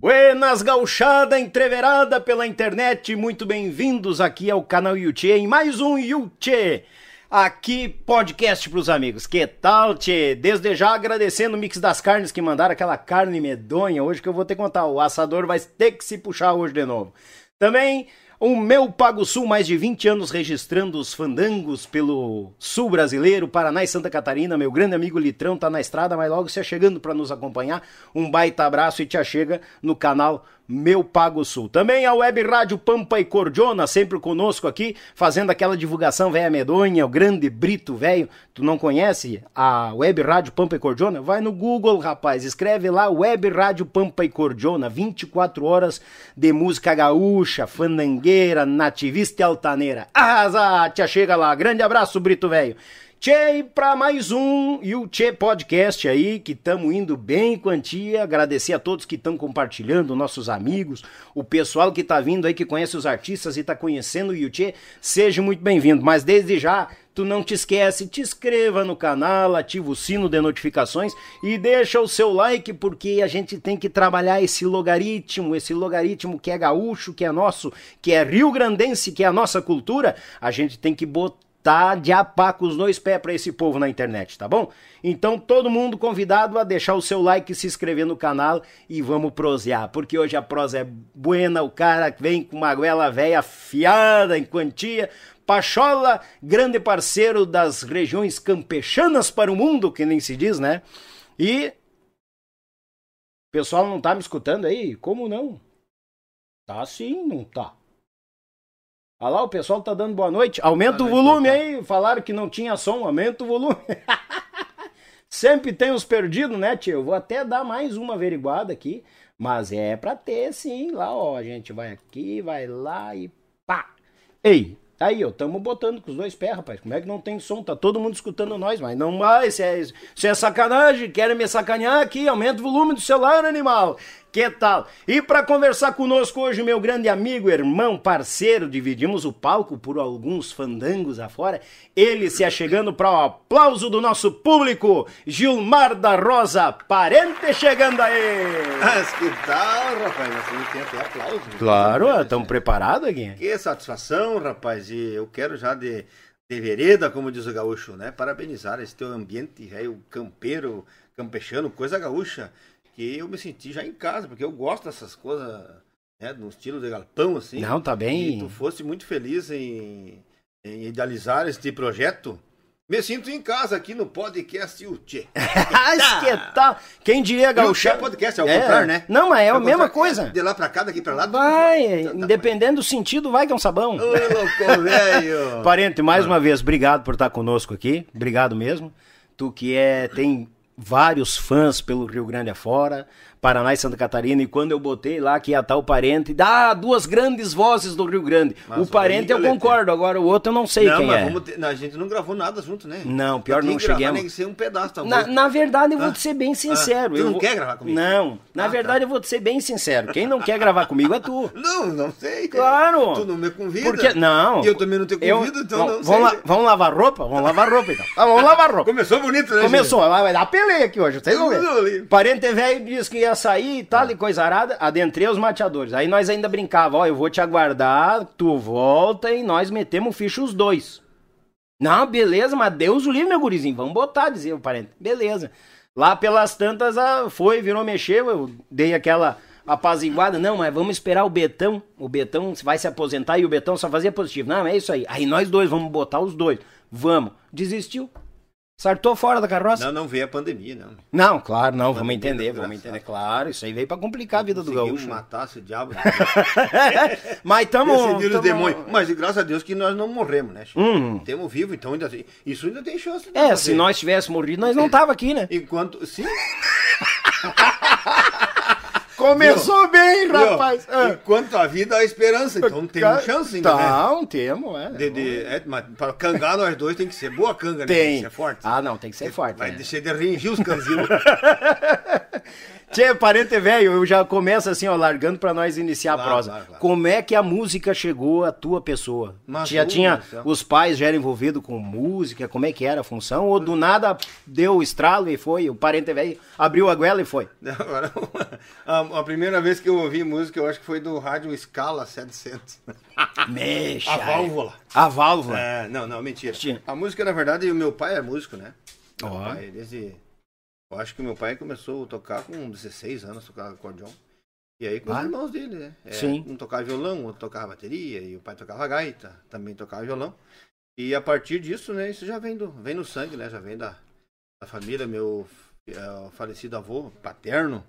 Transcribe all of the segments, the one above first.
Buenas gauchada entreverada pela internet, muito bem-vindos aqui ao canal Yuchê em mais um Yuchê. Aqui podcast pros amigos, que tal tchê? Desde já agradecendo o Mix das Carnes que mandaram aquela carne medonha hoje que eu vou ter que contar, o assador vai ter que se puxar hoje de novo. Também o meu Pago Sul, mais de 20 anos registrando os fandangos pelo sul brasileiro, Paraná e Santa Catarina. Meu grande amigo Litrão tá na estrada, mas logo se chegando para nos acompanhar. Um baita abraço e te chega no canal Meu Pago Sul. Também a Web Rádio Pampa e Cordiona, sempre conosco aqui, fazendo aquela divulgação velha medonha, o grande Brito velho. Tu não conhece a Web Rádio Pampa e Cordiona? Vai no Google, rapaz, escreve lá Web Rádio Pampa e Cordiona, 24 horas de música gaúcha, fandangueira, nativista e altaneira. Arrasa, tia chega lá. Grande abraço, Brito velho. Tchê, e pra mais um e o Tchê Podcast aí, que estamos indo bem em quantia. Agradecer a todos que estão compartilhando, nossos amigos, o pessoal que tá vindo aí, que conhece os artistas e tá conhecendo o Yuchê, seja muito bem-vindo. Mas desde já, tu não te esquece, te inscreva no canal, ativa o sino de notificações e deixa o seu like, porque a gente tem que trabalhar esse logaritmo, esse logaritmo que é gaúcho, que é nosso, que é rio-grandense, que é a nossa cultura, a gente tem que botar tá de apá com os dois pés para esse povo na internet, tá bom? Então todo mundo convidado a deixar o seu like, se inscrever no canal e vamos prosear, porque hoje a prosa é buena, o cara vem com uma goela velha afiada em quantia. Pachola, grande parceiro das regiões campechanas para o mundo, que nem se diz, né? E o pessoal não tá me escutando aí? Como não? Tá sim, não tá. Olha lá, o pessoal tá dando boa noite. Aumenta o volume aí. Falaram que não tinha som. Aumenta o volume. Sempre tem os perdidos, né, tio? Eu vou até dar mais uma averiguada aqui. Mas é pra ter, sim. Lá, ó, a gente vai aqui, vai lá e pá. Ei, tá aí, ó, tamo botando com os dois pés, rapaz. Como é que não tem som? Tá todo mundo escutando nós, mas não mais. Isso é, isso é sacanagem. Querem me sacanear aqui? Aumenta o volume do celular, animal. Que tal? E para conversar conosco hoje, meu grande amigo, irmão, parceiro, dividimos o palco por alguns fandangos afora. Ele se achegando para o aplauso do nosso público, Gilmar da Rosa, parente chegando aí! Mas que tal, rapaz? Nós temos tempo até aplauso. Claro, é. estamos preparados aqui? Que satisfação, rapaz. E eu quero já de, de vereda, como diz o gaúcho, né? Parabenizar esse teu ambiente velho campeiro, campechano, coisa gaúcha. Que eu me senti já em casa, porque eu gosto dessas coisas, né? No estilo de galpão, assim. Não, tá E tu bem. fosse muito feliz em, em idealizar este projeto. Me sinto em casa aqui no podcast Uche. É, Mas que tal? Quem diria, Gauchão? Gauchão é podcast, é o contrário, né? Não, mas é, a o mesma contrário. coisa. De lá pra cá, daqui pra lá. Vai, Tá- tá- dependendo do sentido, vai que é um sabão. Ô, louco, velho! Parente, Ah. mais uma vez, obrigado por estar conosco aqui. Obrigado mesmo. Tu que é, tem vários fãs pelo Rio Grande afora, Paraná e Santa Catarina. E quando eu botei lá que ia estar o parente, dá duas grandes vozes do Rio Grande. Mas o parente aí, eu Galete. concordo, agora o outro eu não sei não, quem mas é. vamos ter- não, a gente não gravou nada junto, né? Não, pior Eu tinha não que gravar, chegamos. Nem que ser um pedaço, talvez. Na, na verdade, eu vou Ah, te ser bem sincero. ah, tu eu não vou- quer gravar comigo? Não. Na Ah, verdade, eu vou te ser bem sincero. Quem não quer gravar comigo é tu. Não, não sei. Claro. Tu não me convida. Porque, não. E eu também não te Eu- convido, então Bom, não sei. vamos, la- vamos lavar roupa? Vamos lavar roupa, então. Ah, vamos lavar roupa. Começou bonito, né? Começou, vai vai dar peleia aqui hoje, vocês vão Tudo ver. ali. Ah. Parente velho disse que ia sair e tal, e coisa arada, adentrei os mateadores. Aí nós ainda brincava, ó, eu vou te aguardar, tu volta e nós metemos ficha os dois. Não, beleza, mas Deus o livre, meu gurizinho, vamos botar, dizia o parente. Beleza. Lá pelas tantas, ah, foi, virou, mexeu, eu dei aquela apaziguada, não, mas vamos esperar o Betão, o Betão vai se aposentar e o Betão só fazia positivo. Não, é isso aí. Aí nós dois, vamos botar os dois, vamos. Desistiu. Sartou fora da carroça? Não, não veio a pandemia, não. Não, claro, não, vamos entender, entender, vamos engraçado. entender. Claro, isso aí veio pra complicar a vida do Conseguiu gaúcho. né? matar esse diabo. Mas tamo. Decidiram os tamo- demônios. Mas graças a Deus que nós não morremos, né? Hum. Temos vivo, então ainda tem- isso ainda tem chance. de Uhum. É, fazer. se nós tivéssemos morrido, nós não tava aqui, né? Enquanto. Sim. Começou bem, Ah. Meu, é. Enquanto a vida há esperança, então temos chance ainda, né? Não, temos, Tá, é. De, de- é, mas pra cangar nós dois tem que ser boa canga, né? Tem. é que ser forte. né? Ah, não, tem que ser forte. Vai né? deixar de ringir os canzinhos. Tchê, parente velho, eu já começo assim, ó, largando pra nós iniciar Claro, a prosa. claro, claro. Como é que a música chegou à tua pessoa? Mas, já ô, tinha, meu céu. os pais já eram envolvidos com música, como é que era a função? Ou do nada deu o estralo e foi, o parente velho abriu a goela e foi? Agora, a, a primeira vez que eu ouvi música, eu acho que foi do rádio Scala 700. Mexa. Ah, A válvula. A válvula. É, não, não, mentira. Tinha. A música, na verdade, o meu pai é músico, né? Meu Ó. pai, desde... Eu acho que meu pai começou a tocar com 16 anos, tocava acordeon. E aí com Ah. os irmãos dele, né? É, Sim. Um tocava violão, outro tocava bateria, e o pai tocava gaita, também tocava violão. E a partir disso, né, isso já vem, do, vem no sangue, né? Já vem da, da família, meu eh, falecido avô paterno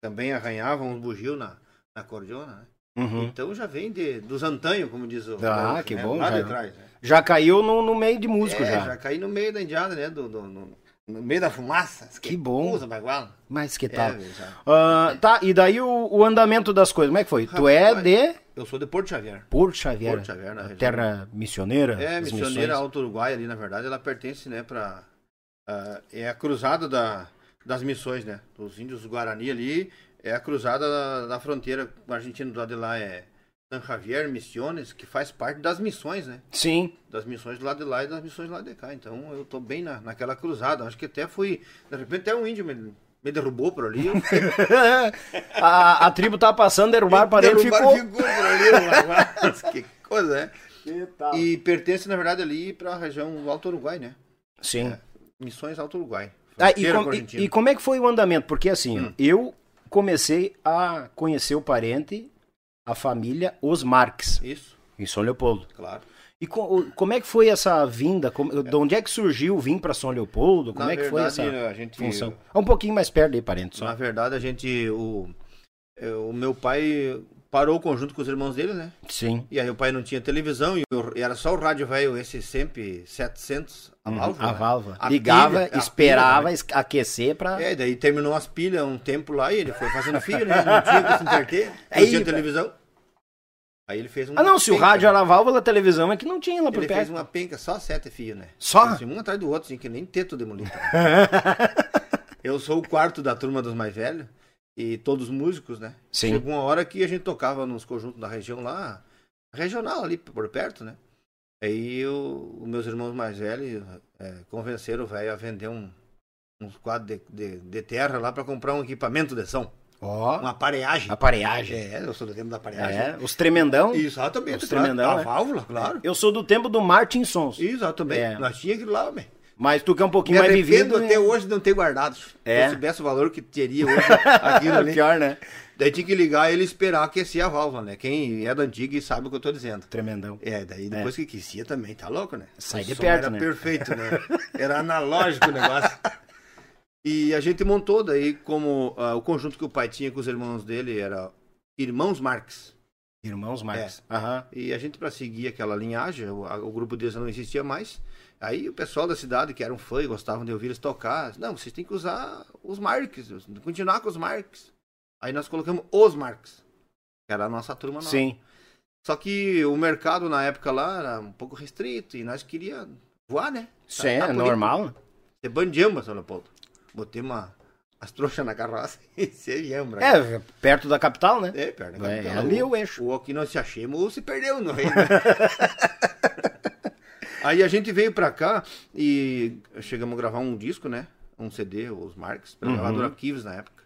também arranhava uns bugio na, na cordiona, né? Uhum. Então já vem de, dos antanhos, como diz o. Ah, o- que né? bom, Lá já- de trás, né? Já caiu no, no meio de músico É, já. já caí no meio da indiada, né? Do, do- no, no meio da fumaça. Que bom. Tá. Usa baguala. Mas que É, tal? já. Ah, tá, e daí o, o andamento das coisas, como é que foi? tu é Rapaz. de Eu sou de Porto Xavier. Porto Xavier, Porto Xavier, na região. terra missioneira? É, das missioneira missões. Alto Uruguai ali, na verdade, ela pertence, né, pra. ah, é a cruzada da, das missões, né? Dos índios Guarani ali. É a cruzada da, da fronteira com a Argentina do lado de lá é San Javier Missiones, que faz parte das missões, né? Sim. das missões do lado de lá e das missões lá de cá. Então eu tô bem na, naquela cruzada. Acho que até fui. De repente até um índio me, me derrubou por ali. Eu fiquei- a, a tribo tá passando, derrubaram para dentro, ficou. derrubaram, por ali. eu lá. Mas que coisa, né? E- E pertence, na verdade, ali pra região do Alto Uruguai, né? Sim. Missões Alto Uruguai. Ah, e, Fronteira com- com a e- Argentina. e como é que foi o andamento? Porque assim, Hum. ó, eu comecei a conhecer o parente, a família, os Marques, Isso, em São Leopoldo. claro. E co- o- como é que foi essa vinda? Como- de onde é que surgiu vir para São Leopoldo? Como Na é que foi verdade, essa né, a gente- função? É Um pouquinho mais perto aí, parente, só. Na verdade, a gente. O, é, o meu pai parou o conjunto com os irmãos dele, né? Sim. E aí o pai não tinha televisão e o- e era só o rádio velho, esse sempre 700, a válvula. Uhum. a né? válvula. A Ligava, pilha, né? a esperava pilha es- aquecer para. também. É, e daí terminou as pilhas um tempo lá e ele foi fazendo filho, né? Não tinha que se entreter, não Aí, tinha televisão. Aí ele fez um Ah, não, se o rádio era a válvula, a televisão é que não tinha lá por Ele fez um- perto. uma penca, só sete fios, né? Só? Assim, um atrás do outro, assim, que nem teto demolido. Eu sou o quarto da turma dos mais velhos e todos músicos, né? Sim. Chegou uma hora que a gente tocava nos conjuntos da região lá, regional ali por perto, né? Aí eu- os meus irmãos mais velhos eh, convenceram o velho a vender um, uns quadros de, de- de terra lá para comprar um equipamento de som, Ó, uma aparelhagem. aparelhagem. É, eu sou do tempo da aparelhagem. É, os tremendão. Isso, exatamente. Os tremendão, a é. válvula, claro. Eu sou do tempo do Martin Sons. Isso, eu também. É. Nós tinha aquilo lá, homem. Mas tu que é um Me pouquinho mais arrependo vivido. até né? hoje de não ter guardado. É. Se eu soubesse o valor que teria hoje um aquilo ali. Pior, né? Daí tinha que ligar ele e esperar aquecer a válvula, né? Quem é da antiga e sabe o que eu tô dizendo. Tremendão. É, daí depois que aquecia também, tá louco, né? Sai O de som perto, era né? perfeito, né? Era analógico o negócio. E a gente montou daí como ah, o conjunto que o pai tinha com os irmãos dele era Irmãos Marx. Irmãos Marques. É. Aham. E a gente, para seguir aquela linhagem, o, a- o grupo deles já não existia mais. Aí o pessoal da cidade, que eram fã e gostavam de ouvir eles tocar, não, vocês têm que usar os Marques, os- continuar com os Marques. Aí nós colocamos os Marques, que era a nossa turma nova. Sim. Só que o mercado na época lá era um pouco restrito e nós queríamos voar, né? Isso é Tá- tá bonito. normal. Ser bandiamba, São Leopoldo. Botei uma, as trouxas na carroça e se viemos. pra cá. É, perto da capital, né? É, perna. É, capital. ali é o eixo. O que nós se achemos se perdeu, não é? Aí a gente veio pra cá e chegamos a gravar um disco, né? Um CD, os Marx, pela Uhum. gravadora Kives na época.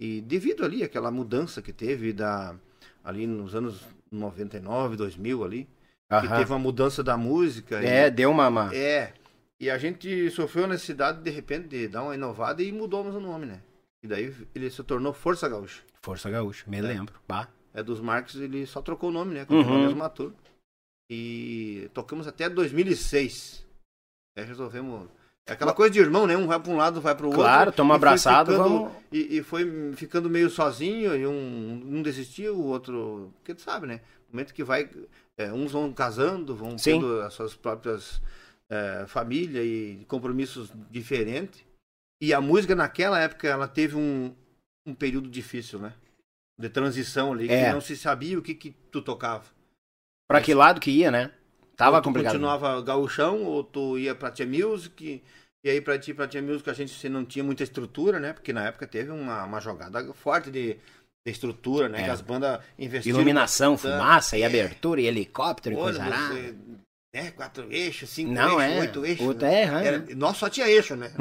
E devido ali àquela mudança que teve da ali nos anos 99, 2000 ali, que Aham. teve uma mudança da música. e- É, deu uma. uma- é. E a gente sofreu a necessidade de repente de dar uma inovada e mudamos o nome, né? E daí ele se tornou Força Gaúcha. Força Gaúcha, me lembro. Bah. É dos Marques, ele só trocou o nome, né? Continuou Uhum. a mesma turma. E tocamos até 2006. Aí resolvemos. É aquela coisa de irmão, né? Um vai pra um lado, vai pro outro. Claro, toma E foi abraçado, ficando- vamos. E, e foi ficando meio sozinho, e um, um desistiu, o outro. Porque tu sabe, né? No momento que vai. é, uns vão casando, vão Sim. tendo as suas próprias é, famílias e compromissos diferentes. E a música naquela época, ela teve um, um período difícil, né? De transição ali, É. que não se sabia o que, que tu tocava. Pra que lado que ia, né? Tava Ou tu complicado. continuava gaúchão, ou tu ia pra Tia Music, E aí pra ti, pra Tia Music, a gente você não tinha muita estrutura, né? Porque na época teve uma, uma jogada forte de, de estrutura, né? É. Que as bandas investiram. Iluminação, bastante. fumaça e abertura e helicóptero e Ônibus, coisa arada. eh, né? Quatro eixos, cinco Não, eixos, é. oito eixos. Puta, é, é. né? Era- Nós só tinha eixo, né?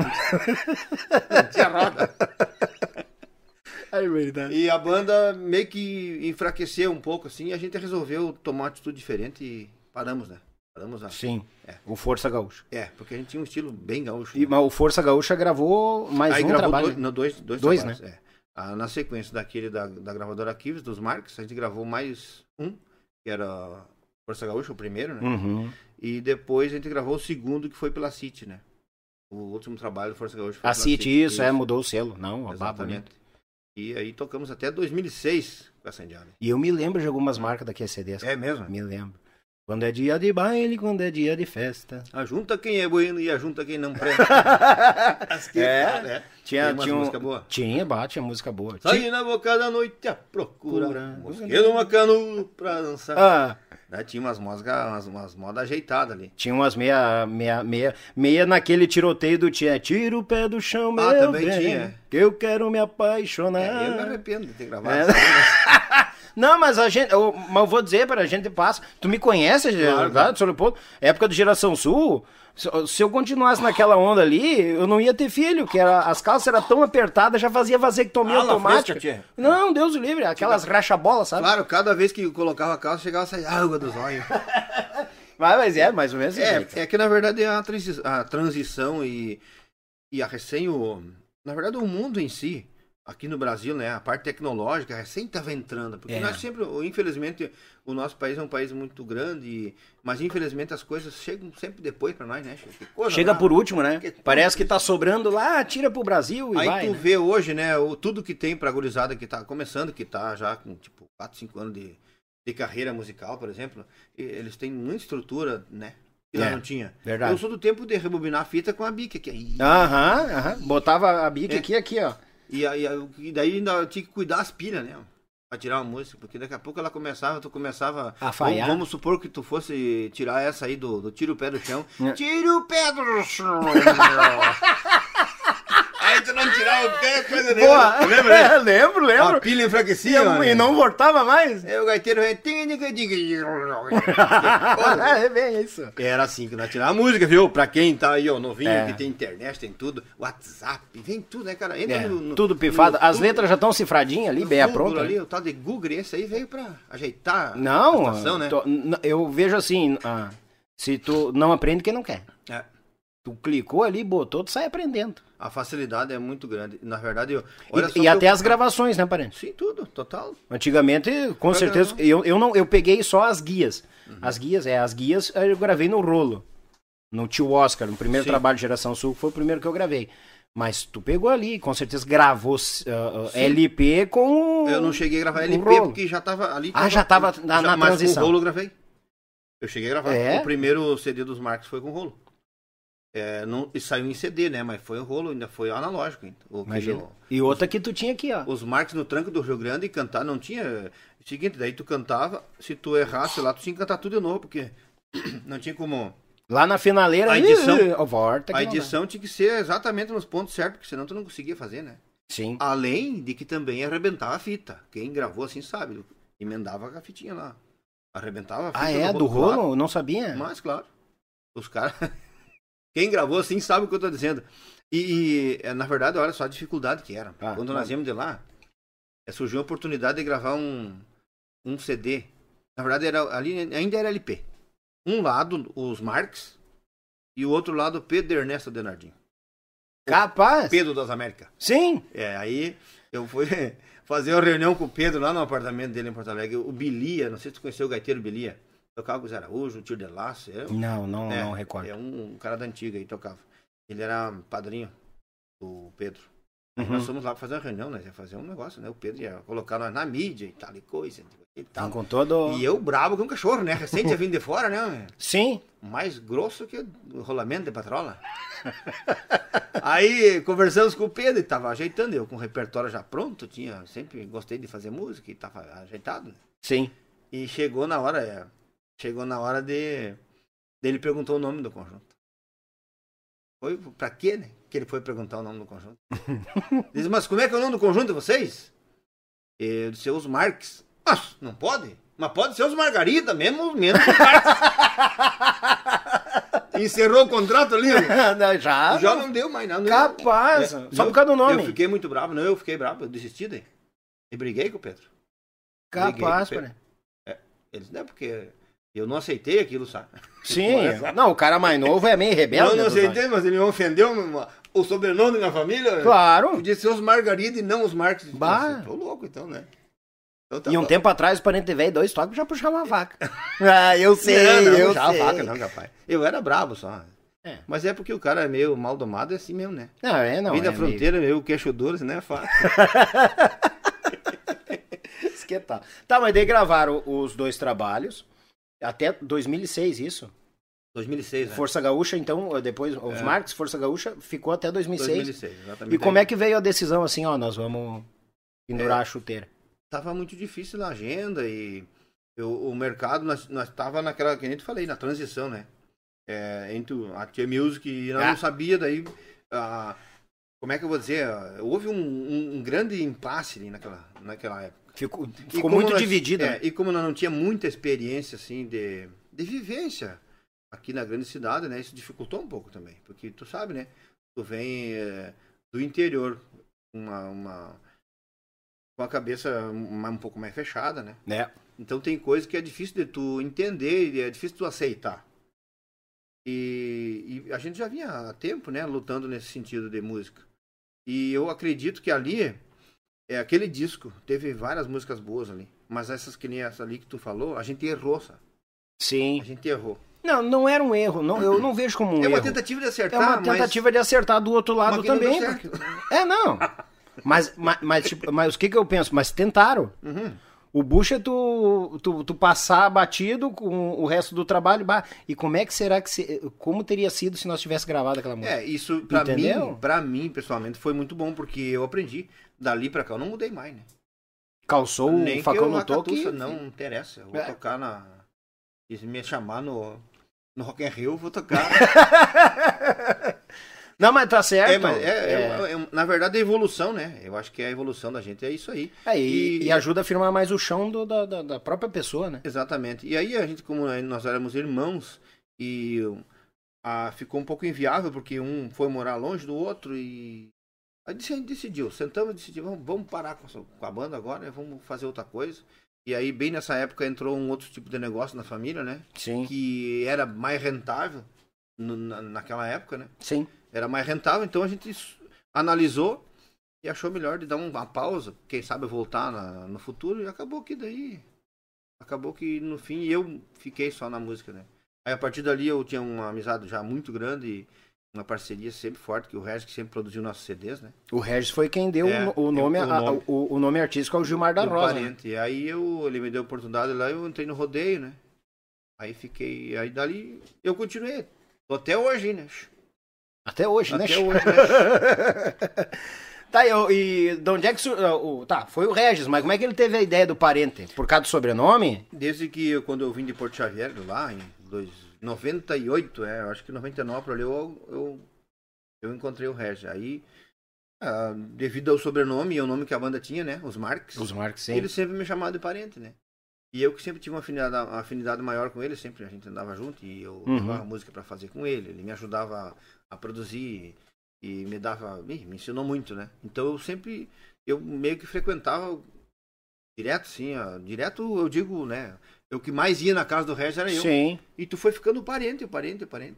não tinha roda. É verdade. E a banda meio que enfraqueceu um pouco, assim, e a gente resolveu tomar uma atitude diferente e paramos, né? Paramos a... Sim. É. O Força Gaúcha. É, porque a gente tinha um estilo bem gaúcho. E, né? mas o Força Gaúcha gravou mais Aí um gravou trabalho. dois, não, dois, dois, Dois, né? trabalhos, é. Ah, na sequência daquele da, da gravadora Kives, dos Marques, a gente gravou mais um, que era Força Gaúcha, o primeiro, né? Uhum. E depois a gente gravou o segundo, que foi pela City, né? O último trabalho do Força Gaúcha foi A pela City, isso, é, mudou o selo. Não, a baba bonita. Exatamente. E aí tocamos até 2006 com a Sandiane. E eu me lembro de algumas marcas da QCD. É mesmo? Me lembro. Quando é dia de baile, quando é dia de festa. Ajunta quem é bueno e ajunta quem não presta. As que- É, né? Tinha, Tem umas tinha um- músicas boas. Tinha, bate, tinha música boa. Tinha- Saí na boca da noite a Procura. procura. Mosqueiro, uma canudo pra dançar. Ah, Né, Tinha umas, músicas, umas, umas modas ajeitadas ali. tinha umas meia, meia, meia, meia naquele tiroteio do tinha. Tira o pé do chão, Ah, meu também bem, tinha. que Eu quero me apaixonar. É, eu me arrependo de ter gravado. É. essa música. Não, mas a gente. Eu, mas eu vou dizer para a gente passa. Tu me conhece, Claro, claro, seu Leopoldo? Época do Geração Sul. Se, se eu continuasse naquela onda ali, eu não ia ter filho, que era, as calças eram tão apertadas, já fazia vasectomia Ala automática. fresca, tia. não, Deus o livre, aquelas racha-bola, sabe? Claro, cada vez que eu colocava a calça, chegava a sair água dos olhos. Mas, mas é, mais ou menos. assim. É, é que na verdade a, transi- a transição e, e a recém o, na verdade o mundo em si aqui no Brasil né a parte tecnológica recém estava entrando porque É. nós sempre infelizmente o nosso país é um país muito grande e- mas infelizmente as coisas chegam sempre depois para nós né Chico? Que coisa, Chega né? por último, né? Que- Parece que tá sobrando lá, tira pro Brasil e Aí vai. tu né? vê hoje, né, o, tudo que tem pra gurizada que tá começando, que tá já com, tipo, 4, 5 anos de, de carreira musical, por exemplo, e eles têm muita estrutura, né, que lá É, não tinha. verdade. Eu sou do tempo de rebobinar a fita com a bica, que aí... Aham, aham. Botava a bica É. aqui, aqui, ó. E, aí aí- e daí ainda tinha que cuidar as pilhas, né, pra tirar uma música, porque daqui a pouco ela começava, tu começava... A falhar. Vamos, vamos supor que tu fosse tirar essa aí do, do tira o pé do chão. É. Tira o pé do chão! aí tu não tirar o pé, coisa Boa. É, lembro, A lembro. pilha E, enfraquecia. eu- e né? não voltava mais. É, o gaiteiro é... é bem isso. Era assim que nós tirava a música, viu? Pra quem tá aí, ó, novinho, É. que tem internet, tem tudo, WhatsApp, vem tudo, né, cara? Entra É, no, no- tudo pifado. no As Google, letras já estão cifradinhas ali, no bem Google aprontas. ali, o tal de Google, esse aí veio pra ajeitar Não, a situação, né? tô- n- eu vejo assim, ah, se tu não aprende, quem não quer. É, Tu clicou ali, botou, tu sai aprendendo. a facilidade é muito grande. Na verdade, eu... olha só E, e que até eu- as gravações, né, parente? Sim, tudo, total. Antigamente, com Programa. certeza, eu, eu não eu peguei só as guias. As guias, é, as guias eu gravei no rolo. No tio Oscar, no primeiro Sim. trabalho de Geração Sul, que foi o primeiro que eu gravei. Mas tu pegou ali, com certeza gravou ah, ah, Sim. LP com. Eu não cheguei a gravar o LP Um rolo. porque já tava ali. Ah, já tava na- na mas transição. Com rolo eu gravei. Eu cheguei a gravar. É? O primeiro CD dos Marcos foi com rolo. É, não, e saiu em CD, né? Mas foi o rolo, ainda foi analógico. Então, o que Imagina. deu- E outra que tu tinha aqui, ó. os Marcos no tranco do Rio Grande e cantar não tinha. é, Seguinte, daí tu cantava, se tu errasse lá, tu tinha que cantar tudo de novo, porque não tinha como. Lá na finaleira, A edição- ih, ó, volta A que não dá. edição tinha que ser exatamente nos pontos certos, porque senão tu não conseguia fazer, né? Sim. Além de que também arrebentava a fita. Quem gravou assim sabe. Emendava a fitinha lá. Arrebentava a fita. Ah, no é? Do rolo? claro. Eu Não sabia? Mas, claro. Os caras. Quem gravou assim sabe o que eu tô dizendo. E, e, é, na verdade, olha só a dificuldade que era. Ah, Quando claro. nós íamos de lá, é, surgiu a oportunidade de gravar um, um CD. Na verdade, era, ali ainda era LP. Um lado, os Marx, e o outro lado, Pedro Ernesto Denardim. Capaz? Pedro das Américas. Sim. É, aí eu fui fazer uma reunião com o Pedro lá no apartamento dele em Porto Alegre. O Bilia, não sei se tu conheceu o gaiteiro Bilia. Tocava com os Araújo, o Tio de Laço. É, um- Não, não, é, não recordo. É um, um cara da antiga aí, tocava. Ele era padrinho do Pedro. Aí Uhum. Nós fomos lá pra fazer uma reunião, né? Ia fazer um negócio, né? O Pedro ia colocar nós na mídia e tal e coisa e Então, tal. com todo... E eu brabo com um cachorro, né? Recente tinha vindo de fora, né? Sim. mais grosso que o rolamento de patrola. Aí conversamos com o Pedro e tava ajeitando, eu com o repertório já pronto, tinha, sempre gostei de fazer música e tava ajeitado. né? Sim. E chegou na hora, é, chegou na hora de dele perguntou o nome do conjunto. Foi pra quê, né? Que ele foi perguntar o nome do conjunto. Diz, mas como é que é o nome do conjunto de vocês? Eu disse, os Marx. Mas não pode? Mas pode ser os Margarida, mesmo, mesmo os Marx. Encerrou o contrato ali. ó. já? Já não deu mais nada. não- né? Capaz, É. só por causa do Eu nome. fiquei muito bravo. Não, eu fiquei bravo. Eu desisti daí. E briguei com o Pedro. Capaz, Briguei com cara. Ele disse, não, porque eu não aceitei aquilo, sabe? é assim. Sim, não, o cara mais novo é meio rebelde. eu não né, Dudão? aceitei, mas ele me ofendeu meu- o sobrenome da minha família. Claro. Podia ser os Margarida e não os Marques. Bah. Nossa, Tô louco então, né? Então tá E um bom. tempo atrás, o parente teve aí dois toques já puxava uma vaca. ah, eu Não, sei, não, eu já a sei. vaca não, capaz. Eu era bravo só. É. Mas é porque o cara é meio mal domado, é assim mesmo, né? Não, é não. Vim da é meio- fronteira, meio queixo duro, assim, não é fácil. Esquentar. Tá, mas daí gravaram os dois trabalhos. Até 2006, isso. 2006, né? Força Gaúcha, então, depois, É. os Marques, Força Gaúcha, ficou até 2006. 2006, exatamente. E como é que veio a decisão assim, ó, nós vamos É. pendurar a chuteira? Tava muito difícil na agenda e eu- o mercado, nós, nós tava naquela, que nem tu falei, na transição, né? É, entre o- a Tia Music e nós Ah. não sabia daí... ah, como é que eu vou dizer? ah, Houve um, um- um grande impasse ali naquela, naquela época. Ficou, E ficou como muito nós- dividido, é, né? E como nós não tinha muita experiência, assim, de, de vivência aqui na grande cidade, né? Isso dificultou um pouco também. Porque tu sabe, né? Tu vem eh, do interior, uma, uma, com a cabeça um, um pouco mais fechada, né? né? Então tem coisa que é difícil de tu entender e é difícil de tu aceitar. E, e a gente já vinha há tempo, né, lutando nesse sentido de música. E eu acredito que ali é aquele disco, teve várias músicas boas ali, mas essas que nem essa ali que tu falou, a gente errou, sabe? A Sim. gente errou. Não, não era um erro. Não, eu não vejo como um é uma erro. tentativa de é acertar, uma mas- tentativa de acertar do outro mas lado que não deu também. certo. É, não. Mas, mas, mas, tipo, mas o que que eu penso? Mas tentaram. Uhum. O bucha é tu, tu, tu passar batido com o resto do trabalho. bah, e como é que será que... se- como teria sido se nós tivéssemos gravado aquela música? É, isso pra Entendeu? mim, para mim pessoalmente foi muito bom porque eu aprendi dali pra cá, eu não mudei mais, né? Calçou Nem o facão que eu no vá toque. catuça, Não interessa. Eu vou É. tocar na. e Se me chamar no, no Rock in Rio, eu vou tocar. Não, mas tá certo. é, mas é- é- é- na verdade, é evolução, né? Eu acho que a evolução da gente é isso aí. É, e, E- e ajuda a firmar mais o chão do- da, da- da própria pessoa, né? Exatamente. E aí, a gente, como nós éramos irmãos, e ah, ficou um pouco inviável, porque um foi morar longe do outro e. Aí disse- a gente decidiu, sentamos e decidimos, vamos, vamos parar com, essa- com a banda agora, né? vamos fazer outra coisa. E aí, bem nessa época, entrou um outro tipo de negócio na família, né? Sim. que era mais rentável no- na, naquela época, né? Sim. Era mais rentável, então a gente s- analisou e achou melhor de dar um, uma pausa, quem sabe voltar na- no futuro, e acabou que daí. Acabou que no fim eu fiquei só na música, né? Aí a partir dali eu tinha uma amizade já muito grande e uma parceria sempre forte, que o Regis que sempre produziu nossos CDs, né? O Regis foi quem deu É, o, o nome, eu- o a- nome. o- o nome artístico ao Gilmar da Do Rosa. né? parente. E aí eu, ele me deu a oportunidade lá, eu entrei no rodeio, né? Aí fiquei, aí dali eu continuei. Tô até hoje, né? Até hoje, né? Até Chico? hoje, né? Tá, eu, e de onde é que. su- ah, o- tá, foi o Regis, mas como é que ele teve a ideia do parente? Por causa do sobrenome? Desde que eu, quando eu vim de Porto Xavier, lá em dois, 98, é, eu acho que 99, por ali, eu, eu, eu encontrei o Regis. Aí, ah, devido ao sobrenome e ao nome que a banda tinha, né? Os Marques. Os Marques, sim. Ele sempre me chamava de parente, né? E eu que sempre tive uma afinidade, uma afinidade maior com ele, sempre a gente andava junto e eu Uhum. levava música para fazer com ele, ele me ajudava a produzir e me dava, me, me ensinou muito, né? Então eu sempre, eu meio que frequentava o- direto, sim, ó, direto eu digo, né? Eu que mais ia na casa do Regis era eu. Sim. E tu foi ficando parente, parente, parente.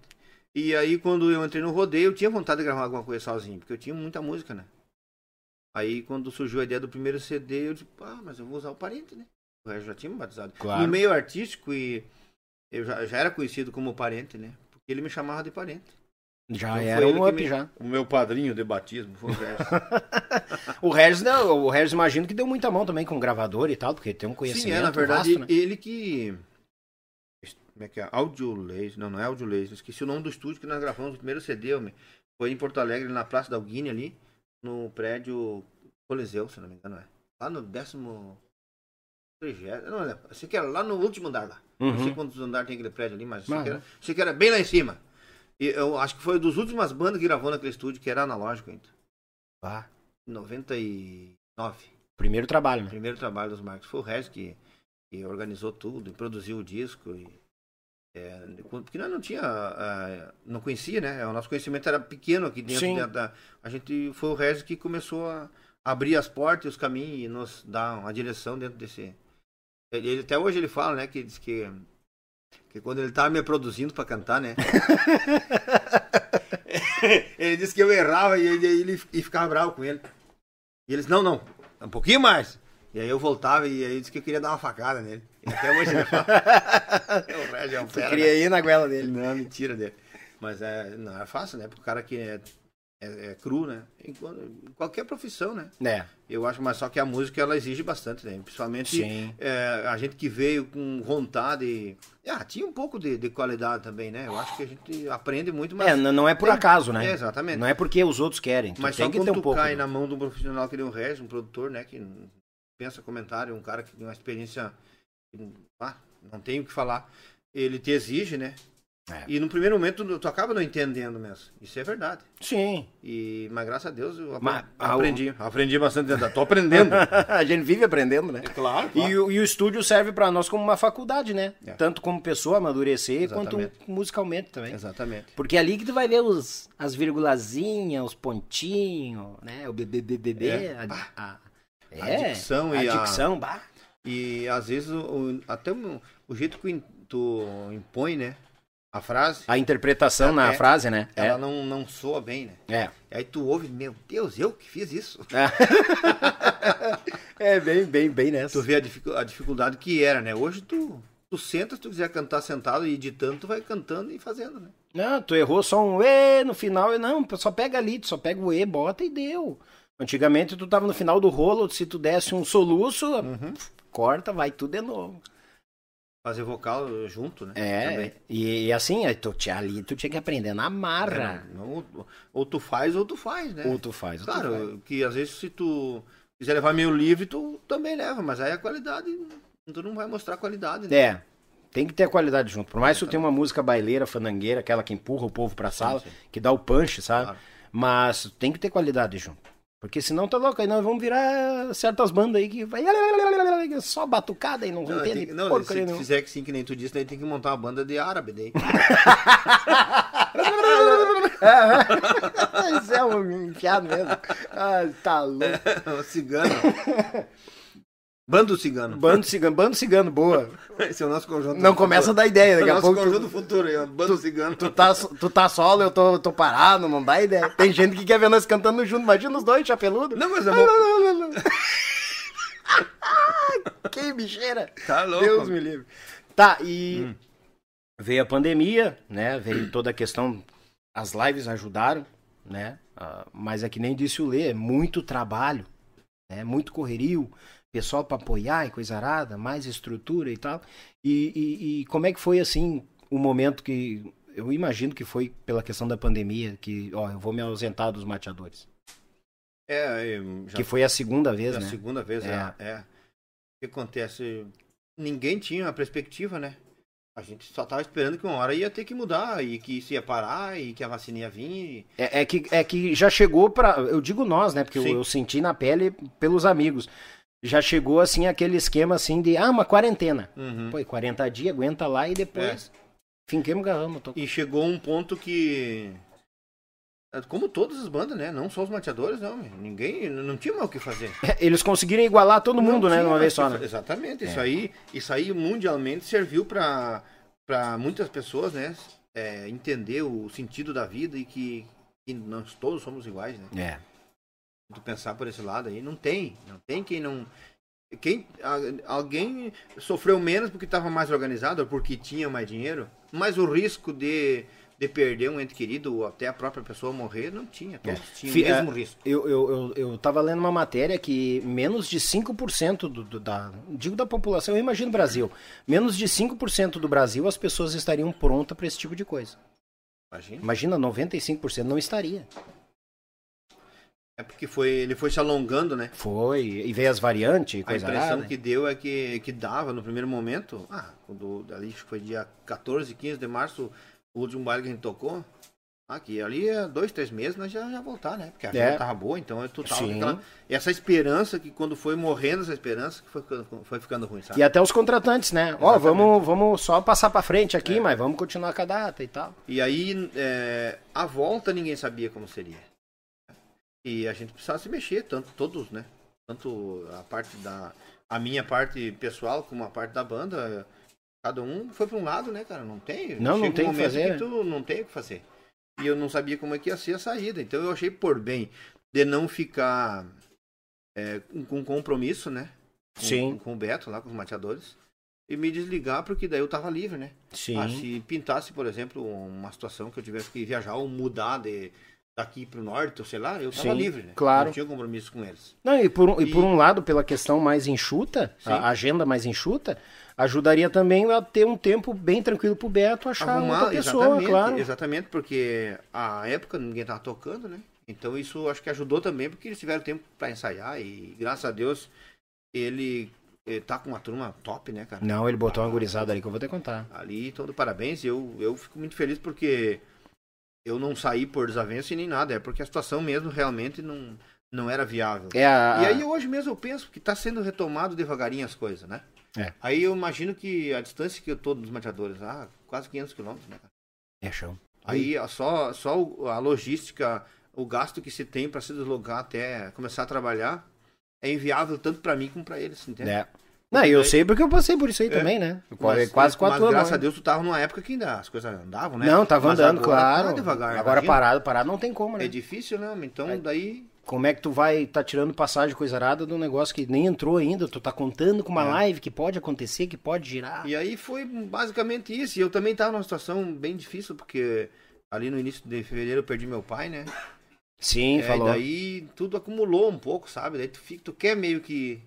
E aí quando eu entrei no rodeio, eu tinha vontade de gravar alguma coisa sozinho, porque eu tinha muita música, né? Aí quando surgiu a ideia do primeiro CD, eu disse, ah, mas eu vou usar o parente, né? Eu já tinha me batizado. Claro. No meio artístico, e eu já, já era conhecido como parente, né? Porque ele me chamava de parente. Já Então foi era ele um que up me- já. O meu padrinho de batismo foi o Gerson. O Regis, não, o Regis imagino que deu muita mão também com o gravador e tal, porque tem um conhecimento. Sim, é, na verdade, vasto, né? ele que. Como é que é? Audiolaser. Não, não é Audiolaser. Esqueci o nome do estúdio que nós gravamos o primeiro CD, homem. Foi em Porto Alegre, na Praça da Alguine, ali, no prédio Coliseu, se não me engano, é. Lá no décimo. trigésimo- Não, não, achei que era lá no último andar lá. Não sei Uhum. quantos andares tem aquele prédio ali, mas achei Mas, que, era, né? achei que era bem lá em cima. E eu acho que foi dos últimas bandas que gravou naquele estúdio, que era analógico ainda. Ah, 99. primeiro trabalho, O né? primeiro trabalho dos Marcos foi o Regis que, que organizou tudo e produziu o disco. E, é, porque nós não tinha. ah, não conhecia, né? O nosso conhecimento era pequeno aqui dentro Sim. da, da- A gente foi o Regis que começou a abrir as portas e os caminhos e nos dar uma direção dentro desse. Ele, ele- até hoje ele fala, né? Que diz que. Que quando ele tava me produzindo pra cantar, né? ele disse que eu errava e ele, ele- e ficava bravo com ele. E eles, não, não, um pouquinho mais. E aí eu voltava e aí disse que eu queria dar uma facada nele. E até hoje ele fala. o Regis é um fera, né? ir na goela Ele não, mentira dele. Mas é, não é fácil, né? Pro cara que é, é, é cru, né? Em quando- em qualquer profissão, né? É. Eu acho, mas só que a música ela exige bastante, né? Principalmente Sim. é, a gente que veio com vontade. e- Ah, tinha um pouco de, de qualidade também, né? Eu acho que a gente aprende muito, mas. É, n- não é por Tem- acaso, né? É, exatamente. Não é porque os outros querem. Tu Mas tem só que ter quando um tu pouco. cai né? na mão de um profissional que nem o Regis, um produtor, né? Que pensa comentário, um cara que tem uma experiência. que, ah, não tem o que falar. Ele te exige, né? É. E no primeiro momento tu- tu acaba não entendendo mesmo. Isso é verdade. Sim. E, mas graças a Deus eu apre- Mas- aprendi. Aprendi bastante. dentro- Tô aprendendo. a gente vive aprendendo, né? claro. E, o- e o estúdio serve pra nós como uma faculdade, né? É. Tanto como pessoa amadurecer, Exatamente. quanto musicalmente também. Exatamente. Porque é ali que tu vai ver os, as virgulazinhas, os pontinhos, né? O BBBBB. É. A, Bah. a, A é, dicção e a a- dicção, bah. E às vezes o, o- até o, o jeito que tu impõe, né? A frase, A interpretação na É. frase, né? ela não, não soa bem, né? É. É. Aí tu ouve, meu Deus, eu que fiz isso. É bem, bem, bem nessa. Tu vê a, dificu- a dificuldade que era, né? Hoje tu, tu senta, se tu quiser cantar sentado e editando, tu vai cantando e fazendo, né? Não, tu errou só um E no final. e Não, só pega ali, tu só pega o E, bota e deu. Antigamente tu tava no final do rolo, se tu desse um soluço, pf, corta, vai tudo de novo. Fazer vocal junto, né? É, Também. e, e assim, aí tu, tinha- ali tu tinha que aprender na marra. É, não- ou, ou tu faz ou tu faz, né? Ou tu faz, ou tu faz. Claro, que às vezes se tu quiser levar meio livre, tu também leva, mas aí a qualidade, tu não vai mostrar a qualidade, né? É, tem que ter qualidade junto. Por mais que tu tenha uma música baileira, fandangueira, aquela que empurra o povo pra sala, sim. que dá o punch, sabe? Claro. Mas tem que ter qualidade junto. Porque senão tá louco, aí nós vamos virar certas bandas aí que vai só batucada e não Não, tem, entende que- não, porcaria se tu nenhuma. fizer que sim, que nem tu disse, daí tem que montar uma banda de árabe, daí. Mas é um enfiado mesmo. Ah, tá louco. Um cigano. Bando cigano. Bando cigano, bando cigano, boa. Esse é o nosso conjunto. Não do começa a futuro. dar ideia, daqui É o a nosso pouco tu, conjunto do futuro, aí, ó. Bando cigano. tu tá, so- tu tá solo, eu tô, tô parado, não dá ideia. Tem gente que quer ver nós cantando junto, imagina os dois, chapeludo. Não, mas é bom. que bicheira. Tá louco. Deus me livre. Tá, e veio a pandemia, né? Veio toda a questão. As lives ajudaram, né? Ah, mas é que nem disse o Lê, é muito trabalho, né? Muito correrio, pessoal pra apoiar e coisa arada, mais estrutura e tal. E, e- e como é que foi assim o momento que. Eu imagino que foi pela questão da pandemia, que, ó, eu vou me ausentar dos mateadores. É, eu já Que foi a segunda vez, É a né? segunda vez, é. é. O que acontece? Ninguém tinha a perspectiva, né? A gente só tava esperando que uma hora ia ter que mudar, e que isso ia parar, e que a vacina ia vir. É, é que, é que já chegou pra. Eu digo nós, né? Porque eu, Sim. eu senti na pele pelos amigos. Já chegou assim aquele esquema assim de ah, uma quarentena. Uhum. Pô, e 40 dias, aguenta lá e depois É. finquemos garramos. Tô... E chegou um ponto que. é, Como todas as bandas, né? Não só os mateadores, não. Ninguém. Não tinha mais o que fazer. Eles conseguiram igualar todo mundo, Não né? tinha De uma mais vez o só, que né? fa- Exatamente. Isso, É. aí, isso aí mundialmente serviu para muitas pessoas, né? é, entender o sentido da vida e que, que nós todos somos iguais, né? É. tu pensar por esse lado aí, não tem. Não tem quem não. Quem, a- alguém sofreu menos porque estava mais organizado, ou porque tinha mais dinheiro, mas o risco de, de perder um ente querido ou até a própria pessoa morrer não tinha. Todos tinham Fi- o mesmo risco. Eu, eu, eu, eu tava lendo uma matéria que menos de 5% do, do, da. Digo da população, eu imagino Brasil. Menos de 5% do Brasil as pessoas estariam prontas pra esse tipo de coisa. Imagina. Imagina, 95% não estaria. É porque foi, ele foi se alongando, né? Foi, e veio as variantes e A coisa impressão arada. que deu é que, que dava no primeiro momento, ah, quando ali acho que foi dia 14, 15 de março, O último baile que a gente tocou. Aqui, ali, é dois, três meses, nós já, já voltar, né? Porque a É. vida tava boa, então eu tô- tava com Sim. aquela- Essa esperança que quando foi morrendo, essa esperança que foi, ficando- foi ficando ruim, sabe? E até os contratantes, né? Ó, tá. Exatamente. É. vamos, vamos só passar pra frente aqui, mas vamos continuar com a data e tal. E aí, é, a volta ninguém sabia como seria. E a gente precisava se mexer, tanto todos, né? Tanto a parte da. A minha parte pessoal como a parte da banda. Cada um foi para um lado, né, cara? Não tem. Não, não chega tem o que momento fazer, né? tu não tem o que fazer. E eu não sabia como é que ia ser a saída. Então eu achei por bem de não ficar é, com- com compromisso, né? Com, Sim. Com o Beto lá, com os mateadores. E me desligar, porque daí eu tava livre, né? Sim. Ah, se pintasse, por exemplo, uma situação que eu tivesse que viajar ou mudar de, daqui para o norte, ou sei lá, eu estava Sim, livre, né? claro. Não tinha compromisso com eles. Não, e por, um- e E- por um lado, pela questão mais enxuta, Sim. a agenda mais enxuta, ajudaria também a ter um tempo bem tranquilo pro Beto achar outra pessoa, exatamente, claro. exatamente, porque a época ninguém estava tocando, né? Então isso acho que ajudou também, porque eles tiveram tempo para ensaiar e graças a Deus ele eh, tá com uma turma top, né, cara? Não, ele botou uma gurizada ali que eu vou te contar. Ali, todo parabéns. Eu, eu fico muito feliz porque eu não saí por desavença e nem nada. É porque a situação mesmo realmente não, não era viável. É a... E aí hoje mesmo eu penso que está sendo retomado devagarinho as coisas, né? É. Aí eu imagino que a distância que eu tô dos mateadores, ah, quase 500 quilômetros, né? cara? É chão. Aí ó, só, só o- a logística, o gasto que se tem para se deslocar até começar a trabalhar é inviável tanto para mim como para eles, entende? É. Não, eu sei porque eu passei por isso aí É. também, né? Eu Mas- quase- quase quatro mas anos. graças a Deus tu tava numa época que ainda as coisas andavam, né? Não, tava Mas andando, agora tá claro. devagar, agora imagina. parado, parado não tem como, né? É difícil, né? homem? Então É. daí Como é que tu vai tá tirando passagem coisa arada de um negócio que nem entrou ainda? Tu tá contando com uma É. live que pode acontecer, que pode girar. E aí foi basicamente isso. E eu também tava numa situação bem difícil, porque ali no início de fevereiro eu perdi meu pai, né? Sim, É, falou. E daí tudo acumulou um pouco, sabe? Daí tu, fica, tu quer meio que,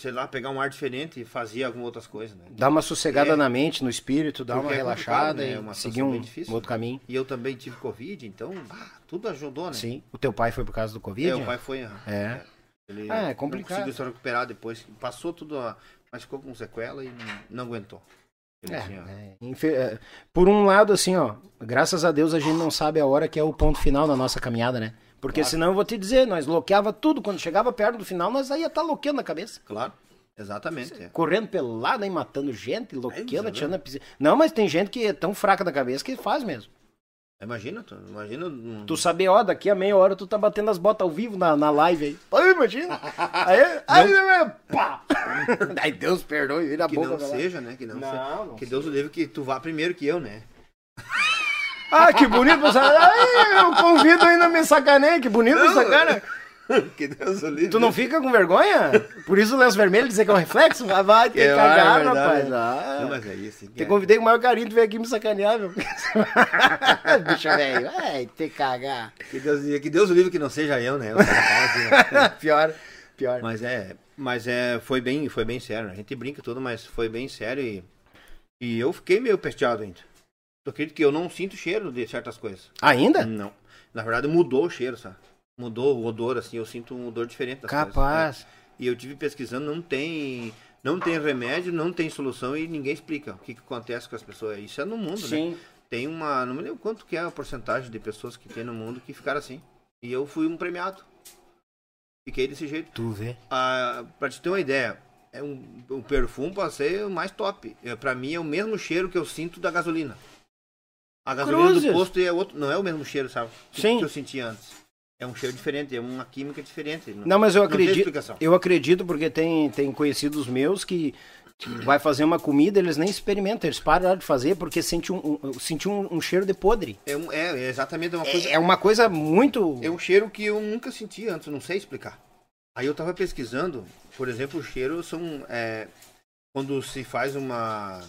sei lá, pegar um ar diferente e fazer algumas outras coisas, né? Dá uma sossegada É. na mente, no espírito, dá Porque uma é relaxada complicado, né? e É uma seguir situação um bem difícil, outro né? caminho. E eu também tive Covid, então ah, tudo ajudou, né? Sim. O teu pai foi por causa do Covid? É, o pai foi. É. Ele Ah, é não complicado. conseguiu se recuperar depois. Passou tudo, a- mas ficou com sequela e não, não aguentou. Ele É, tinha- é. Infe- é. Por um lado, assim, ó, graças a Deus a gente não sabe a hora que é o ponto final da nossa caminhada, né? Porque senão eu vou te dizer, nós loqueava tudo. Quando chegava perto do final, nós aí ia estar loqueando a cabeça. Claro, exatamente. é. Correndo pelada e matando gente, loqueando, Aí, atirando a piscina. Não, mas tem gente que é tão fraca da cabeça que faz mesmo. Imagina, tu, imagina. um- Tu saber, ó, daqui a meia hora tu tá batendo as botas ao vivo na, na live aí. Ai, imagina. Aí, aí, aí, pá. Aí Deus perdoe, vira a que boca. não pra lá. seja, né? Que não, Não, seja. não que Deus o livre que tu vá primeiro que eu, né? Ah, que bonito, você... Ai, eu convido ainda me sacaneia, que bonito essa cara. que Deus o livre. Tu não fica com vergonha? Por isso o lenço vermelho dizer que é um reflexo? Ah, vai ter É, é cagado, verdade, rapaz. né? Ah. Não, mas é isso. que Te é. convidei com o maior carinho, tu veio aqui me sacanear, meu. Bicho velho, é, te cagar. Que Deus, o livre- que Deus o livre que não seja eu, né? Eu só falo assim, né? pior, pior. mas é, mas é, foi bem, foi bem sério. né? A gente brinca e tudo, mas foi bem sério e, e eu fiquei meio pesteado ainda. Tu acredita que eu não sinto cheiro de certas coisas? Ainda? Não. Na verdade mudou o cheiro, sabe? Mudou o odor, assim, eu sinto um odor diferente das coisas, né? Capaz. E eu tive pesquisando, não tem, não tem remédio, não tem solução e ninguém explica o que, que acontece com as pessoas. Isso é no mundo, né? Sim. Tem uma, não me lembro quanto que é a porcentagem de pessoas que tem no mundo que ficaram assim. E eu fui um premiado. Fiquei desse jeito. Tu vê. Ah, pra te ter uma ideia, é um, um perfume pra ser o mais top. É, pra mim é o mesmo cheiro que eu sinto da gasolina. A gasolina Cruzes. do posto é outro, não é o mesmo cheiro, sabe? Que, Sim. que eu sentia antes. É um cheiro diferente, é uma química diferente. Não, mas eu Não tem acredito. explicação. Eu acredito porque tem, tem conhecidos meus que, que vai fazer uma comida, eles nem experimentam, eles param de fazer porque sente um, um, sente um, um cheiro de podre. É, um- é, é exatamente uma coisa. É, é uma coisa muito. É um cheiro que eu nunca senti antes, não sei explicar. Aí eu tava pesquisando, por exemplo, o cheiro são. é, quando se faz uma,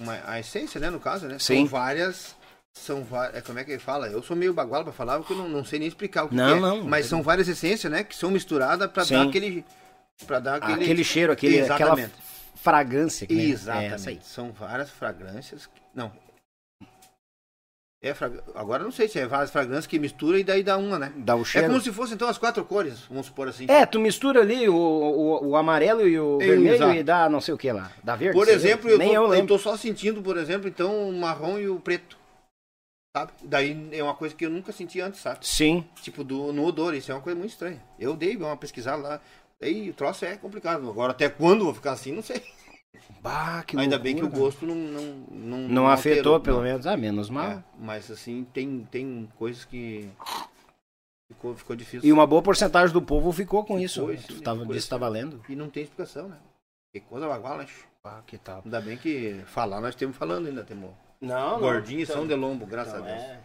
uma. A essência, né, no caso, né? Sim. São várias. São va- é, Como é que ele fala? Eu sou meio bagual pra falar, porque eu não, não sei nem explicar o que, Não, que é. não. Mas são várias essências, né? Que são misturadas pra Sim. dar aquele. Pra dar aquele. aquele, cheiro, aquele, aquela Exatamente. fragrância. Que nem- é Exatamente. essa aí. São várias fragrâncias. que- Não. É fra- Agora eu não sei se é várias fragrâncias que mistura e daí dá uma, né? Dá o cheiro. É como se fosse então as quatro cores, vamos supor assim. É, tu mistura ali o, o, o amarelo e o É, vermelho exato. e dá não sei o que lá. Dá verde. Por sei exemplo, lá. eu nem eu tô, eu lembro. tô só sentindo, por exemplo, então o marrom e o preto. Sabe? Daí é uma coisa que eu nunca senti antes, sabe? Sim. Tipo, do, no odor, isso é uma coisa muito estranha. Eu dei uma pesquisada lá. Aí o troço é complicado. Agora até quando eu vou ficar assim, não sei. Bah, que Ainda loucura, bem que o cara. gosto não. Não, não, Não afetou, alterou, pelo não. menos. Ah, menos mal. É, mas assim, tem, tem coisas que. Ficou, ficou difícil. E uma boa porcentagem do povo ficou com isso. Ficou, né? sim, Tu tava, ficou disso isso. tava lendo. E não tem explicação, né? Que coisa bagual, né? Ah, que tal. Ainda bem que falar nós temos falando ainda, temos. Não, não. Gordinho e então- São de Lombo, graças então a Deus. é.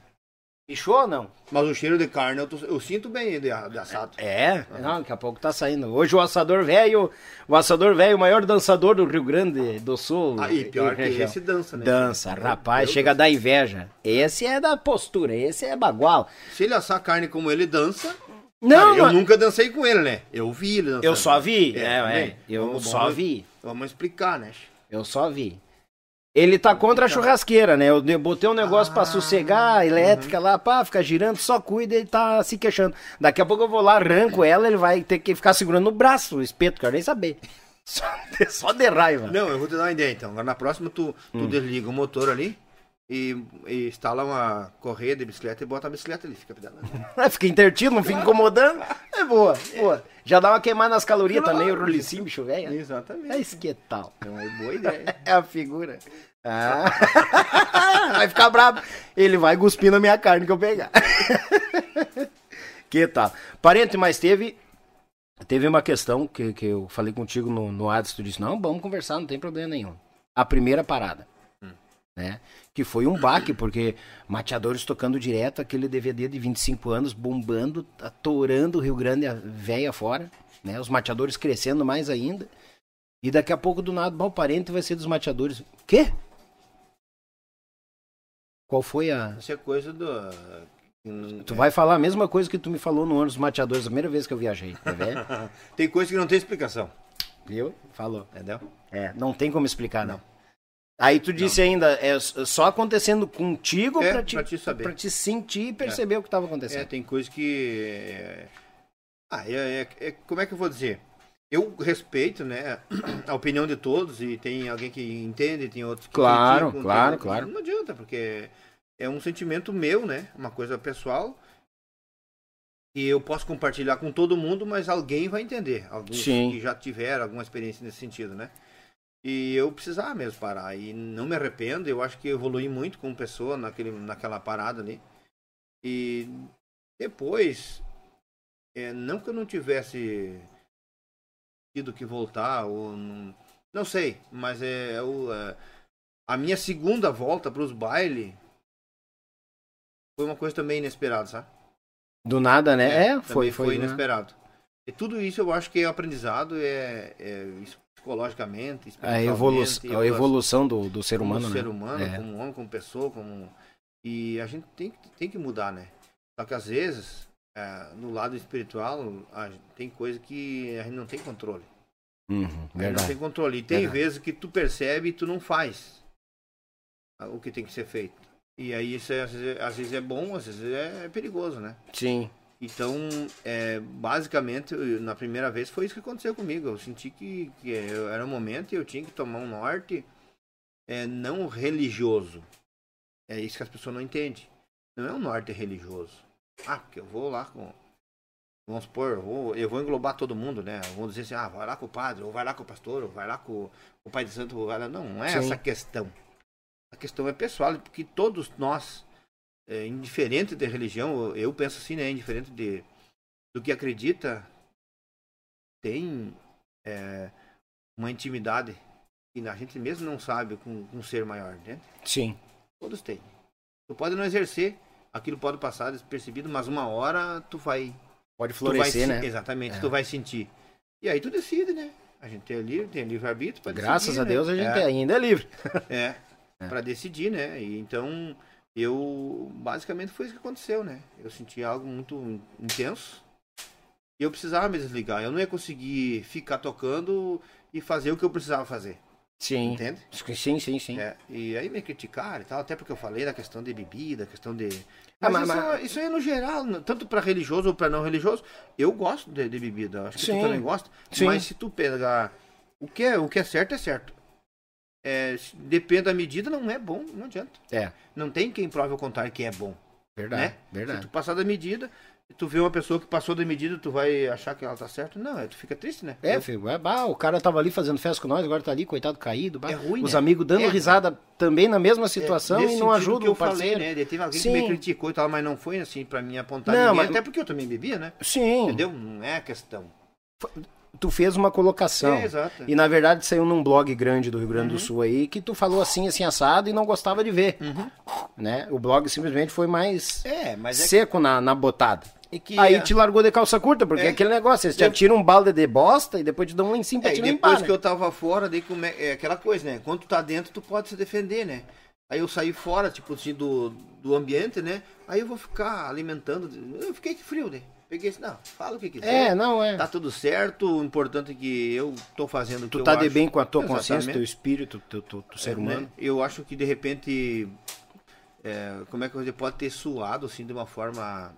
Bichou ou não? Mas o cheiro de carne eu, tô- eu sinto bem de, de assado. É, não, daqui a pouco tá saindo. Hoje o assador velho, o assador velho, o maior dançador do Rio Grande do Sul. Ah, e pior e que É, região. esse dança, né? Dança, Meu rapaz, Deus chega a do dar inveja. Esse é da postura, esse é bagual. céu. Se ele assar carne como ele dança. Não, cara, eu mas- nunca dancei com ele, né? Eu vi ele dançando. eu só vi. É, é, também. eu Vamos- só vamos- vi. Vamos explicar, né? Eu só vi. Ele tá contra a churrasqueira, né? Eu de- botei um negócio pra Ah, sossegar, a elétrica lá, pá, fica girando, só cuida, ele tá se queixando. Daqui a pouco eu vou lá, arranco ela, ele vai ter que ficar segurando o braço, o espeto, quero nem saber. Só de, só de raiva. Não, eu vou te dar uma ideia então. Agora na próxima tu, tu desliga o motor ali e, e instala uma correia de bicicleta e bota a bicicleta ali, fica pedalando. Fica intertido, não fica incomodando. É boa, boa. Já dá uma queimada nas calorias também, o rolicim, bicho velho. É Exatamente. isso que tal. Então é boa ideia. É a figura. Ah. vai ficar brabo. Ele vai cuspir na minha carne que eu pegar. que tal? Parente, mas teve. Teve uma questão que, que eu falei contigo no, no Hades, tu disse, não, vamos conversar, não tem problema nenhum. A primeira parada. Né? Que foi um baque, porque mateadores tocando direto, aquele DVD de 25 anos, bombando, atorando o Rio Grande a véia fora, né? Os mateadores crescendo mais ainda. E daqui a pouco, do nada, o parente vai ser dos mateadores. Quê? Qual foi a. Isso é coisa do. Tu vai falar a mesma coisa que tu me falou no ônibus dos mateadores, a primeira vez que eu viajei, tá vendo? Tem coisa que não tem explicação, Viu? Falou. entendeu? É, não tem como explicar, não. Aí tu disse ainda, é s- só acontecendo contigo É, pra, te, pra te saber. pra te sentir e perceber o que tava acontecendo. É, tem coisa que. é, Ah, é, é- é- Como é que eu vou dizer? Eu respeito, né? A opinião de todos e tem alguém que entende, tem outros que. Claro, criticam, tem claro, outros- claro. Não adianta, porque é um sentimento meu, né? Uma coisa pessoal. E eu posso compartilhar com todo mundo, mas alguém vai entender. Alguns Sim. que já tiveram alguma experiência nesse sentido, né? E eu precisava mesmo parar. E não me arrependo, eu acho que eu evoluí muito como pessoa naquele, naquela parada ali. E depois, é, não que eu não tivesse tido que voltar, ou não, não sei, mas é, o, é, a minha segunda volta para os bailes foi uma coisa também inesperada, sabe? Do nada, né? É, também foi, foi. né? inesperado. E tudo isso eu acho que é aprendizado, é, é isso psicologicamente, É A, espiritualmente, evolu a evolução do, do ser como humano, né? ser humano, É. como homem, como pessoa, como e a gente tem que tem que mudar, né? Só que às vezes é, no lado espiritual a gente- tem coisa que a gente não tem controle. Uhum, A gente É, não verdade. tem controle. E tem Verdade. vezes que tu percebe e tu não faz ah, o que tem que ser feito. E aí isso é, às, vezes, às vezes é bom, às vezes é, é perigoso, né? Sim. Então, é, basicamente, eu- na primeira vez foi isso que aconteceu comigo. Eu senti que, que eu- era um momento e eu tinha que tomar um norte é, não religioso. É isso que as pessoas não entendem. Não é um norte religioso. Ah, porque eu vou lá com. Vamos supor, eu vou, eu vou englobar todo mundo, né? Vamos dizer assim, ah, vai lá com o padre, ou vai lá com o pastor, ou vai lá com o- o pai de santo, ou vai lá. Não, não é Sim. essa a questão. A questão é pessoal, porque todos nós, é, indiferente de religião, eu- eu penso assim, né? Indiferente de, do que acredita, tem é, uma intimidade que a gente mesmo não sabe com, com um ser maior, né? Sim. Todos têm. Tu pode não exercer, aquilo pode passar despercebido, mas uma hora tu vai Pode tu vai florescer, se- né? Exatamente, É. tu vai sentir. E aí tu decide, né? A gente tem ali, tem livre-arbítrio pra Graças decidir, a né? Deus a gente É. ainda é livre. É, É. pra decidir, né? E então, eu. Basicamente foi isso que aconteceu, né? Eu senti algo muito in- intenso. E eu precisava me desligar. Eu não ia conseguir ficar tocando e fazer o que eu precisava fazer. Sim. Entende? Sim, sim, sim. É, e aí me criticaram e tal, até porque eu falei da questão de bebida, questão de. Ah, Mas, mas- isso, isso aí é no geral, no- tanto para religioso ou para não religioso, eu gosto de, de bebida. Acho que Sim. tu também gosta. Sim. Mas se tu pegar o que é, o que é certo, é certo. É, se- depende da medida, não é bom, não adianta. É, Não tem quem prove ao contrário que é bom. verdade, né? Se verdade. tu passar da medida, tu vê uma pessoa que passou da medida, tu vai achar que ela tá certa. Não, é, tu fica triste, né? É, Eu- filho, é, bah, o cara tava ali fazendo festa com nós, agora tá ali, coitado, caído. bah. É ruim, Os né? amigos dando É. risada também na mesma situação É, e nesse não sentido ajudam que eu o parceiro. falei, né? Daí Teve alguém Sim. que me criticou e tal, mas não foi assim pra mim apontar Não, ninguém, mas- até porque eu também bebia, né? Sim, Entendeu? Não é a questão. tu fez uma colocação. É, exato. Uhum. E na verdade saiu num blog grande do Rio Grande do Sul aí que tu falou assim, assim, assado e não gostava de ver. Né? O blog simplesmente foi mais Uhum. É, mas é seco na, na botada. que- é que... Aí é, te largou de calça curta, porque é, É. aquele negócio, eles te Eu- atiram um balde de bosta e depois te dão um lencinho pra é, e te limpar. depois né? que eu tava fora, daí como é, é aquela coisa, né? Quando tu tá dentro, tu pode se defender, né? Aí eu saí fora, tipo assim, do, do ambiente, né? Aí eu vou ficar alimentando. Eu fiquei frio, né? Peguei assim, não, fala o que quiser. É, não, é. Tá tudo certo, o importante é que eu tô fazendo o que tu eu tá de acho. bem com a tua consciência, Exatamente. teu espírito, teu, teu, teu ser né? humano. Eu acho que de repente, é, como é que você pode ter suado assim de uma forma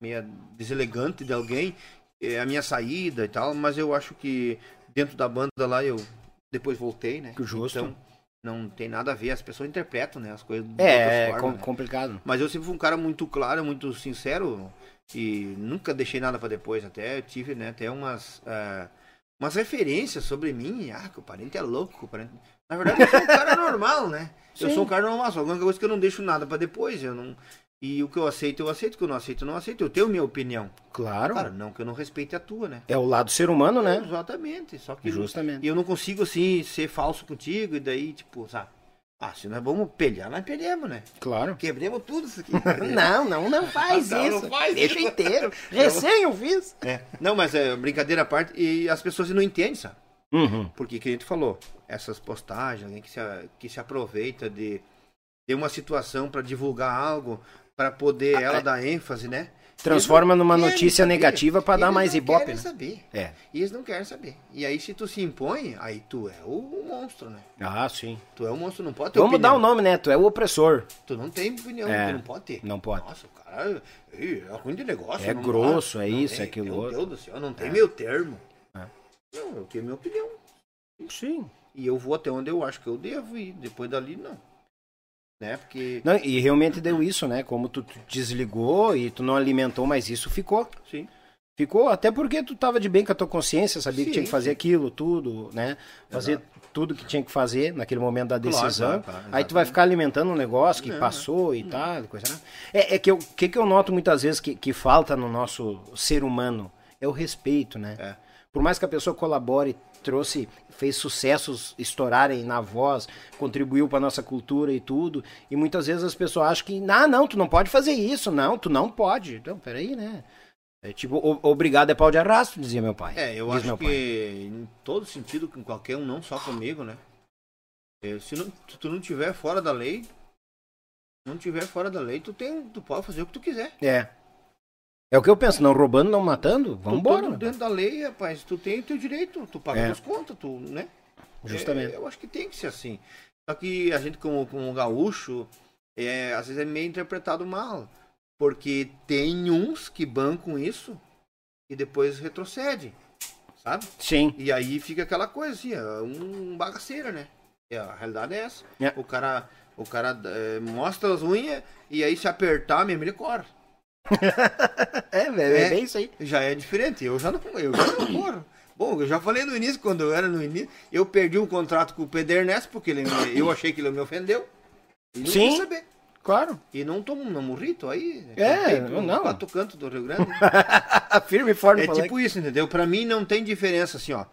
meio deselegante de alguém é, a minha saída e tal, mas eu acho que dentro da banda lá eu depois voltei, né? Que justo. Então não tem nada a ver, as pessoas interpretam, né, as coisas de É, é outra forma, com- né? complicado. Mas eu sempre fui um cara muito claro, muito sincero e nunca deixei nada para depois. Até eu tive, né, até umas ah, umas referências sobre mim. Ah, que o parente é louco, que o parente... Na verdade, eu sou um cara normal, né? Eu Sim. sou um cara normal, só que a única coisa é que eu não deixo nada para depois, eu não e o que eu aceito, eu aceito, o que eu não aceito, eu não aceito. Eu tenho minha opinião. Claro. Claro, não que eu não respeite a tua, né? É o lado ser humano, né? Exatamente. Só que Justamente. e eu não consigo assim ser falso contigo e daí tipo, sabe? Ah, se nós vamos pelear, nós peleamos, né? Claro. Quebremos tudo isso aqui. né? Não, não, não faz Não, não isso. faz Deixa isso. inteiro. Recém eu fiz. É. Não, mas é brincadeira à parte, e as pessoas não entendem, sabe? Uhum. Porque que a gente falou, essas postagens, alguém que se, que se aproveita de, de uma situação para divulgar algo, para poder ela dar ênfase, né? Transforma Eles não numa querem notícia saber. negativa pra dar Eles mais não ibope, querem né? saber. É. E eles não querem saber. E aí se tu se impõe, aí tu é o, o monstro, né? Ah, sim. Tu é o monstro, não pode ter Vamos dar o opinião. nome, né? Tu é o opressor. Tu não tem opinião, É. tu não pode ter. Não pode. Nossa, o cara ei, é ruim de negócio. É não grosso, dá. é Não isso, tem, é aquilo Meu outro. É. Deus do céu, não tem meu termo. Não, eu tenho minha opinião. Sim. E eu vou até onde eu acho que eu devo e depois dali não. Né? Porque. Não, e realmente deu isso, né? Como tu tu desligou e tu não alimentou mais isso, ficou. Sim. Ficou até porque tu tava de bem com a tua consciência, sabia que Sim, tinha que fazer sim. aquilo, tudo, né? Fazer tudo que tinha que fazer naquele momento da Claro, decisão. claro, claro, Aí tu vai exatamente. É, ficar alimentando um negócio que Não, passou e tal, e coisa. É, é que o que, que eu noto muitas vezes que, que falta no nosso ser humano é o respeito, né? É. Por mais que a pessoa colabore, trouxe, fez sucessos estourarem na voz, contribuiu para nossa cultura e tudo, e muitas vezes as pessoas acham que, ah, não, tu não pode fazer isso, não, tu não pode. Então, peraí, né? É tipo, o- obrigado é pau de arrasto, dizia meu pai. É, eu Diz acho meu que pai. em todo sentido, com qualquer um, não só comigo, né? É, se não, tu tu não tiver fora da lei, não tiver fora da lei, tu tem, tu pode fazer o que tu quiser. É. É o que eu penso, não roubando, não matando, vamos Tu- embora. tu dentro da lei, rapaz, tu tem o teu direito, tu paga É. tuas contas, tu, né? Justamente. É, eu acho que tem que ser assim. Só que a gente, como, como gaúcho, é, às vezes é meio interpretado mal. Porque tem uns que bancam isso e depois retrocede, sabe? Sim. E aí fica aquela coisa assim, é um bagaceira, né? É, a realidade é essa. É. O cara, o cara é, mostra as unhas e aí se apertar mesmo ele corre. É, velho, é, É. bem isso aí. Já é diferente, eu já não, eu já não corro. Bom, eu já falei no início, quando eu era no início, eu perdi um contrato com o Pedro Ernesto, porque ele me- eu achei que ele me ofendeu. E não Sim. quis saber. Claro. E não tomo, não morri, tô aí. né? É, Cantei pros não. Quatro cantos do Rio Grande. Firme e forte. É falei. tipo isso, entendeu? Pra mim não tem diferença, assim, ó.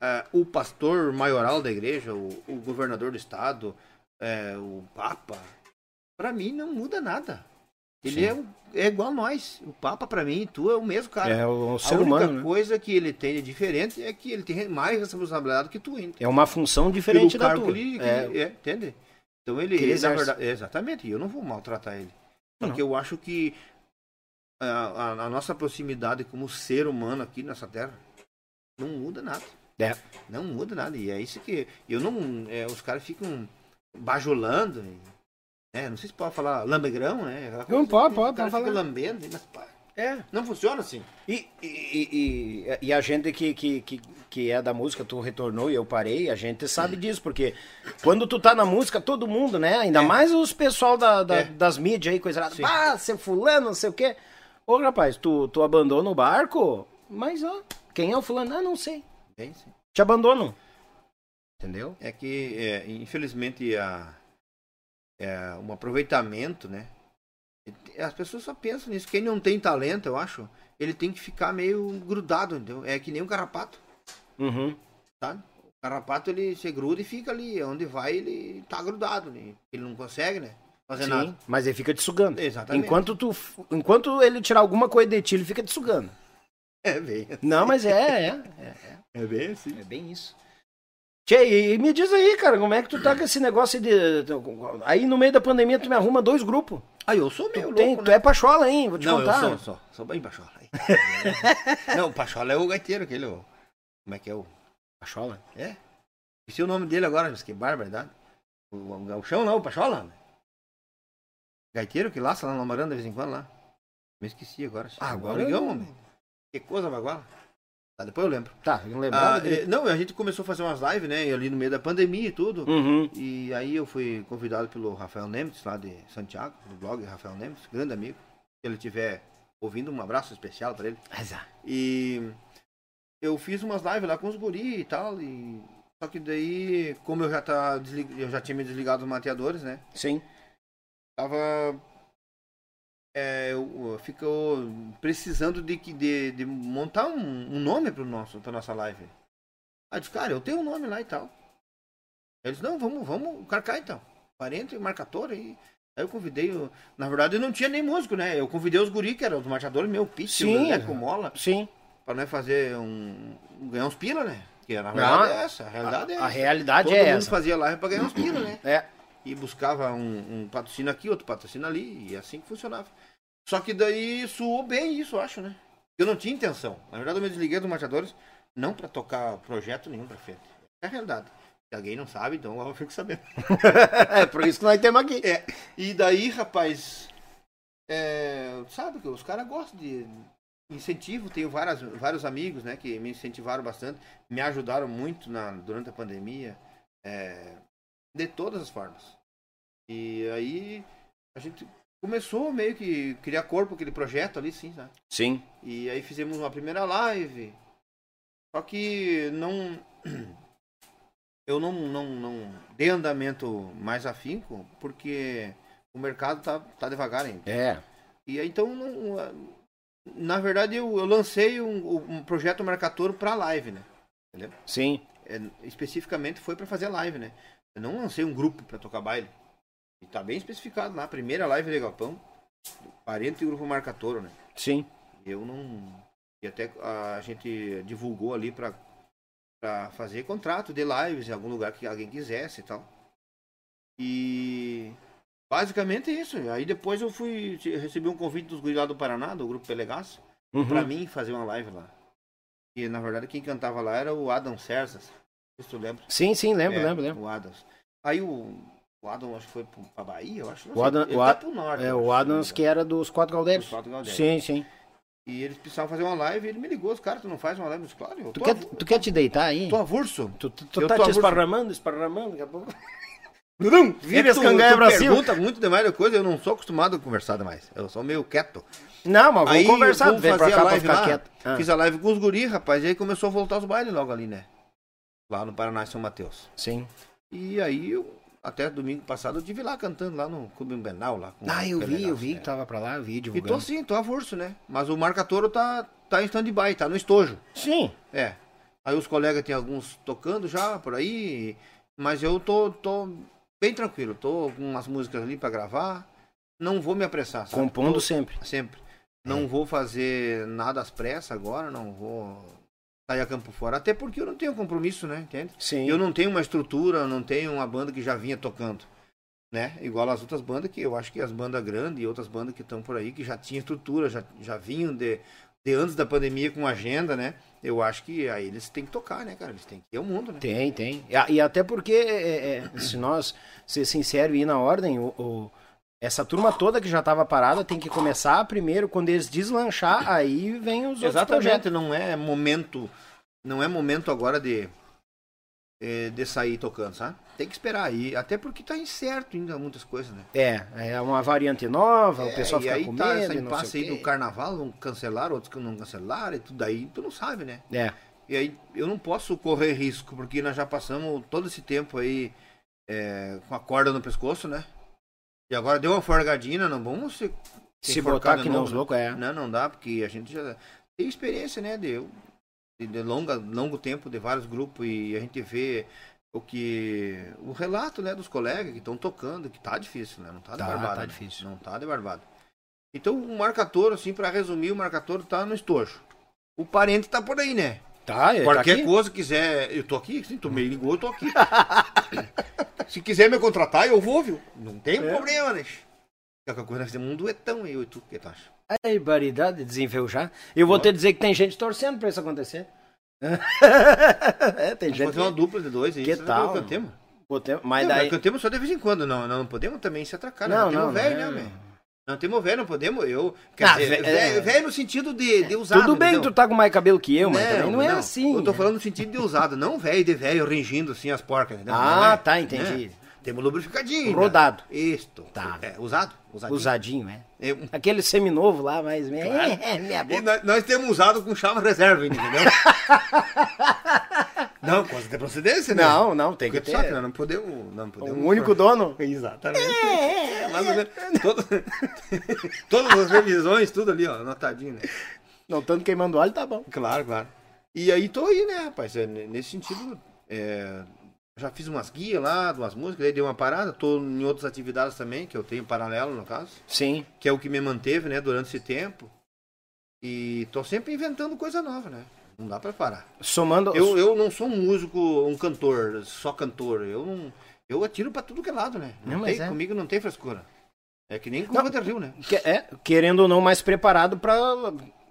Ah, o pastor maioral da igreja, o, o governador do estado, é, o papa, pra mim não muda nada. Ele é, o- é igual a nós. O papa, pra mim, e tu é o mesmo cara. É o, o ser a única humano, né? coisa que ele tem de diferente é que ele tem mais responsabilidade que tu ainda. É uma função diferente Pelo da cargo tua. que ele- que É, ele- é, entende? Então ele, Que ele ele, na exerce. verdade, é, exatamente, e eu não vou maltratar ele. Não. Porque eu acho que a, a- a nossa proximidade como ser humano aqui nessa terra não muda nada. É. Não muda nada. E é isso que. Eu não. é, os caras ficam bajulando. né? Não sei se pode falar lambegrão, né? Aquela coisa pode, que pode, o cara pode fica falar. lambendo, mas pá, É. não funciona assim. E, e, e- e- e a gente que, que, que, que é da música, tu retornou e eu parei, a gente sabe disso, porque quando tu tá na música, todo mundo, né? Ainda mais os pessoal da, da- É. das mídias aí, coisa errada. Ah, seu fulano, não sei o quê. Ô, rapaz, tu, tu abandona o barco, mas ó, quem é o fulano? Ah, não sei. Bem, sim. Te abandono. Entendeu? É que, é, infelizmente, a, é, um aproveitamento, né? As pessoas só pensam nisso. Quem não tem talento, eu acho, ele tem que ficar meio grudado, entendeu? É que nem um carrapato, Uhum. sabe? O carrapato, ele se gruda e fica ali. Onde vai, ele tá grudado. né? Ele não consegue, né? Fazer nada. Sim, mas ele fica te sugando. Exatamente. Enquanto, tu, enquanto ele tirar alguma coisa de ti, ele fica te sugando. É bem, Não, mas é, é. é bem assim. É bem isso. Tchê, e e me diz aí, cara, como é que tu tá com esse negócio de. Aí no meio da pandemia tu me arruma dois grupos. Ah, eu sou Tu, meio tem, louco, tu né? é pachola, hein? Vou te Não, contar. eu sou, sou. Sou bem pachola. não, o pachola é o gaiteiro, aquele... o- Como é que é o... Pachola? É? Esqueci o nome dele agora, mas que barbaridade. O, o gauchão lá, o Pachola? né? Gaiteiro que laça lá na Maranda de vez em quando lá. Me esqueci agora. Ah, agora Barrigão, eu- homem. Que coisa baguala. Tá, depois eu lembro. Tá, eu não Ah, lembrava. dele. eh, não, a gente começou a fazer umas lives, né? Ali no meio da pandemia e tudo. Uhum. E aí eu fui convidado pelo Rafael Nemitz, lá de Santiago, do blog Rafael Nemitz, grande amigo. Se ele estiver ouvindo, um abraço especial para ele. Mas, ah, E eu fiz umas lives lá com os guri e tal. E... Só que daí, como eu já, tá deslig... eu já tinha me desligado dos mateadores, né? Sim. Tava. É, eu, eu ficou precisando de, que- de, de montar um, um nome pro nosso, pra nossa live. Aí eu disse, cara, eu tenho um nome lá e tal. Eles, não, vamos, vamos carcar então. 40 e marcador aí. Aí eu convidei, o- na verdade eu não tinha nem músico, né? Eu convidei os guri, que eram os mateadores, meu, Pitch, o Sim. Leco Mola Sim. para nós fazer um. ganhar uns pila, né? Que na Ah, verdade é essa, a realidade é A, a essa. realidade Todo é mundo essa. fazia live pra ganhar uns pila, né? É. E buscava um, um patrocínio aqui, outro patrocínio ali, e assim que funcionava. Só que daí suou bem isso, eu acho, né? Eu não tinha intenção. Na verdade, eu me desliguei dos Machadores não pra tocar projeto nenhum pra frente. É a realidade. Se alguém não sabe, então eu fico sabendo. é por isso que nós temos aqui. É, e daí, rapaz, é, sabe que os caras gostam de incentivo, tenho várias, vários amigos, né, que me incentivaram bastante, me ajudaram muito na, durante a pandemia, é, de todas as formas. E aí a gente começou meio que criar corpo aquele projeto ali, sim, sabe? Sim. E aí fizemos uma primeira live. Só que não. Eu não, não, não dei andamento mais afinco, porque o mercado tá, tá devagar ainda. É. E aí então, não- na verdade, eu, eu lancei um, um projeto Mercatouro pra live, né? Sim. É, especificamente foi pra fazer live, né? Eu não lancei um grupo pra tocar baile. E tá bem especificado lá, primeira live de Galpão, 40 e grupo Mercatouro, né? Sim. Eu não. E até a gente divulgou ali pra, pra fazer contrato de lives em algum lugar que alguém quisesse e tal. E. Basicamente é isso. Aí depois eu fui. Recebi um convite dos guris lá do Paraná, do grupo Pelegaço, Uhum. pra mim fazer uma live lá. E na verdade quem cantava lá era o Adam Cersas. Se tu lembra. Sim, sim, lembro, É, lembro, lembro. O Adams. Aí o. O Adam acho que foi pro- pra Bahia, eu acho. não O sei. Adam- Ele o tá Ad- pro norte. É eu o acho, Adams se que era dos quatro não me engano. galdeiros. Os Quatro Galdeiros. Sim, sim. E eles precisavam fazer uma live e ele me ligou, os caras, tu não faz uma live? Eu disse, claro, eu Tu tô, quer, avu- tu quer te deitar aí? tô avulso. Tu, tu, tu Eu tá tô te avulso. esparramando, esparramando, daqui a pouco. É Vira que as tu- canganhas tu pra cima. pergunta muito demais de coisa, eu não sou acostumado a conversar demais. Eu sou meio quieto. Não, mas vamos aí conversar. vamos Vem pra fazer cá a pra live ficar lá. quieto. Ah, Fiz a live com os guris, rapaz, e aí começou a voltar os bailes logo ali, né? Lá no Paraná e São Mateus. Sim. E aí eu, até domingo passado, eu estive lá cantando lá no Clube Benal, lá com Ah, eu o vi, eu Pelegaço, vi né? que tava pra lá, eu vi E tô divulgando. sim, tô avulso, né? Mas o Marca Toro tá, tá em stand-by, tá no estojo. Sim. É. Aí os colegas tem alguns tocando já por aí, mas eu tô, tô bem tranquilo, tô com umas músicas ali pra gravar. Não vou me apressar, sabe? Compondo Tô- sempre. sempre. Não vou fazer nada às pressas agora, não vou sair a campo fora, até porque eu não tenho compromisso, né, entende? Sim. Eu não tenho uma estrutura, não tenho uma banda que já vinha tocando, né? Igual as outras bandas que eu acho que as bandas grandes e outras bandas que estão por aí que já tinha estrutura, já, já vinham de, de antes da pandemia com agenda, né? Eu acho que aí eles têm que tocar, né, cara? Eles têm que ir ao mundo, né? Tem, tem. E, a- e até porque, é, é, se nós ser sincero e ir na ordem, o, o- essa turma toda que já estava parada tem que começar primeiro, quando eles deslanchar, aí vem os outros projetos. Exatamente, não é momento, não é momento agora de eh, de sair tocando, sabe? Tem que esperar aí, até porque tá incerto ainda muitas coisas, né? É, é uma variante nova, o É, pessoal e fica aí com tá medo, essa e não impasse sei aí o do quê. carnaval, um cancelaram, outros que não cancelaram, e tudo aí, tu não sabe, né? É, E aí eu não posso correr risco, porque nós já passamos todo esse tempo aí eh, com a corda no pescoço, né? E agora deu uma forgadinha, não vamos se, se enforcar botar de que não novo, os né? loucos, é. Não, não dá, porque a gente já tem experiência, né, de, de, de longa, longo tempo, de vários grupos, e a gente vê o que o relato, né, dos colegas que estão tocando, que tá difícil, né, não tá de Tá, barbado. tá né? difícil. Não tá de barbado. Então, o marcador, assim, pra resumir, o marcador tá no estojo. O parente tá por aí, né? Tá, ele tá Qualquer aqui. coisa quiser, eu tô aqui, sim, tu me ligou, eu tô aqui. Se quiser me contratar, eu vou, viu? Não tem É. problema, né? Qualquer coisa, nós fizemos um duetão, eu e tu, o que tu acha? Ai, baridade, desenveu já. Eu vou Ó. te dizer que tem gente torcendo pra isso acontecer. é, tem Vamos gente. fazer uma dupla de dois é aí. Que você vai tal? ver o Cantemos. Botei- Não, é Mas mas daí. cantemos só de vez em quando. Não, não, não podemos também se atracar. Não, Não, não temos não, velho, não. né, velho? Não temos velho, não podemos. Eu. Quer Ah, dizer, ve- é. velho, velho no sentido de, de usado. Tudo bem que tu entendeu? tá com mais cabelo que eu, mas também não é assim. Eu tô né? falando no sentido de usado, não velho de velho ringindo assim as porcas. entendeu? Não Ah, é, tá, entendi. né? Temos lubrificadinho. ainda. Rodado. Isto. Tá. É, usado? Usadinho. Usadinho, é. É, um- Aquele seminovo lá, mas. É, minha E boca. nós, nós temos usado com chave reserva, ainda, entendeu? não, coisa de procedência, né? Não, não, tem que Porque tu ter. sabe, né? Não podemos. Não podemos Um único dono. Exatamente. É, mais ou menos. Todo- todas as revisões, tudo ali, ó, anotadinho, né? Não tanto queimando óleo, tá bom. Claro, claro. E aí tô aí, né, rapaz? É, n- nesse sentido, é, já fiz umas guias lá, umas músicas, aí dei uma parada, tô em outras atividades também, que eu tenho em paralelo, no caso, Sim. que é o que me manteve, né, durante esse tempo. E tô sempre inventando coisa nova, né? Não dá pra parar. Somando. Eu, eu não sou um músico, um cantor, só cantor. Eu não. Eu atiro pra tudo que é lado, né? Não Não, mas tem, é. Comigo não tem frescura. É que nem com o Roder Rio, né? que- é, querendo ou não, mais preparado pra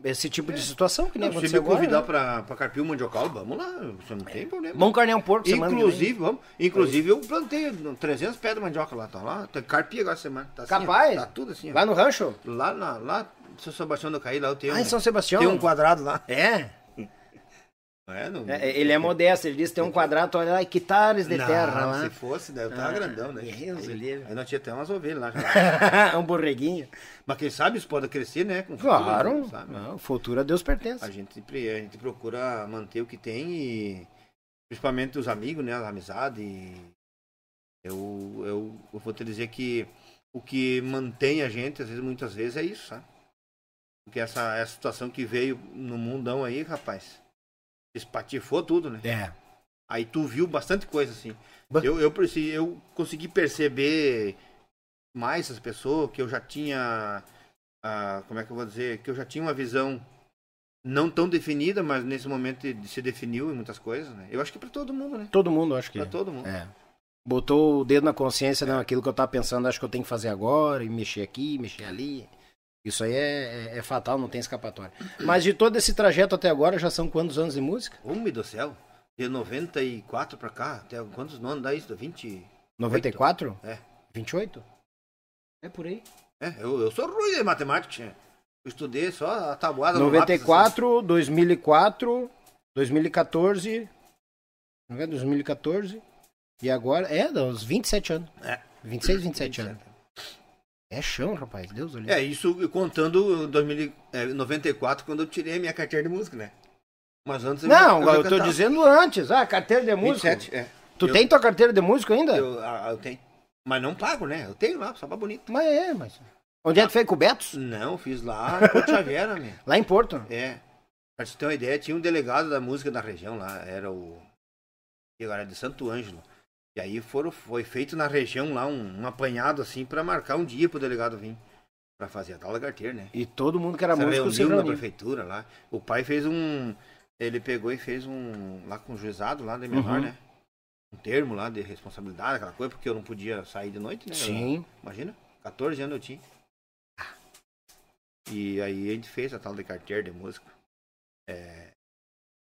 esse tipo de situação que nem É. Não, se aconteceu me agora. convidar né? pra, pra carpir o mandiocal, vamos lá, você não tem problema. Vamos carnear um porco semana que vem. É inclusive, vamos, inclusive eu plantei 300 pés de mandioca lá, tá lá, tem carpi agora essa semana. Tá assim, ó, Capaz? tá tudo assim. ó. Lá no rancho? lá, na- lá, em São Sebastião do Caí, lá eu tenho, Ah, em São Sebastião? tem um quadrado lá. É. É, não, É, Ele é modesto, ele disse que tem um quadrado, olha lá, hectares de Não, terra lá. Se fosse, né, eu tava Ah, grandão, né? Deus aí, livre. aí nós tinha até umas ovelhas lá. já. um borreguinho. Mas quem sabe isso pode crescer, né? com o futuro, Claro. Ah, sabe? Não, o futuro a Deus pertence. A gente, pre- a gente procura manter o que tem e principalmente os amigos, né? A amizade. E eu, eu, eu vou te dizer que o que mantém a gente, às vezes, muitas vezes, é isso, sabe? Porque essa, essa situação que veio no mundão aí, rapaz, espatifou tudo, né? É. Aí tu viu bastante coisa, assim. Ba- Eu, eu, preci- eu consegui perceber mais as pessoas, que eu já tinha. ah, como é que eu vou dizer? Que eu já tinha uma visão não tão definida, mas nesse momento de- se definiu em muitas coisas, né? Eu acho que pra todo mundo, né? Todo mundo, acho que. Pra todo mundo. É. Botou o dedo na consciência, não, aquilo que eu tava pensando, acho que eu tenho que fazer agora, e mexer aqui, mexer ali. Isso aí é, é- é fatal, não tem escapatória. Mas de todo esse trajeto até agora, já são quantos anos de música? Homem do céu, de 94 pra cá, até quantos nomes dá isso? 20? 94? É. 28? É por aí. É, eu, eu sou ruim de matemática, tinha. Eu estudei só a tabuada no lápis, assim. 94, 2004, 2014. Não é? 2014. E agora, é, dá uns 27 anos. É. 26, 27 anos. É chão, rapaz, Deus olhe. É, isso contando é, 1994, quando eu tirei a minha carteira de música, né? Mas antes eu Não, já- eu, já tô cantava. dizendo antes. Ah, carteira de músico. É. 27, é. Tu Eu- tem tua carteira de músico ainda? Eu, ah, eu tenho. Mas não pago, né? Eu tenho lá, só pra bonito. Mas é, mas. Onde é que fez com o Betos? Não, fiz lá em Porto Xavier, né? Lá em Porto. É. Pra te ter uma ideia, tinha um delegado da música da região lá, era o. que Agora é de Santo Ângelo. E aí foram, foi feito na região lá um, um apanhado assim pra marcar um dia pro delegado vir. Pra fazer a tal da carteira, né? E todo mundo que era Se músico se reuniu na reuniu. prefeitura lá. O pai fez um. Ele pegou e fez um. lá com o juizado lá de menor, Uhum. né? Um termo lá de responsabilidade, aquela coisa, porque eu não É. podia sair de noite, né? Sim. Imagina, 14 anos eu tinha. Ah. E aí a gente fez a tal de carteira de música. É,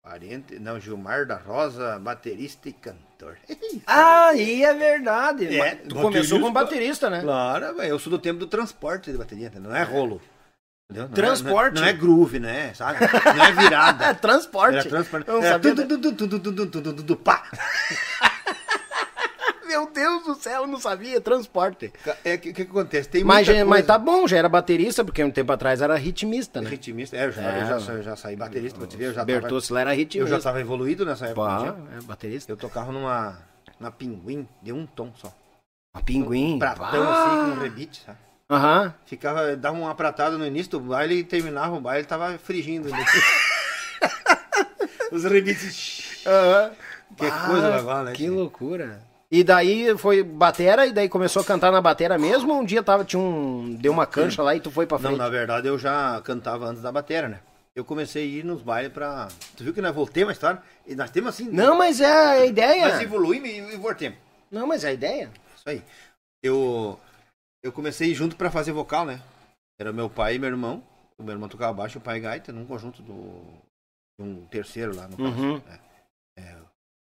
parente, não, Gilmar da Rosa, baterista e cantor. Ah, e é verdade. É, Mas tu baterista- começou como baterista, né? Claro, velho, Ah, eu sou do tempo do transporte de bateria, não é rolo. entendeu? Não é- Transporte. não é- não é groove, né? Sabe? Não é virada. É transporte. Era transparente. É. Eu não Era sabia, tudo, né? tudo, tudo, tudo, tudo, tudo, tudo, pá. Meu Deus do céu, eu não sabia, transporte. É, o que, que acontece? Tem Mas, muita já- mas coisa. tá bom, já era baterista, porque um tempo atrás era ritmista, né? Ritmista, é, eu já, É, eu já, sa- eu já saí baterista, pra te ver, eu já tava, Bertuzzi lá era eu ritmista. já tava evoluído nessa época. Pá, né? é baterista. Eu tocava numa, numa pinguim de um tom só. Ah, Pinguim. Pratão pá. assim, com rebite, sabe? Aham. Ficava, dava uma pratada no início do baile e terminava o baile, tava frigindo. né? Os rebites. Que Ah, coisa legal, né? Que cara? loucura. E daí foi batera, e daí começou a cantar na batera mesmo, ou um dia tava, tinha um. Deu uma cancha lá e tu foi pra Não, frente. na verdade eu já cantava antes da batera, né? Eu comecei a ir nos bailes pra. Tu viu que nós voltemos a história? E nós temos assim. Não, mas é a ideia. Nós evoluímos e e voltemos. Não, mas é a ideia. Isso aí. Eu. Eu comecei junto pra fazer vocal, né? Era meu pai e meu irmão. O meu irmão tocava baixo e o pai gaita num conjunto do. de um terceiro lá no caso. Uhum. né? É,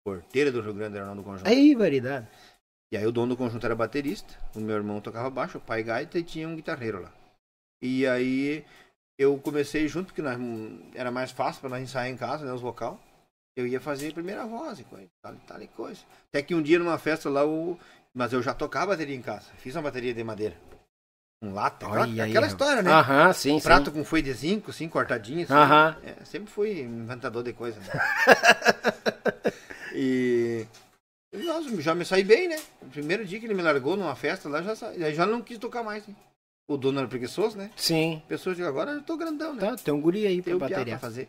Porteira do Rio Grande era o nome do conjunto. Aí, variedade. E aí o dono do conjunto era baterista, o meu irmão tocava baixo, o pai gaita e tinha um guitarreiro lá. E aí eu comecei junto, porque nós, era mais fácil para nós ensaiar em casa, né, os vocal. Eu ia fazer a primeira voz e coisa, tal, e tal e coisa. Até que um dia numa festa lá, o... mas eu já tocava bateria em casa. Fiz uma bateria de madeira. Um lata, Olha aquela, aí, aquela rapaz. história, né? Aham, sim, sim. Prato com foi de zinco, assim, cortadinho. Assim, Aham. É, sempre fui inventador de coisa. Né? e. Nossa, já me saí bem, né? O primeiro dia que ele me largou numa festa lá, já, sa... aí já não quis tocar mais. Né? O dono era preguiçoso, né? Sim. Pessoas de agora eu tô grandão, né? Tá, tem um guri aí pra Tem o piá pra bateria. fazer.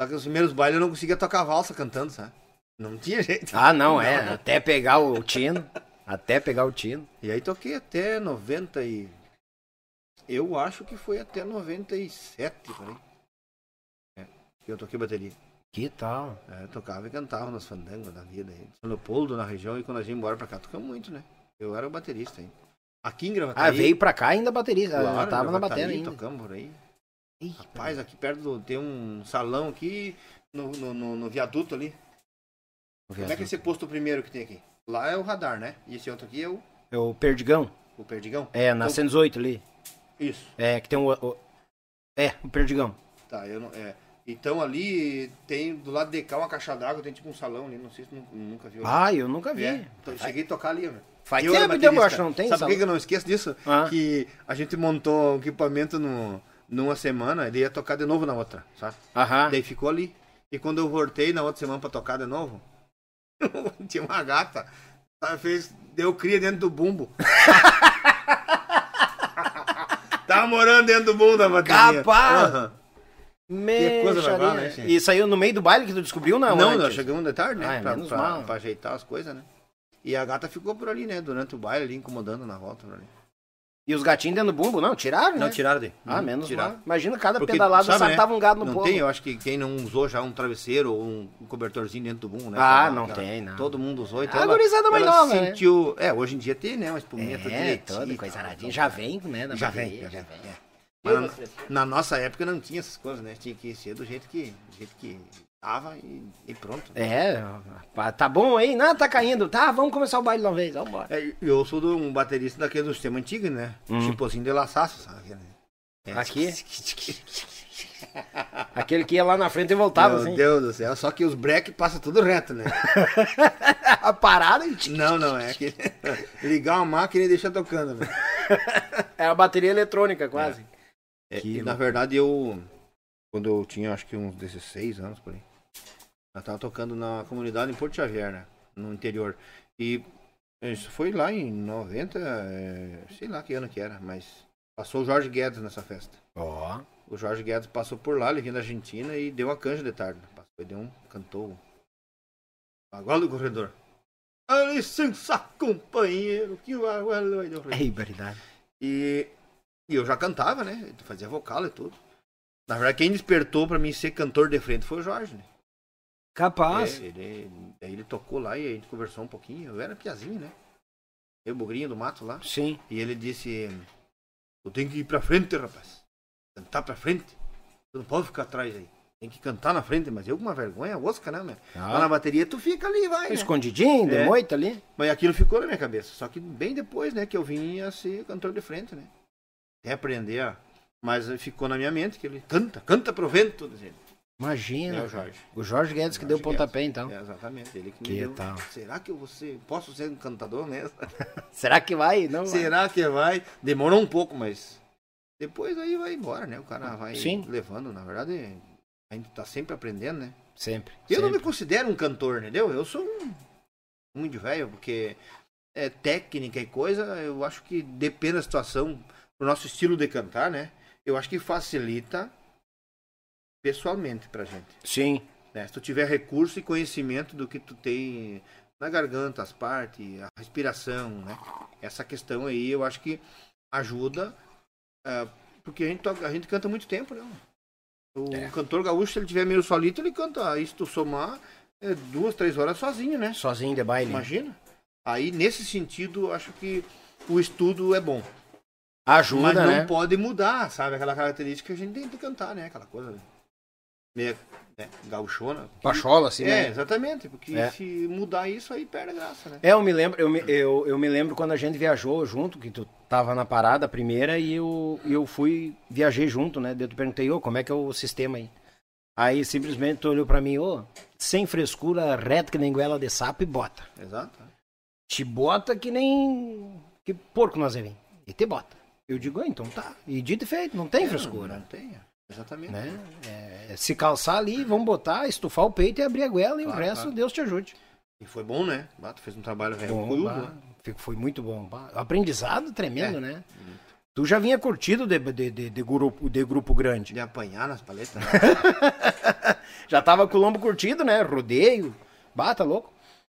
Só que nos primeiros bailes eu não conseguia tocar valsa cantando, sabe? Não tinha jeito. Ah, não, é. né? Até pegar o tino. até pegar o tino. E aí toquei até 90 e. Eu acho que foi até 97, por aí. É, que eu toquei bateria. Que tal? É, tocava e cantava nos fandangos da vida. aí. São Leopoldo, na região, e quando a gente ia embora pra cá, tocamos muito, né? Eu era o baterista ainda. Aqui em Gravataí... Ah, veio pra cá ainda baterista. claro, já tava na Gravataí, bateria ainda. Tocamos por aí. Ih, Rapaz, é aqui perto do- tem um salão aqui no, no, no- no viaduto ali. Como é que é esse posto primeiro que tem aqui? Lá é o radar, né? E esse outro aqui é o, É o Perdigão. o Perdigão? É, na Então- 118 ali. Isso. É, que tem o. o- É, o Perdigão. Tá, eu não... É. Então ali tem, do lado de cá, uma caixa d'água, tem tipo um salão ali, não sei se tu nu- nunca viu. Ah, eu nunca vi. É, então, eu cheguei a tocar ali, velho. Faz E eu era tempo, Diego, baterista. acho que não tem Sabe por que salão. que eu não esqueço disso? Ah. Que a gente montou o equipamento no, numa semana, ele ia tocar de novo na outra, sabe? Aham. Daí ficou ali. E quando eu voltei na outra semana pra tocar de novo, tinha uma gata. Ela fez, deu cria dentro do bumbo. Tava morando dentro do bumbo da bateria. Capaz! Aham. Mexaria. coisa legal, né, gente? E saiu no meio do baile que tu descobriu, não? Não, antes? nós chegamos de tarde, né? Ah, é pra, menos pra- mal. pra ajeitar as coisas, né? E a gata ficou por ali, né? Durante o baile ali, incomodando na volta por ali. E os gatinhos dentro do bumbo? Não, tiraram? né? tiraram de. Ah, menos tiraram. mal. Imagina cada Porque, pedalada sabe, sabe, né? tava um gado no Não povo. tem, eu acho que quem não usou já um travesseiro ou um um cobertorzinho dentro do bumbo, né? Ah, Pra- não pra- tem, não. Ah, Todo mundo usou, então A ela, gurizada mais ela nova, né? sentiu... É, hoje em dia tem, né? Uma espuminha toda É, direitinha toda e coisa tal, aradinha. então. Já vem, né? na Já vem, bateria, já vem. é. Eu Mas não sei. na, na nossa época não tinha essas coisas, né? Tinha que ser do jeito que, do jeito que tava e, e pronto. né? É, pá, tá bom aí, nada tá caindo. Tá, vamos começar o baile de uma vez, vambora. É, eu sou de um baterista daquele do sistema antigo, né? Hum. Tipo assim, de laçaço, sabe? Aquele- É. Aqui? Aquele que ia lá na frente e voltava, Meu assim. Deus do céu, só que os break passa tudo reto, né? A parada e... não, não, é aquele... Ligar uma máquina e deixar tocando, né? Era a bateria eletrônica, quase. É, Que e, na verdade eu, quando eu tinha acho que uns 16 anos por aí, eu tava tocando na comunidade em Porto Xavier, né? No interior. E isso foi lá em 90, é, sei lá que ano que era, mas passou o Jorge Guedes nessa festa. Ó. O Jorge Guedes passou por lá, ele vinha da Argentina e deu uma canja de tarde. né? Passou e deu um, cantou. Agora do corredor. A licença, um companheiro, que o água vai do É ribaridade. e, e eu já cantava, né? Eu Fazia vocal e tudo. Na verdade, quem despertou pra mim ser cantor de frente foi o Jorge, né? Capaz. É, ele, daí ele tocou lá e a gente conversou um pouquinho. Eu era piazinho, né? Eu, bogrinho do mato lá. Sim. E ele disse: Eu tenho que ir pra frente, rapaz. Cantar pra frente. Tu não pode ficar atrás aí. Tem que cantar na frente, mas eu com uma vergonha osca, né, meu? Ah. Mas na bateria tu fica ali, vai. né? Escondidinho, de É. moita ali. Mas aquilo ficou na minha cabeça. Só que bem depois, né, que eu vim a ser cantor de frente, né? Até aprender, a- Mas ficou na minha mente que ele canta, canta pro vento, dizendo. Imagina. É o Jorge. O Jorge Guedes que deu o Jorge pontapé, então. É, exatamente, ele que, Que me deu. tal? Será que eu vou ser, posso ser um cantador nessa? Será que vai? Não vai. Será que vai? Demorou um pouco, mas depois aí vai embora, né? O cara vai Ah, Sim. levando, na verdade, a gente tá sempre aprendendo, né? Sempre. Eu não sempre. me considero um cantor, entendeu? Eu sou um, um índio velho, porque é técnica e coisa, eu acho que depende da situação, do nosso estilo de cantar, né? Eu acho que facilita pessoalmente pra gente. Sim. né? Se tu tiver recurso e conhecimento do que tu tem na garganta, as partes, a respiração, né? Essa questão aí eu acho que ajuda, ah, porque a gente, toca- a gente canta muito tempo, né? O É. cantor gaúcho, se ele tiver meio solito, ele canta, aí se tu somar, é duas, três horas sozinho, né? Sozinho de baile. Imagina. Aí, nesse sentido, eu acho que o estudo é bom. Ajuda, Mas não né? pode mudar, sabe? Aquela característica que a gente tem de cantar, né? Aquela coisa meio né? gauchona. Pachola, assim, É, né? exatamente, porque É. se mudar isso aí perde a graça, né? É, eu me lembro, eu me, eu, eu me lembro quando a gente viajou junto, que tu tava na parada primeira e eu, e eu fui, viajei junto, né? Daí tu perguntei, ô, como é que é o sistema aí? Aí simplesmente tu olhou pra mim, ô, sem frescura, reto que nem goela de sapo e bota. Exato. Te bota que nem. que porco nós é vem. E te bota. Eu digo, ah, então tá. E dito e feito, não É. tem Não, frescura. não tem, exatamente. Né? É, se calçar ali, vamos botar, estufar o peito e abrir a goela e o Claro, resto, claro. Deus te ajude. E foi bom, né? Bato fez um trabalho velho Bom, crudo, bah, né? fico- foi muito bom. bah. Aprendizado tremendo, É. né? Tu já vinha curtido de, de, de, de grupo, de grupo grande. De apanhar nas paletas. né? Já tava com o lombo curtido, né? Rodeio. Bata, louco.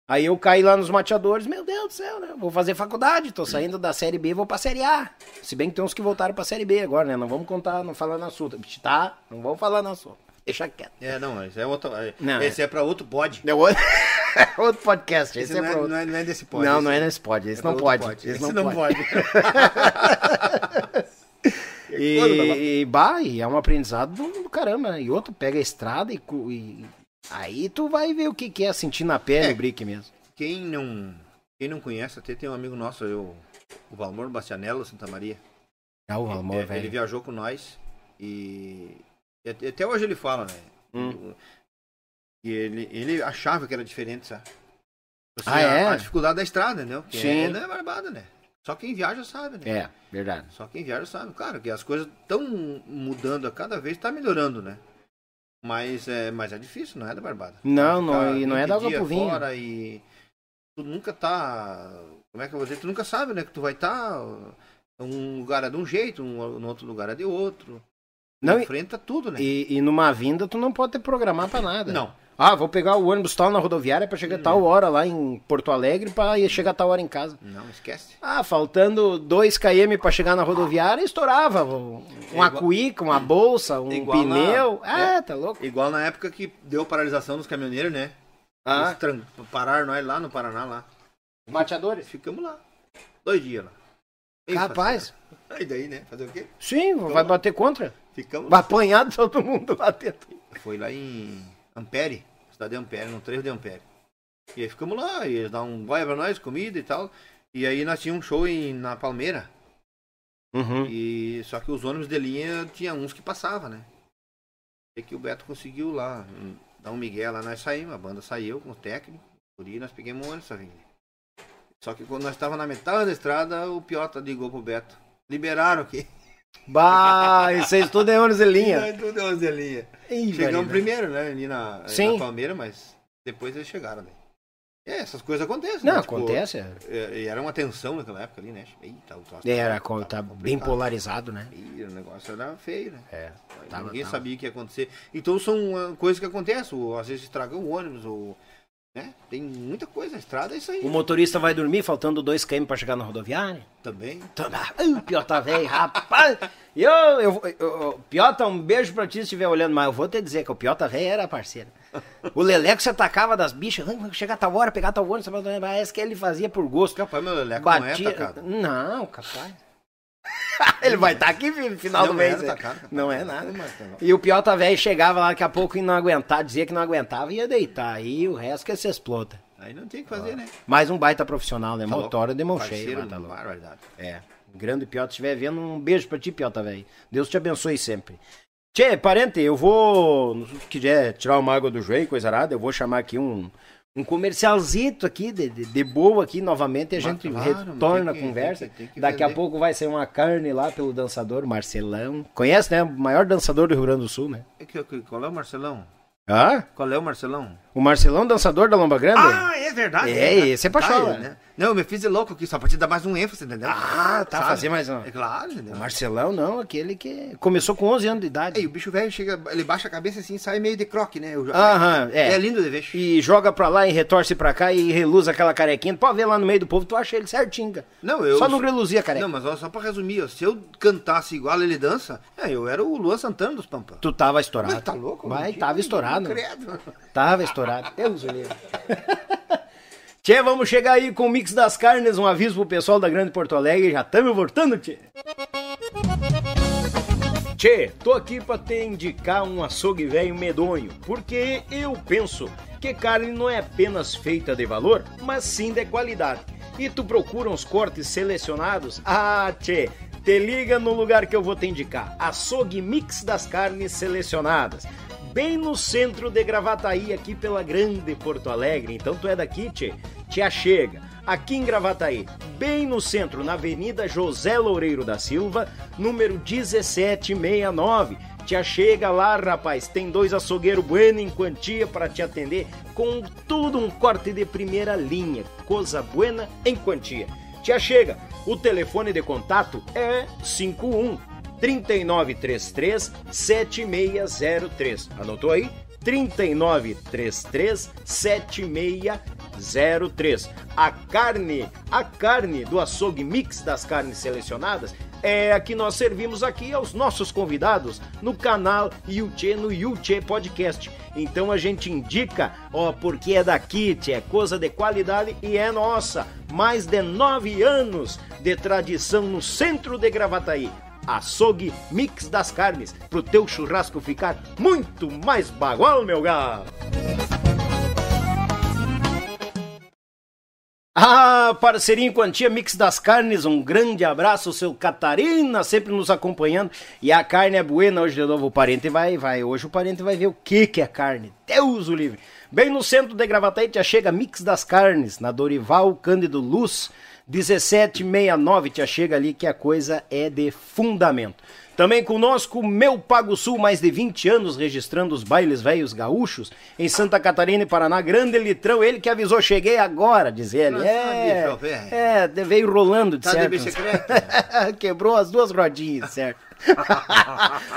Aí eu caí lá nos mateadores, meu Deus do céu, né? Vou fazer faculdade, tô saindo da série B, vou pra série A. Se bem que tem uns que voltaram pra série B agora, né? Não vamos contar, não falar na sua. Tá? Não vamos falar na sua. Deixa quieto. é, não, esse é outro. é- Não, esse é, pra outro pod. Deu outro, é outro podcast, esse, Esse, é, não, pra é, outro. não, é, não é desse pod. não, esse não é é nesse pod, esse não pra outro pode. pod. Esse Esse não pode. E, e, bah, e é um aprendizado do, do caramba, né? E outro pega a estrada e, cu- e- aí tu vai ver o que, que é sentir na pele É. o brick mesmo. Quem não, quem não conhece, até tem um amigo nosso, eu, o Valmor Bastianello, Santa Maria. Ah, o amor, É, Ele velho. viajou com nós e, e até até hoje ele fala, né? Hum. E ele, ele achava que era diferente, sabe? Assim, Ah, é? a, a dificuldade da estrada, né? Que Sim. É, não é barbada, né? Só quem viaja sabe, né? É, verdade. Só quem viaja sabe, claro, que as coisas estão mudando a cada vez, tá melhorando, né? Mas é, mas é difícil, não é da barbada. Não, Ficar não, e não é 20 da água dias pro vinho. fora e tu nunca tá, como é que eu vou dizer, tu nunca sabe, né, que tu vai estar um lugar é de um jeito, um, no outro lugar é de outro. Tu Não, e- enfrenta tudo, né? E, e numa vinda tu não pode te programar pra nada. Não. Ah, vou pegar o ônibus tal na rodoviária pra chegar tal hora lá em Porto Alegre pra ir chegar tal hora em casa. Não, esquece. Ah, faltando 2 km pra chegar na rodoviária, estourava. Um, uma É igual- cuíca, uma bolsa, um Igual na- pneu. É. Ah, tá louco. Igual na época que deu paralisação dos caminhoneiros, né? Ah. Eles tran- pararam nós lá no Paraná, lá. Mateadores. Ficamos lá. Dois dias lá. Bem é. Rapaz, fácil. E daí, né? Fazer o quê? sim, vai bater contra. Ficamos Vai apanhar todo mundo lá dentro. Foi lá em Ampere, cidade de Ampere, no trevo de Ampere. E aí ficamos lá, e eles dão um boia pra nós, comida e tal. E aí nós tínhamos um show em, na Palmeira. Uhum. E só que os ônibus de linha tinha uns que passava, né? E que o Beto conseguiu lá hum, dar um migué lá, nós saímos, a banda saiu com o técnico, por aí nós pegamos um ônibus essa vinda. Só que quando nós estávamos na metade da estrada, o Piota ligou pro Beto. Liberaram aqui. Bah, isso aí tudo é ônibus e linha. Nós tudo é onze de linha. Ih, Chegamos velho. primeiro, né? Ali na, Sim. na Palmeira, mas depois eles chegaram, né? É, essas coisas acontecem, Não, né? Tipo, acontece. é, e era uma tensão naquela época ali, né? Eita, o troço Era, tava- co- tá tava bem complicado. polarizado, né? Ih, o negócio era feio, né? É. Tava, Ninguém tava. sabia o que ia acontecer. Então são ah, coisas que acontecem, ou às vezes estragam o ônibus, ou. Né? Tem muita coisa, a estrada é isso aí O motorista vai dormir faltando 2 km pra chegar na rodoviária. também. Tá, ah, o Piota velho, rapaz. Eu, eu, eu- Piota, um beijo pra ti se estiver olhando, mas eu vou te dizer que o Piota velho era parceiro. O Leleco se atacava das bichas, "Ah, vou chegar a tal hora, pegar tal ônibus, mas parece que ele é fazia por gosto. Capaz, meu leleco não é Batia. atacado. Não, capaz. Ele vai estar aqui no final Não do mês. era, né? tá caro, tá não caro. é nada. Não, mas tá bom. E o pior tá velho, chegava lá daqui a pouco e não aguentava, dizia que não aguentava e ia deitar. Aí o resto que se explota. Aí não tem o que fazer, né? Mais um baita profissional, né? Tá Motora louco. de mão cheia, Parceiro, mata tá louco. barbaridade. É. Grande Piota, se estiver vendo, um beijo pra ti, Piota, velho. Deus te abençoe sempre. Tchê, parente, eu vou. Se quiser tirar uma água do joelho, coisa arada, eu vou chamar aqui um, um comercialzito aqui, de, de, de boa aqui novamente, e a Mas gente claro, retorna tem a que- conversa. tem que- tem que Daqui a vender. pouco vai sair uma carne lá pelo dançador Marcelão. Conhece, né? O maior dançador do Rio Grande do Sul, né? E que- que- Qual é o Marcelão? Ah? Qual é o Marcelão? O Marcelão, dançador da Lomba Grande? Ah, é verdade. É, verdade. esse é pra Tá, show, eu, né? Não, eu me fiz de louco aqui, só pra te dar mais um ênfase, entendeu? Ah, tá, Sabe? fazer mais um. É claro, entendeu? O Marcelão, não, aquele que começou com 11 anos de idade. Aí o bicho velho chega, ele baixa a cabeça assim, sai meio de croque, né? Eu já- Aham, é. É lindo de ver. E joga pra lá e retorce pra cá e reluz aquela carequinha. Tu Pode ver lá no meio do povo, tu acha ele certinho. cara. Não, eu- Só não reluzia a careca. Não, mas olha, só pra resumir, ó, se eu cantasse igual ele dança, é, eu era o Luan Santana dos Pampa. Tu tava estourado. Mas tá louco? Vai, Mentira, Ah, tava estourado. Credo. Tava estourado. Deus o livre. Tchê, vamos chegar aí com o Mix das Carnes, um aviso pro pessoal da Grande Porto Alegre, já estamos voltando, Tchê. Tchê, tô aqui pra te indicar um açougue velho medonho, porque eu penso que carne não é apenas feita de valor, mas sim de qualidade. E tu procura uns cortes selecionados? Ah, Tchê, te liga no lugar que eu vou te indicar, açougue Mix das Carnes Selecionadas bem no centro de Gravataí, aqui pela Grande Porto Alegre. Então tu é daqui, tchê? Te achega. Aqui em Gravataí, bem no centro, na Avenida José Loureiro da Silva, número 1769. Te achega lá, rapaz. Tem dois açougueiros bueno em quantia para te atender com tudo um corte de primeira linha. Coisa buena em quantia. Te achega. O telefone de contato é 51 3933 7603. Anotou aí? 3933 7603. A carne, a carne do açougue mix das carnes selecionadas é a que nós servimos aqui aos nossos convidados no canal Yuchê, no Yuchê Podcast. Então a gente indica, ó, porque é daqui, tchê, é coisa de qualidade e é nossa. Mais de nove anos de tradição no centro de Gravataí. Açougue Mix das Carnes, pro teu churrasco ficar muito mais bagual, meu galo. Ah, parceirinho Quantia Mix das Carnes, um grande abraço, seu Catarina, sempre nos acompanhando. E a carne é buena hoje de novo, o parente vai, vai. Hoje o parente vai ver o que que é carne. Deus o livre. Bem no centro de Gravataí já chega Mix das Carnes, na Dorival Cândido Luz, 1769, já chega ali que a coisa é de fundamento. Também conosco, Meu Pago Sul, mais de 20 anos registrando os bailes velhos gaúchos em Santa Catarina e Paraná. Grande litrão, ele que avisou, cheguei agora, diz ele. Nossa, É, bicho, velho. é, de- veio rolando, de Tá de certo. bicicleta? Quebrou as duas rodinhas, certo.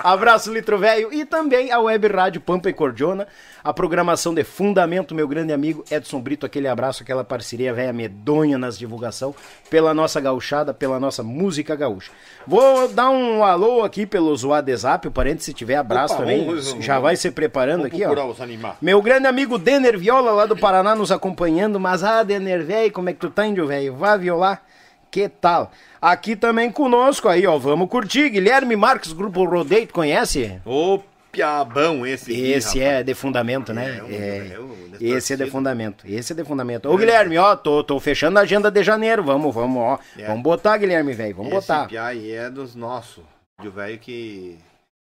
Abraço, Litro Velho, e também a Web Rádio Pampa e Cordiona, a programação de Fundamento, meu grande amigo Edson Brito, aquele abraço, aquela parceria velha medonha nas divulgação, pela nossa gauchada, pela nossa música gaúcha. Vou dar um alô aqui pelo WhatsApp, o parente, se tiver abraço Opa, também, vamos, vamos, já vamos. vai se preparando aqui, ó. procurar os animais. Meu grande amigo Denner Viola, lá do Paraná, nos acompanhando. Mas, ah, Denner, velho, como é que tu tá, índio, velho? Vá violar. Que tal? Aqui também conosco, aí, ó, vamos curtir. Guilherme Marques, Grupo Rodeio, tu conhece? Ô, piabão esse aqui, Esse rapaz. é de fundamento, né? É, É, é o- é o- esse é de torcido. fundamento. Esse é de fundamento. Ô, Guilherme, ó, tô, tô fechando a agenda de janeiro. Vamos, vamos, ó. É. Vamos botar, Guilherme, velho. Vamos Esse botar. piá aí é dos nossos. De um velho que.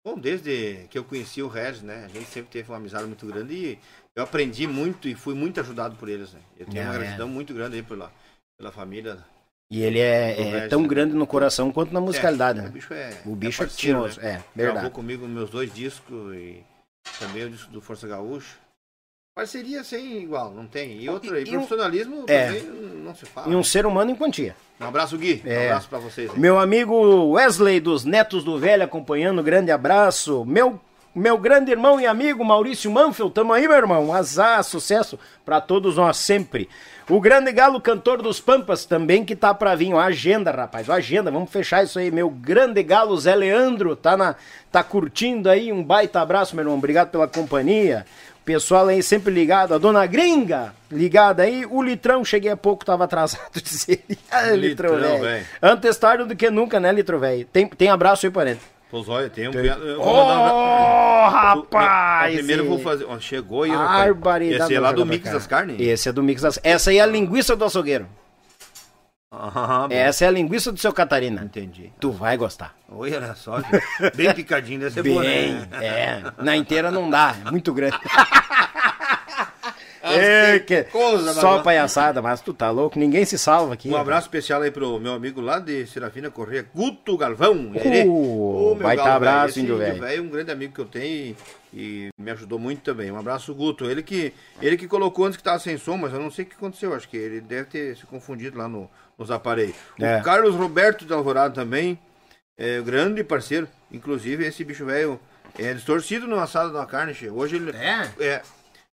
Bom, desde que eu conheci o Regis, né? A gente sempre teve uma amizade muito grande e eu aprendi muito e fui muito ajudado por eles, né? Eu tenho Ah, uma é. gratidão muito grande aí pela, pela família. E ele é, é Conversa. tão grande no coração quanto na musicalidade, É, né? O bicho é. O bicho é parceiro, né? tinhoso, é, Gravou verdade. comigo meus dois discos e também o disco do Força Gaúcha. Parceria sem igual, não tem. E outro, e, e um- profissionalismo É. também não se fala. E um ser humano em quantia. Um abraço, Gui. É. Um abraço pra vocês. aí. Meu amigo Wesley dos Netos do Velho acompanhando, grande abraço. Meu Meu grande irmão e amigo Maurício Manfel, tamo aí, meu irmão. Azar, sucesso para todos nós sempre. O grande galo cantor dos Pampas também que tá para vir. Ó, agenda, rapaz, ó, agenda. Vamos fechar isso aí. Meu grande galo Zé Leandro tá na tá curtindo aí. Um baita abraço, meu irmão. Obrigado pela companhia. Pessoal aí sempre ligado, a dona gringa ligada aí, o litrão, cheguei há pouco, tava atrasado, disse ele. Ah, litrão, Litrão, velho. velho. Antes tarde do que nunca, né, litrão, velho? Tem, tem abraço aí, parente. Pois olha, tem um cunhado. eu Ô, vou mandar um- rapaz! Ó, Primeiro eu vou esse- fazer. ó, chegou aí, rapaz. Barbaridade. Esse é vamos lá do jogar pra Mix cá. das Carnes? Esse é do Mix das Essa aí é a linguiça do açougueiro. Ah, bom. Essa é a linguiça do seu Catarina. Entendi. Tu vai gostar. Oi, olha só. gente. Bem picadinho dessa boa, Bem, né? é. Na inteira não dá, é muito grande. Ah, É, que que- coisa, só Barbosa. palhaçada, mas tu tá louco, ninguém se salva aqui. Um abraço especial aí pro meu amigo lá de Serafina Correia, Guto Galvão. é Uh, baita abraço, esse índio velho. É um grande amigo que eu tenho e, e me ajudou muito também. Um abraço, Guto. Ele que, ele que colocou antes que tava sem som, mas eu não sei o que aconteceu. Acho que ele deve ter se confundido lá no- nos aparelhos. É. O Carlos Roberto de Alvorada também, é grande parceiro. Inclusive, esse bicho velho é distorcido no assado da carne. che. Hoje ele. É? É.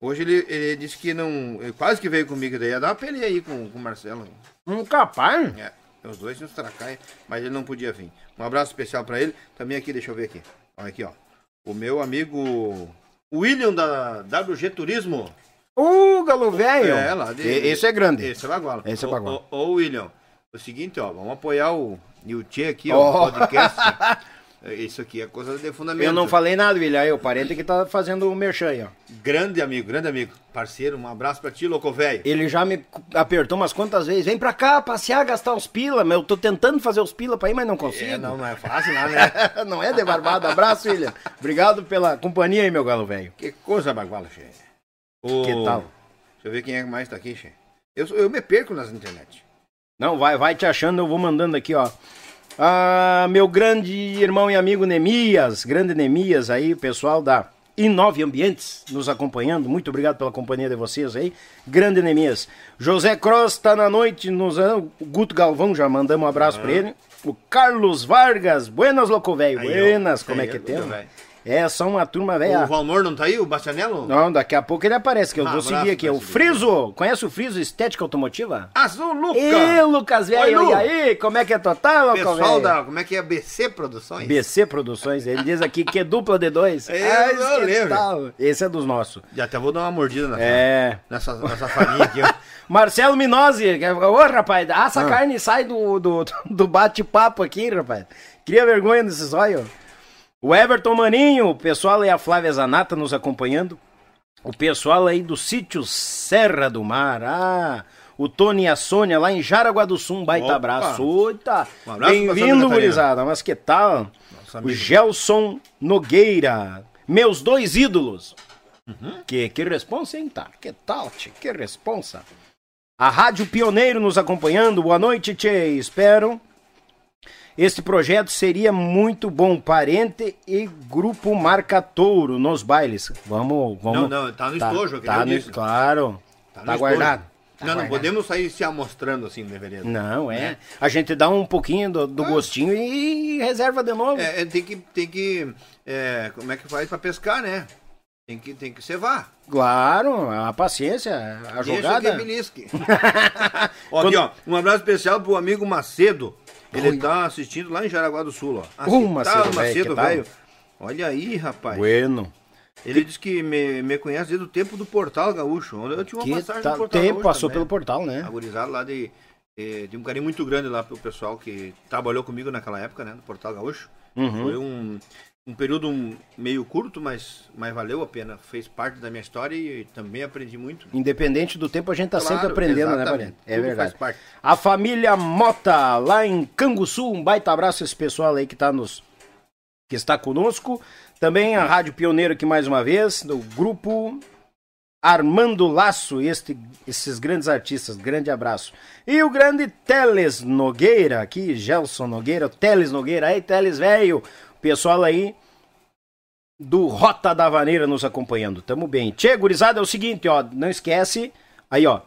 Hoje ele, ele disse que não. ele Quase que veio comigo, daí ia dar uma pele aí com, com o Marcelo. Um capaz? É, os dois nos tracaem, mas ele não podia vir. Um abraço especial pra ele. Também aqui, deixa eu ver aqui. Olha aqui, ó. O meu amigo William da WG Turismo. Uh, galo velho. E- Esse é grande. É, Esse é Baguala. Esse é Ô, Baguala. Ô, ô, William, o seguinte, ó, vamos apoiar o Nilton aqui, ó, Ó. o podcast. Isso aqui é coisa de fundamento. Eu não falei nada, William. Aí o parente que tá fazendo o merchan aí, ó. Grande amigo, grande amigo. Parceiro, um abraço pra ti, louco velho. Ele já me apertou umas quantas vezes. Vem pra cá passear, gastar os pila. Mas eu tô tentando fazer os pila pra ir, mas não consigo. É, não, não é fácil, não, né? Não é de barbado. Abraço, William. Obrigado pela companhia aí, meu galo velho. Que coisa baguala, che. Ô, Que tal? Deixa eu ver quem é que mais tá aqui, che. Eu, sou- eu me perco nas internet. Não, vai, vai te achando, eu vou mandando aqui, ó. Ah, meu grande irmão e amigo Nemias, grande Nemias aí, pessoal da Inove Ambientes nos acompanhando. Muito obrigado pela companhia de vocês aí. Grande Nemias. José Cross tá na noite nos ah, o Guto Galvão, já mandamos um abraço pra ele. O Carlos Vargas, buenas louco velho. Ah. Aí, ó. Buenas, como é Aí, que ó, tem? Guto, velho. É, só uma turma O velha. Valmor não tá aí? O Bastianello? Não, daqui a pouco ele aparece, que eu Um vou abraço seguir aqui. pra O esse Friso, conhece o Friso Estética Automotiva? Azul Luca! Ê, Lucas, Oi, velho, Lu. e aí? Como é que é total, Lucas, Pessoal velho? da, como é que é, BC Produções? BC Produções, ele diz aqui que é dupla de dois. Eu isso não que lembro. tal. Esse é dos nossos. Já até vou dar uma mordida nessa, É. nessa, nessa farinha aqui. ó. Marcelo Minozzi, que é- ô rapaz, assa Ah. a carne e sai do, do, do bate-papo aqui, rapaz. Cria vergonha nesses olhos. O Everton Maninho, o pessoal aí, a Flávia Zanata nos acompanhando. O pessoal aí do sítio Serra do Mar. Ah, o Tony e a Sônia lá em Jaraguá do Sul. Um baita Opa. abraço. Eita. Um abraço pra Santa Bem-vindo, Catarina. gurizada. Mas que tal? o amigo. Gelson Nogueira. Meus dois ídolos. Uhum. Que, que responsa, hein, tá? Que tal, tchê? Que responsa. A Rádio Pioneiro nos acompanhando. Boa noite, tchê. Espero. Este projeto seria muito bom. Parente e Grupo Marca Touro nos bailes. Vamos, vamos. Não, não, tá no estojo, que tá nem no, eu disse. Claro. Tá, no estojo. guardado. Tá não, não guardado. podemos sair se amostrando assim, né, vereador? Não, é. A gente dá um pouquinho do, do gostinho e reserva de novo. Ah. É, é, tem que, tem que, é, como é que faz pra pescar, né? Tem que, tem que cevar. Claro, a paciência, a jogada. Deixa que belisque. ó, aqui, ó, um abraço especial pro amigo Macedo. Ele tá assistindo lá em Jaraguá do Sul, ó. Ah, Ô, que Macedo, tal, velho, que Macedo, tal? velho. Olha aí, rapaz. Bueno. Ele disse que me, me conhece desde o tempo do Portal Gaúcho. onde Eu tinha uma Que passagem tal- no Portal tempo Gaúcho passou também. pelo portal, né? Agorizado lá de, eh, de um carinho muito grande lá pro pessoal que trabalhou comigo naquela época, né? No Portal Gaúcho. Uhum. Foi um, um período um- meio curto, mas, mas valeu a pena. Fez parte da minha história e também aprendi muito. Independente do tempo, a gente tá Claro, sempre aprendendo, né, exatamente. Valente? É Tudo verdade. faz parte. A família Mota, lá em Canguçu, um baita abraço a esse pessoal aí que tá nos que está conosco. Também a Rádio Pioneiro aqui mais uma vez, do grupo Armando Laço, este- esses grandes artistas, grande abraço. E o grande Teles Nogueira, aqui, Gelson Nogueira, Teles Nogueira, aí Teles velho, pessoal aí do Rota da Vaneira nos acompanhando, tamo bem. Tchê, gurizada, é o seguinte, ó, não esquece, aí ó,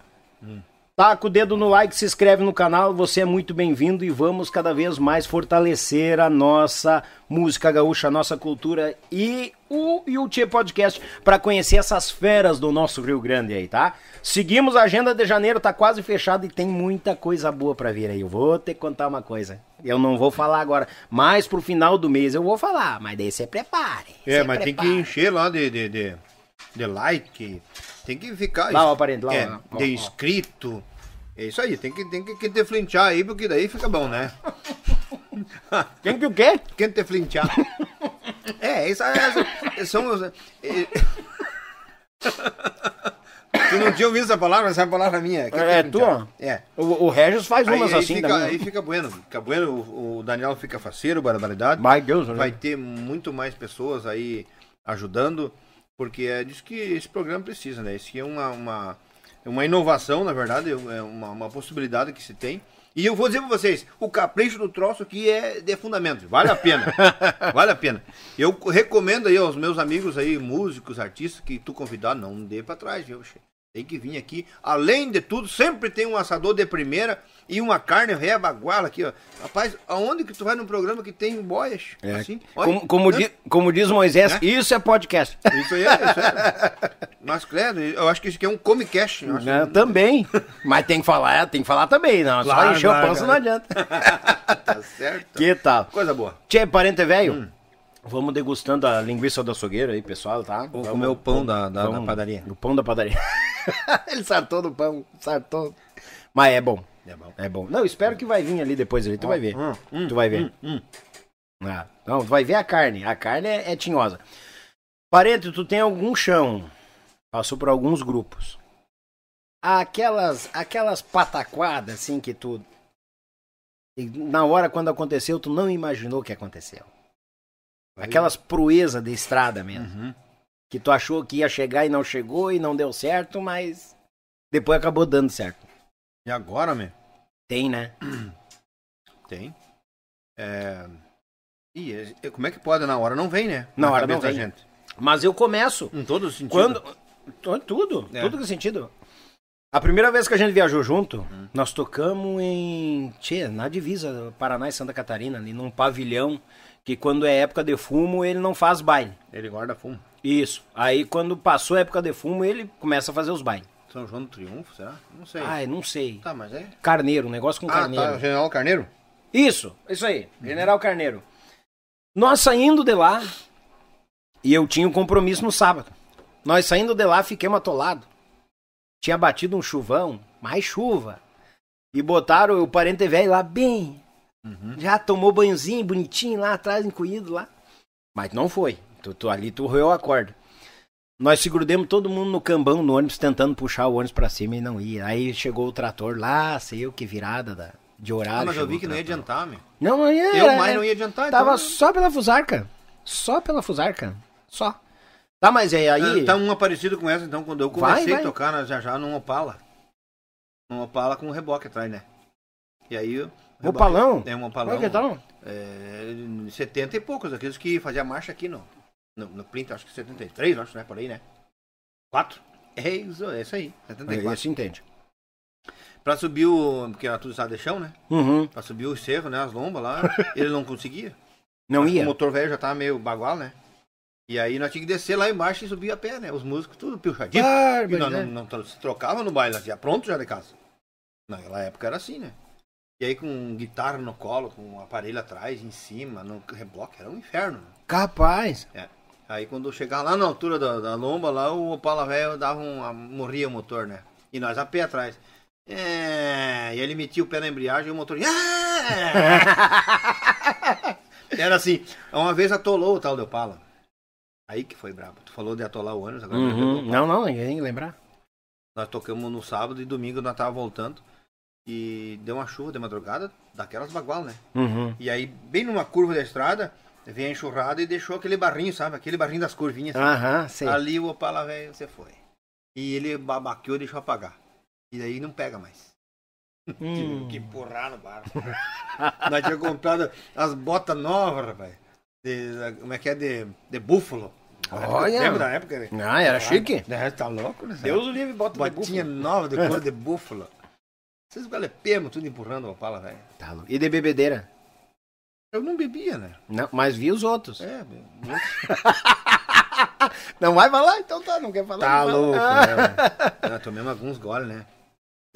Taca o dedo no like, se inscreve no canal, você é muito bem-vindo e vamos cada vez mais fortalecer a nossa música gaúcha, a nossa cultura e o Yuchê Podcast para conhecer essas feras do nosso Rio Grande aí, tá? Seguimos a agenda de janeiro, tá quase fechado e tem muita coisa boa para vir aí. Eu vou ter que contar uma coisa. Eu não vou falar agora, mas pro final do mês eu vou falar, mas daí você prepare. É, se mas tem que prepare. encher lá de, de, de, de like. Tem que ficar. Lá, ó, parente, lá, é, ó, ó, ó. de inscrito. É isso aí, tem que, tem que, que te flinchar aí, porque daí fica bom, né? Quem que o quê? Quem te flinchar? é, essa, essa são. os- é- tu não tinha ouvido essa palavra? Essa é a palavra minha. quem te É, flinchar. tua? É. O, o Regis faz Aí, umas aí assim fica, também. aí fica bueno, fica bueno, o, o Daniel fica faceiro, barbaridade. Ai, Deus, né? vai ter muito mais pessoas aí ajudando, porque é disso que esse programa precisa, né? Isso que é uma, uma, uma inovação, na verdade, é uma, uma possibilidade que se tem. E eu vou dizer pra vocês, o capricho do troço aqui é de fundamento, vale a pena, vale a pena. Eu recomendo aí aos meus amigos aí, músicos, artistas, que tu convidar, não dê pra trás, viu? che? Tem que vir aqui. Além de tudo, sempre tem um assador de primeira e uma carne ré baguala aqui, ó. Rapaz, aonde que tu vai num programa que tem boias? É. Assim? Olha, como, como, né? di- como diz Moisés, Né? isso é podcast. Isso aí é, isso é. Mas, claro, eu acho que isso aqui é um comicast. eu acho. Né, Também. Mas tem que falar, tem que falar também. Não, só Claro, encher o claro, pança cara. não adianta. Tá certo. que tal? Coisa boa. Tchê, parente velho, Hum. vamos degustando a linguiça do açougueiro aí, pessoal, tá? Vou Vamos comer o pão da- da- da padaria. O pão da padaria. Ele sartou no pão, sartou. Mas é bom. É bom. É bom. Não, espero que vai vir ali depois ali, tu vai ver. hum, hum, tu vai ver. hum, Ah, não, tu vai ver a carne. A carne é, é tinhosa. Parente, tu tem algum chão. Passou por alguns grupos. Aquelas aquelas pataquadas assim que tu e na hora quando aconteceu, tu não imaginou que aconteceu. Aquelas proezas de estrada mesmo. Uhum. Que tu achou que ia chegar e não chegou e não deu certo, mas depois acabou dando certo. E agora, meu? Tem, né? Tem. É... Ih, é- como é que pode na hora? Não vem, né? Na hora cabeça não da vem. gente. Mas eu começo. Em todo sentido. Quando. Tu- Tudo, É. tudo que sentido. A primeira vez que a gente viajou junto, Hum. nós tocamos em. Tchê, na divisa Paraná e Santa Catarina, ali num pavilhão, que quando é época de fumo, ele não faz baile. Ele guarda fumo. Isso. Aí quando passou a época de fumo, ele começa a fazer os bailes. São João do Triunfo, será? Não sei. Ai, não sei. Tá, mas é... Carneiro, Ah, um negócio com Ah, carneiro. tá. General Carneiro? Isso, é isso aí, General Carneiro. Nós saindo de lá, e eu tinha um compromisso no sábado. Nós saindo de lá, fiquemos atolados. Tinha batido um chuvão, mais chuva. E botaram o parente velho lá bem. Já tomou banhozinho, bonitinho lá atrás, encolhido lá. Mas não foi. Tu, tu- ali tu roeu a corda. Nós se grudemos todo mundo no cambão no ônibus, tentando puxar o ônibus pra cima e não ia. Aí chegou o trator lá, sei eu que virada da- de horário. Ah, mas eu vi chegou que o não ia trator. adiantar, meu. Não, não ia. é, Eu mais não ia adiantar. Tava então... só pela Fusarca. Só pela Fusarca. Só. Tá, mas é aí. Ah, Tá uma parecida com essa, então, quando eu Vai, comecei vai. a tocar na- já já num Opala. Um Opala com um reboque atrás, né? E aí... o reboque- Opalão? É um Como Opalão. é que tal? É, 70 e poucos, aqueles que faziam marcha aqui no, no, no print, acho que 73, acho, né? Por aí, né? 4? É isso, é isso aí, 74. Isso entende. Pra subir o. Porque era tudo estado de chão, né? Uhum. Pra subir o cerro, né? As lombas lá, ele não conseguia. Não O ia. motor velho já tava meio bagual, né? E aí nós tínhamos que descer lá embaixo e subir a pé, né? Os músicos tudo piochadinho. E nós não, Bárbaro. né? não tro- se trocava no baile, nós ia pronto já de casa. Naquela época era assim, né? E aí com guitarra no colo, com um aparelho atrás, em cima, no rebloque, era um inferno. Capaz. É. Aí quando eu chegava lá na altura da, da lomba, lá o Opala velho dava um. morria o motor, né? E nós a pé atrás. É, e ele metia o pé na embreagem e o motor. "Ah!" "É!" Era assim. Uma vez atolou o tal do Opala. Aí que foi brabo. Tu falou de atolar o ônibus, agora me Uhum. lembrou. Não, não, ninguém lembrar. Nós tocamos no sábado e domingo nós tava voltando. E deu uma chuva de madrugada, daquelas bagual, né? Uhum. E aí, bem numa curva da estrada, veio a enxurrada e deixou aquele barrinho, sabe? Aquele barrinho das curvinhas. Aham, sei. Ali o Opala velho, você foi. E ele babaqueou e deixou apagar. E daí não pega mais. Hum. Tive que empurrar no bar. Nós tínhamos comprado as botas novas, rapaz. De- da- como é que é? De, de búfalo. Olha! Lembra da época? Né? Ah, era chique. Né, Tá louco, né? o livre, bota Botinha nova de cor de búfalo. Vocês galepemos, tudo empurrando a opala, velho. Tá louco. E de bebedeira? Eu não bebia, né? Não, mas vi os outros. É, meu. Não vai falar? Então tá, não quer falar? Tá não fala. louco, Ah. né? velho? Nós tomamos alguns goles, né?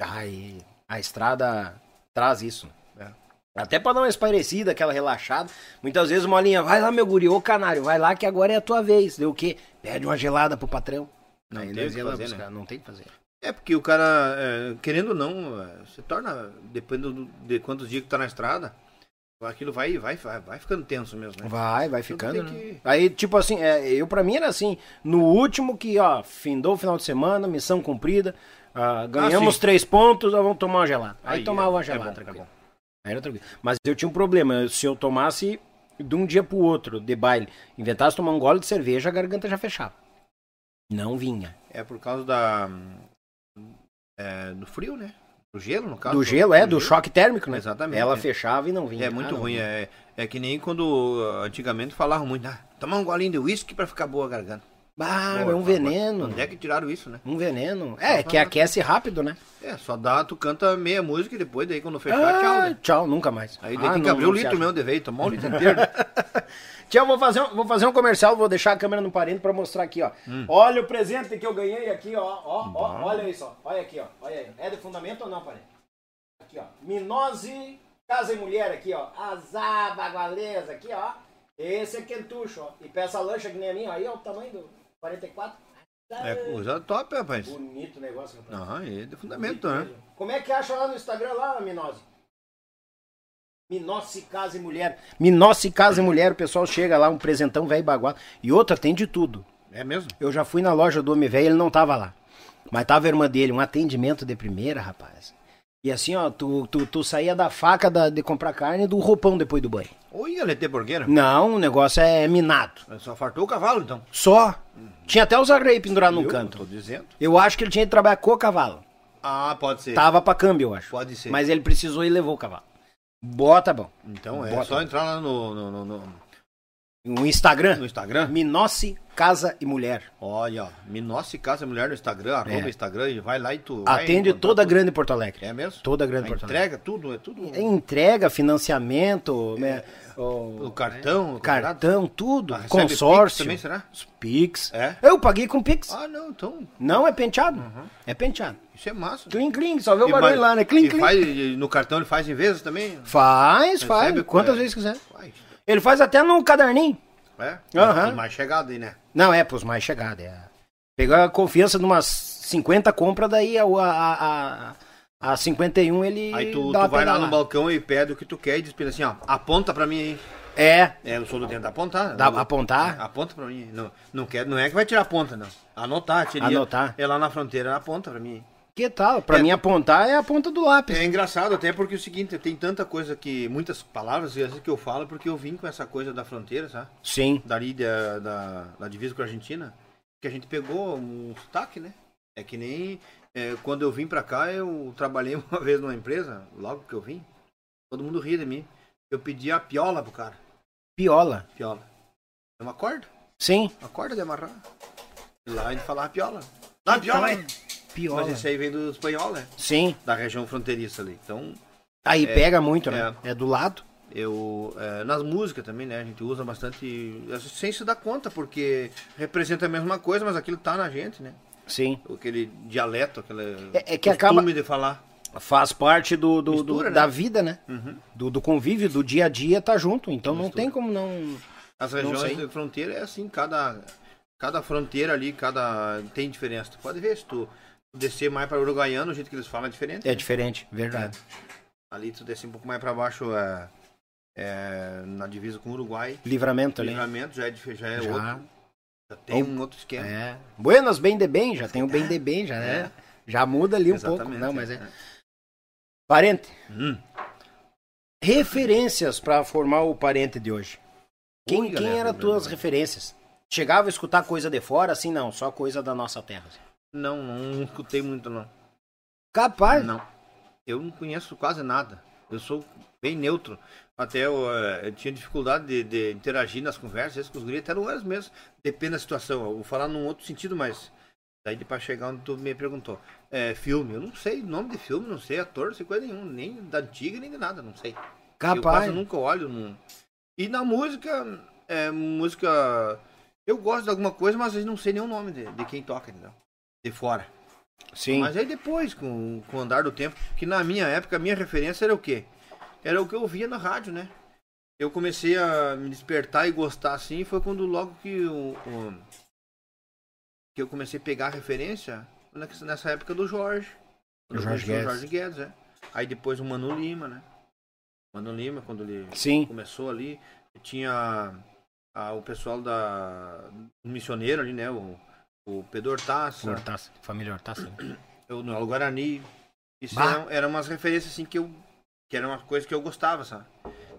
Ai, a estrada traz isso. né? É. Até pra dar uma esparecida, aquela relaxada. Muitas vezes, Molinha, vai lá, meu guri, ô canário, vai lá que agora é a tua vez. Deu o quê? Pede uma gelada pro patrão. Não Aí tem nós o que ia lá fazer, buscar, né? Não tem o que fazer. É porque o cara, é, querendo ou não, é, se torna, dependendo do- de quantos dias que tá na estrada, aquilo vai, vai, vai, vai ficando tenso mesmo, né? Vai, vai ficando. tem né? que- Aí, tipo assim, é, eu pra mim era assim, no último que, ó, findou o final de semana, missão cumprida, ah, ganhamos sim. três pontos, ó, vamos tomar uma gelada. Aí, Aí tomava é- uma é gelada. bom, é tranquilo. bom. Aí era tranquilo. Mas eu tinha um problema, se eu tomasse de um dia pro outro, de baile, inventasse tomar um gole de cerveja, a garganta já fechava. Não vinha. É por causa da é, do frio, né? Do gelo, no caso. do gelo, é, do choque térmico, né? Uhum. Exatamente. Ela É. fechava e não vinha. É muito Ah, não ruim, vinha. é, é que nem quando ah, antigamente falavam muito, ah, tomar um golinho de uísque pra ficar boa a garganta. Bah, Boa, é um boa. veneno. Onde é que tiraram isso, né? Um veneno. É, que aquece rápido, né? É, só dá, tu canta meia música e depois daí quando fechar, Ah, tchau, né? nunca mais. Aí daí Ah, tem que não, abrir não o se litro acha. meu de veio, tomar o litro inteiro. né? Tiago, vou fazer, um, vou fazer um comercial, vou deixar a câmera no parente pra mostrar aqui, ó. Olha o presente que eu ganhei aqui, ó. ó, ó olha isso, ó. Olha aqui, ó. Olha aí. É de fundamento ou não, parente? Aqui, ó. Minose Casa e Mulher aqui, ó. Azaba Gualeza aqui, ó. Esse é quentucho, ó. E peça lancha que nem a minha, aí, ó, o tamanho do 44. é coisa top, rapaz. Bonito o negócio, rapaz. Não, é de fundamento, né? Como é que acha lá no Instagram, lá, Minose? Minose Casa e Mulher. Minose Casa e Mulher, o pessoal chega lá, um presentão velho baguado. E outra tem de tudo. É mesmo? Eu já fui na loja do homem velho, ele não tava lá. Mas tava a irmã dele, um atendimento de primeira, rapaz. E assim, ó, tu, tu, tu saía da faca da- de comprar carne do roupão depois do banho. Oi, Alete Borgueira. Não, o negócio é minado. Só fartou o cavalo, então. Só. Tinha até os arreios pendurados Tá no Eu canto. Tô dizendo. Eu acho que ele tinha que trabalhar com o cavalo. Ah, pode ser. Tava pra câmbio, eu acho. Pode ser. Tá. Mas ele precisou e levou o cavalo. Bota bom. Então é Bota. só entrar lá no, no, no, no- O um Instagram, no Instagram. Minosse Casa e Mulher. Olha, ó, Minosse Casa Mulher no Instagram, arroba Instagram e vai lá e tu. vai É. Atende encontrar toda a tudo. grande Porto Alegre. É mesmo? Toda a grande A Porto Alegre. entrega, tudo, é tudo. Entrega, financiamento, né, o O cartão, o cartão, tudo. Ah, recebe Pix consórcio. também, será? Os Pix. É? Eu paguei com Pix. Ah, não, então. Não é penteado. É penteado. Isso é massa. Clim, clim. Só vê o E barulho mais- lá, né? Clim, e clim. faz- e no cartão ele faz em vezes também? Né? Faz, faz. Recebe, Quantas é. vezes quiser. Faz. Ele faz até no caderninho. É? Aham. Tem mais chegada aí, né? Não, é pros mais chegados. É. Pegar a confiança de umas 50 compras, daí a, a, a, a 51 ele. Aí tu, dá tu uma vai lá no pedalada. balcão e pede o que tu quer e diz pra ele assim, ó, aponta pra mim aí. É, É, eu sou do tempo da apontar. dá Não- pra apontar. Aponta pra mim. Não, não, quer, não é que vai tirar a ponta, não. Anotar, tirar. Anotar. É lá na fronteira, aponta pra mim. Que tal? Pra É. mim, apontar é a ponta do lápis. É engraçado até porque é o seguinte, tem tanta coisa que. Muitas palavras e às vezes que eu falo porque eu vim com essa coisa da fronteira, sabe? Sim. Dali da, da, da divisa com a Argentina, que a gente pegou um sotaque, né? É que nem é, quando eu vim pra cá, eu trabalhei uma vez numa empresa, logo que eu vim, todo mundo ria de mim. Eu pedi a piola pro cara. Piola. Piola. É uma corda? Sim. Uma corda de amarrar. E lá a gente falava piola. Lá piola! hein? Ah, Então é Piola. Mas isso aí vem do espanhol, né? Sim. Da região fronteiriça ali. Então, Aí pega muito, né? É. é. do lado. Eu, é, nas músicas também, né? A gente usa bastante, assim, sem se dar conta, porque representa a mesma coisa, mas aquilo tá na gente, né? Sim. Aquele dialeto, aquele É- é que costume acaba- de falar. Faz parte do, do, do- Mistura, né? da vida, né? Do, do convívio, do dia a dia, tá junto. Então não tem como não. As regiões sei. de fronteira é assim, cada, cada fronteira ali, cada tem diferença. Tu pode ver se tu descer mais para uruguaiano, o jeito que eles falam é diferente. É né? diferente, verdade. Ali tu desce um pouco mais para baixo, é, é, na divisa com o Uruguai, Livramento o ali. né? livramento já é, dif- já é Já. outro, já tem um outro esquema. É. Buenas, bem de bem, já tem o bem de bem, já, É. né? Já muda ali um pouco. Não, mas é. Parente. Hum. Referências pra formar o parente de hoje. Quem, Oi, quem galera, eram tuas né? referências? Chegava a escutar coisa de fora, assim não, só coisa da nossa terra. assim. Não, não escutei muito não. Capaz. Não. Eu não conheço quase nada. Eu sou bem neutro. Até eu, eh, eu tinha dificuldade de, de interagir nas conversas, às vezes com os guris, até não era mesmo. Depende da situação. Eu vou falar num outro sentido, mas Daí para chegar onde tu me perguntou. É, filme, eu não sei nome de filme, não sei ator, não sei coisa nenhuma, nem da antiga, nem de nada, não sei. Eu Capaz. quase nunca olho. Num... E na música, é, música. Eu gosto de alguma coisa, mas às vezes não sei nem o nome de, de quem toca, entendeu? De fora. Sim. Mas aí depois, com, com o andar do tempo, que na minha época a minha referência era o quê? Era o que eu via na rádio, né? Eu comecei a me despertar e gostar assim, foi quando logo que o, o- que eu comecei a pegar a referência nessa- nessa época do Jorge. Quando eu Jorge conheci o Guedes. Jorge Guedes, é. Aí depois o Mano Lima, né? Mano Lima, quando ele Sim. começou ali, tinha a- o pessoal da o missioneiro ali, né? O, o Pedro Hortaça, Hortaça, família Hortaça. eu no Alto Guarani. Isso Bah. eram, eram umas referências assim que eu. que era uma coisa que eu gostava, sabe?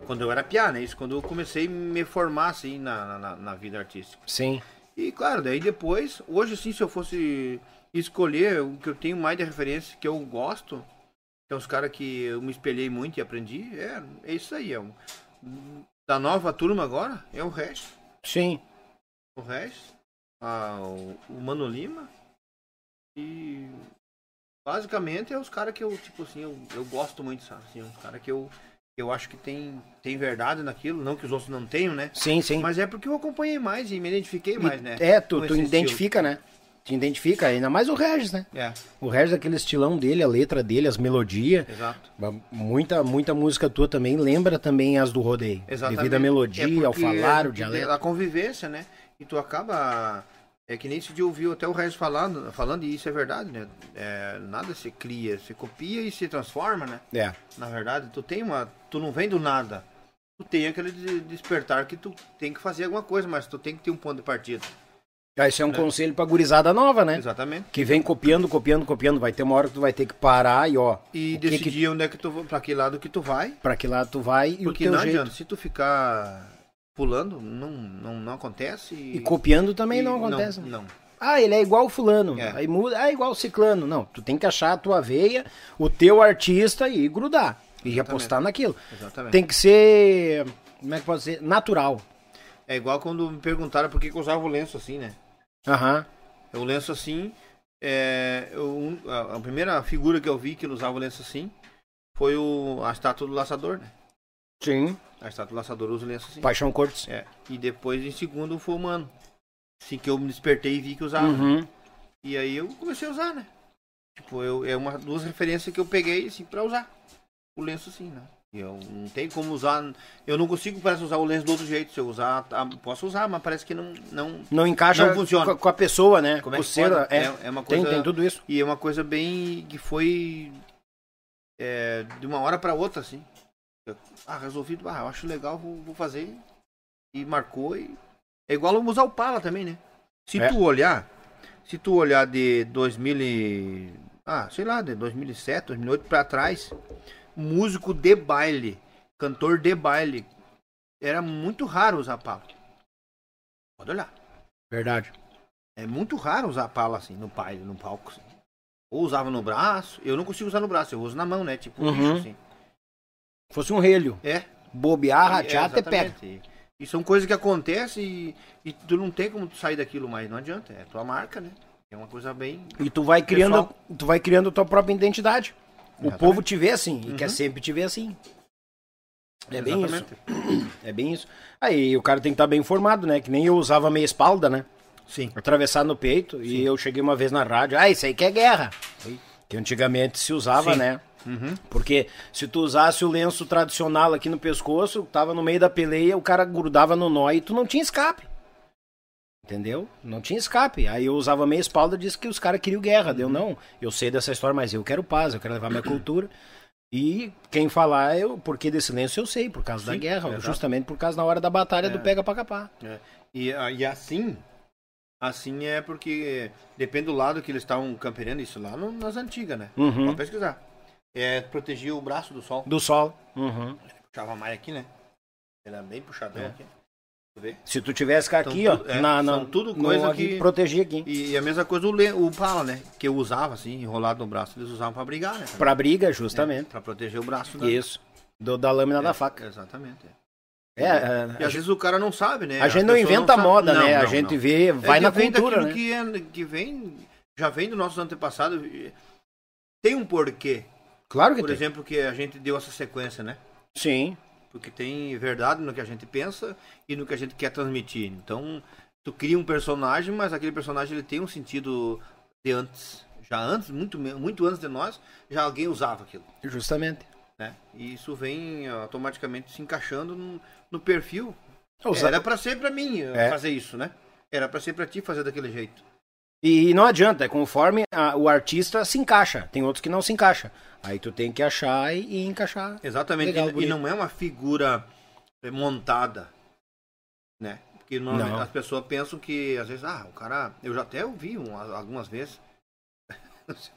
Quando eu era piá, né? Isso quando eu comecei a me formar assim na, na, na vida artística. Sim. E claro, daí depois, hoje assim, se eu fosse escolher o que eu tenho mais de referência, que eu gosto, que é uns caras que eu me espelhei muito e aprendi, é, é isso aí. É um, da nova turma agora, é o resto. Sim. O resto, ah, o, o Mano Lima. E basicamente é os caras que eu, tipo assim, eu, eu gosto muito, sabe? Assim, é um cara que eu, que eu acho que tem, tem verdade naquilo, não que os outros não tenham, né? Sim, sim. Mas é porque eu acompanhei mais e me identifiquei mais, né? É, tu, Com tu esse identifica, né? Te identifica, ainda mais o Regis, né? estilo. É, O Regis, aquele estilão dele, a letra dele, as melodias. exato. Muita, muita música tua também lembra também as do rodeio. Exatamente. Devido à melodia, É porque- ao falar, é o dialeto. A convivência, né? E tu acaba. É que nem se de ouvir até o Regis falando, falando, e isso é verdade, né? É, nada se cria, se copia e se transforma, né? É, Na verdade, tu tem uma. Tu não vem do nada. Tu tem aquele de- despertar que tu tem que fazer alguma coisa, mas tu tem que ter um ponto de partida. Ah, Esse é um conselho pra gurizada nova, né? Exatamente. Que vem copiando, copiando, copiando. Vai ter uma hora que tu vai ter que parar e ó. E o que decidir que, onde é que tu vai, pra que lado que tu vai. pra que lado tu vai e Porque o teu não jeito. adianta, se tu ficar pulando, não, não, não acontece. E copiando também e não acontece. né? Não, não. Ah, ele é igual o fulano. É. Aí muda, ah, é igual o ciclano. Não, tu tem que achar a tua veia, o teu artista e grudar. E apostar naquilo. Exatamente. Tem que ser, como é que pode ser? Natural. É igual quando me perguntaram por que, que eu usava o lenço assim, né? Aham. O lenço assim, é, eu- um- a, a primeira figura que eu vi que ele usava o lenço assim foi o, a estátua do laçador, né? Sim. A estátua do laçador usa o lenço assim. Paixão Cortes. É, e depois em segundo foi o mano. Assim que eu me despertei e vi que usava. Uhum. E aí eu comecei a usar, né? Tipo, eu, é uma duas referências que eu peguei assim pra usar. O lenço assim, né? E Eu não tenho como usar. Eu não consigo, parece, usar o lenço do outro jeito. Se eu usar, tá, posso usar, mas parece que não. não Não encaixa Não funciona. Com, a, com a pessoa, né? como é com que cera, pode? é. é uma Tem, coisa. tem tudo isso. E é uma coisa bem. que foi. é, de uma hora pra outra, assim. Eu, ah, resolvido, ah, eu acho legal, vou, vou fazer. E marcou e. É igual usar o Pala também, né? Se É. tu olhar. Se tu olhar de 2000 e. Ah, sei lá, de 2007, 2008 pra trás. Músico de baile. Cantor de baile. Era muito raro usar Pala. Pode olhar. Verdade. É muito raro usar pala assim no pai, no palco. assim. Ou usava no braço. Eu não consigo usar no braço, eu uso na mão, né? Tipo, Uhum. bicho, assim. Fosse um relho. É. Bobear, é, ratear, até pega. exatamente. E são coisas que acontecem e, e tu não tem como tu sair daquilo mais, não adianta. É tua marca, né? É uma coisa bem. E tu vai criando, tu vai criando tua própria identidade. O Exatamente. povo te vê assim e Uhum. quer sempre te ver assim. É bem Exatamente. isso. É bem isso. Aí o cara tem que estar bem informado, né? Que nem eu usava meia espalda, né? Sim. Atravessar no peito. E eu cheguei uma vez na rádio. Ah, isso aí que é guerra. Oi. Que antigamente se usava, Sim. né? Uhum. Porque se tu usasse o lenço tradicional aqui no pescoço, tava no meio da peleia, o cara grudava no nó e tu não tinha escape. Entendeu? Não tinha escape. Aí eu usava meia espalda e disse que os caras queriam guerra. Uhum. Deu, não, eu sei dessa história, mas eu quero paz, eu quero levar minha cultura. E quem falar, eu, porque desse lenço eu sei, por causa da Sim, guerra, exato. justamente por causa na hora da batalha do pega pra capar. É. E, a- e assim. Assim é porque depende do lado que eles estavam campeando isso lá no- nas antigas, né? Uhum. Pode pesquisar. É proteger o braço do sol. Do sol. Uhum. puxava mais aqui, né? Era bem puxadão É. aqui. né. Tu vê? Se tu tivesse cá Então, aqui, tudo- ó, é, na, na, são tudo no- coisa aqui, que- protegia aqui. E, e a mesma coisa o, le- o pala, né? Que eu usava assim, enrolado no braço. Eles usavam pra brigar, né? Pra briga, justamente. Pra proteger o braço. da- Isso. Do- da lâmina né? É, da faca. Exatamente. é. É, é, E às vezes o cara não sabe, né? A As gente não pessoas inventa sabe- moda, Não, né? a não, gente não. vê, vai é, na vem cultura, daquilo né? Que, é- que vem já vem dos nossos antepassados. e Tem um porquê. Claro que Por tem. exemplo, que a gente deu essa sequência, né? Sim. Porque tem verdade no que a gente pensa e no que a gente quer transmitir. Então, tu cria um personagem, mas aquele personagem ele tem um sentido de antes. Já antes, muito, me- muito antes de nós, já alguém usava aquilo. Justamente. Né? E isso vem ó, automaticamente se encaixando no, no perfil. Ousa- Era pra ser pra mim ó, É. fazer isso, né? Era pra ser pra ti fazer daquele jeito. E não adianta, é conforme a- o artista se encaixa. Tem outros que não se encaixa. Aí tu tem que achar e, e encaixar. Exatamente. Legal, e- e, bonito. não é uma figura é, montada, né? Porque normalmente Não. as pessoas pensam que, às vezes, ah, o cara. Eu já até ouvi um- algumas vezes.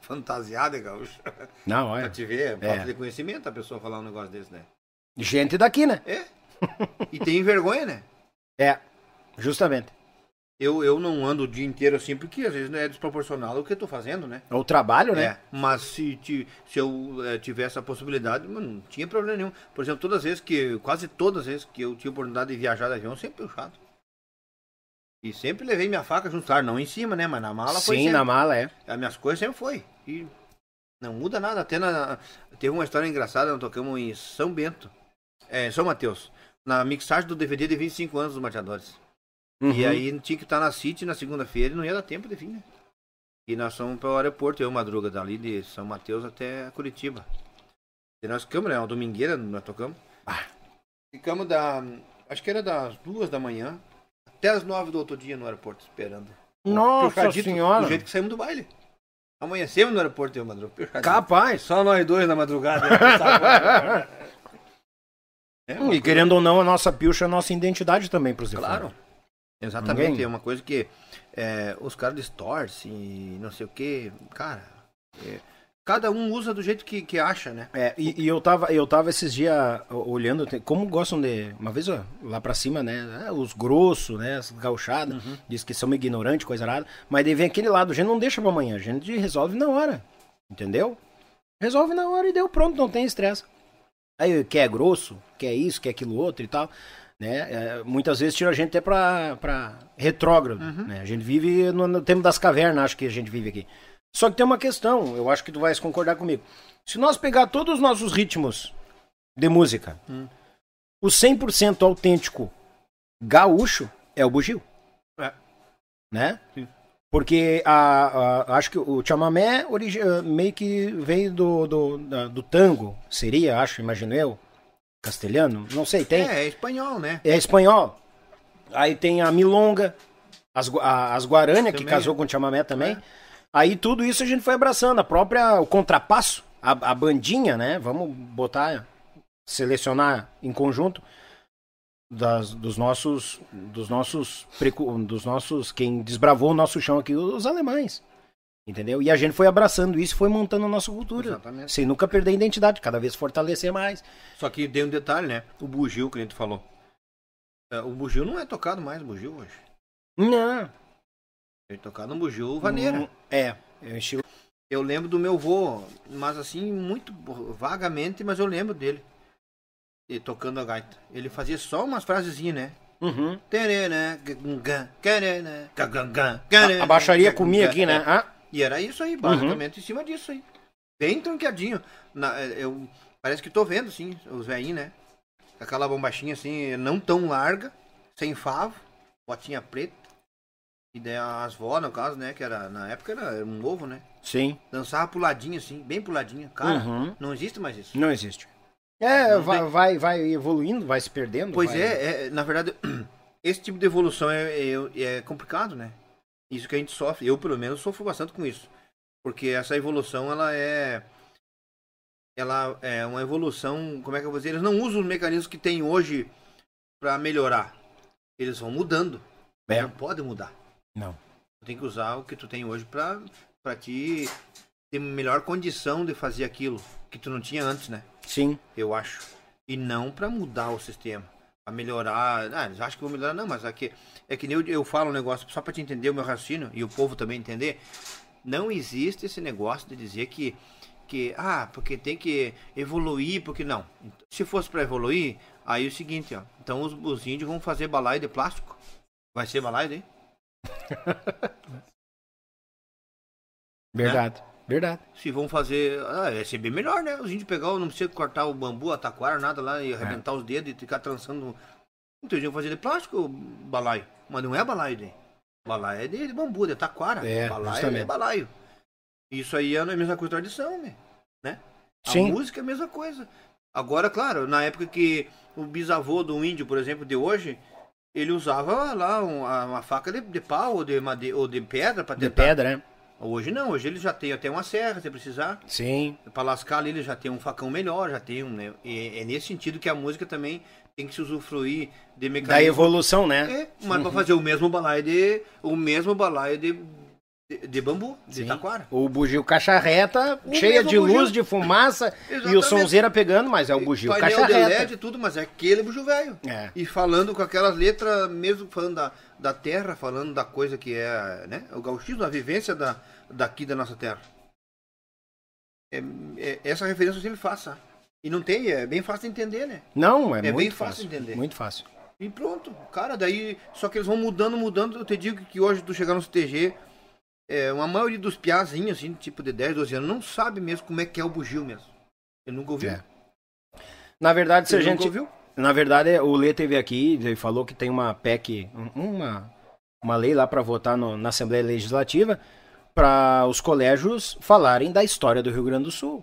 Fantasiado, é gaúcho. Não, Pra é. te ver, é É. falta de conhecimento a pessoa falar um negócio desse, né? Gente daqui, né? É. E tem vergonha, né? É. Justamente. Eu, eu não ando o dia inteiro assim, porque às vezes né, é desproporcional o que eu tô fazendo, né? É O trabalho, né? É, mas se, ti- se eu eh, tivesse a possibilidade, mano, não tinha problema nenhum. Por exemplo, todas as vezes que, quase todas as vezes que eu tinha oportunidade de viajar de avião, sempre puxado. E sempre levei minha faca junto, claro, não em cima, né? Mas na mala foi Sim, sempre. na mala, é. As minhas coisas sempre foi. E não muda nada. Até na, teve uma história engraçada, nós tocamos em São Bento, é, em São Mateus, na mixagem do DVD de 25 anos dos Mateadores. E Uhum. aí tinha que estar na City na segunda-feira e não ia dar tempo de vir, né? E nós fomos para o aeroporto, eu e madruga dali de São Mateus até Curitiba. E nós ficamos, né? Uma domingueira, nós tocamos. Ah. Ficamos da. Acho que era das duas da manhã até as nove do outro dia no aeroporto esperando. Nossa Puxadito, senhora. Do jeito que saímos do baile. Amanhecemos no aeroporto, eu e madruga. puxadito. Capaz. Só nós dois na madrugada. né? Sabe? É, Hum, E uma querendo ou não, a nossa pilcha é a nossa identidade também pros Claro. Exatamente, Ninguém- é uma coisa que é, os caras distorcem e não sei o que. Cara, é, cada um usa do jeito que, que acha, né? É, e, e eu tava, eu tava esses dias olhando, tem- como gostam de. Uma vez ó, lá pra cima, né? ah, Os grossos, né? As gauchadas, diz que são ignorantes, coisa arada. Mas daí vem aquele lado, a gente não deixa pra amanhã, a gente resolve na hora. Entendeu? Resolve na hora e deu pronto, não tem estresse. Aí quer grosso, quer isso, quer aquilo outro e tal. Né? É, muitas vezes tira a gente até pra, pra retrógrado. Né? A gente vive no, no tempo das cavernas, acho que a gente vive aqui. Só que tem uma questão, eu acho que tu vais concordar comigo. Se nós pegar todos os nossos ritmos de música, Hum. o 100% autêntico gaúcho é o bugio, É. né? Sim. Porque a, a- acho que o chamamé origi- eh, meio que veio do, do, da- do tango, seria, acho, imagino eu, castelhano, não sei, tem É, é espanhol, né? é espanhol. Aí tem a milonga, as, gu- a- as guarânia, que Também, casou é. com o chamamé também. É. Aí tudo isso a gente foi abraçando. A própria, o contrapasso, a, a bandinha, né? Vamos botar, selecionar em conjunto das- dos nossos, dos nossos, precu- dos nossos, quem desbravou o nosso chão aqui, os alemães. Entendeu? E a gente foi abraçando isso, e foi montando a nossa cultura. Exatamente. Sem nunca perder a identidade, cada vez fortalecer mais. Só que tem um detalhe, né? O bugio que a gente falou. É, o bugio não é tocado mais, bugio hoje. Não. É tocado um bugio vaneira. Hum, É, é um estilo Eu lembro do meu vô, mas assim, muito vagamente, mas eu lembro dele. E tocando a gaita. Ele fazia só umas frasezinhas, né? Uhum. Tererã, gagangã, carerã, gagangã, A, carerã, a baixaria comia gagangã. É, aqui, né? Uhum. Ah, E era isso aí, basicamente em cima disso aí. Bem tranqueadinho. Na- é, eu, parece que tô vendo, sim, os velhinhos, né? Aquela bombachinha assim, não tão larga, sem favo, botinha preta. E daí as vó, no caso, né? Que era, na época era, era um ovo, né? sim. Dançava puladinha, assim, bem puladinha. Cara, Uhum. não existe mais isso. Não existe. É, Não vai, tem. vai, vai evoluindo, vai se perdendo. Pois vai- é, é, na verdade, esse tipo de evolução é, é, é complicado, né? Isso que a gente sofre, eu pelo menos sofro bastante com isso. Porque essa evolução, ela é. Ela é uma evolução, como é que eu vou dizer? Eles não usam os mecanismos que tem hoje para melhorar. Eles vão mudando. É. Não pode mudar. Não. Tu tem que usar o que tu tem hoje para para te ter melhor condição de fazer aquilo que tu não tinha antes, né? Sim. eu acho. E não para mudar o sistema, para melhorar. Ah, eles acham que vão melhorar, não, mas aqui é que nem eu, eu falo um negócio, só para te entender o meu raciocínio e o povo também entender. Não existe esse negócio de dizer que, que ah, porque tem que evoluir, porque não. Se fosse para evoluir, aí é o seguinte, ó. Então os, os índios vão fazer balaio de plástico. Vai ser balaio daí? Verdade, verdade. Se vão fazer. Ah, ia ser bem melhor, né? Os índios pegar, não precisa cortar o bambu, a taquara, nada lá, É. e arrebentar os dedos e ficar trançando. Então eles iam fazer de plástico balaio. Mas não é balaio, né? Balaio é de, de bambu, de taquara. É, balaio justamente. é balaio. Isso aí é a mesma coisa tradição, né? né? A Sim. música é a mesma coisa. Agora, claro, na época que o bisavô do índio, por exemplo, de hoje, ele usava lá um- a- uma, faca de, de pau ou de, made, ou de pedra para De tentar. pedra, né? Hoje não, hoje ele já tem até uma serra, se precisar. Sim. Pra lascar ali, ele já tem um facão melhor, já tem um. Né? E é nesse sentido que a música também tem que se usufruir de Da mecanismos. evolução, né? É, mas pra fazer o mesmo balaio de. O mesmo balaio de, de, de bambu, de Sim. taquara. O bugio caixa reta, O cheia mesmo de luz, bugio. de fumaça e o Exatamente. sonzeira pegando, mas é o bugio Painel caixa de reta. LED e tudo, mas é aquele bujo velho. É. E falando com aquelas letras, mesmo falando da, da terra, falando da coisa que é né, o gauchismo, a vivência da, daqui da nossa terra. É- é- essa referência eu sempre faço. sabe? E não tem, é bem fácil de entender, né? Não, é, bem muito fácil fácil. entender. Muito fácil. E pronto, cara, daí. Só que eles vão mudando, mudando. Eu te digo que hoje tu chegar no CTG, é, uma maioria dos piazinhos, assim, tipo de 10, 12 anos, não sabe mesmo como é que é o bugio mesmo. Ele nunca ouviu. É. Na verdade, se a Ele nunca gente. ouviu. Na verdade, o Lê teve aqui e falou que tem uma PEC, um- uma, uma lei lá para votar no- na Assembleia Legislativa para os colégios falarem da história do Rio Grande do Sul.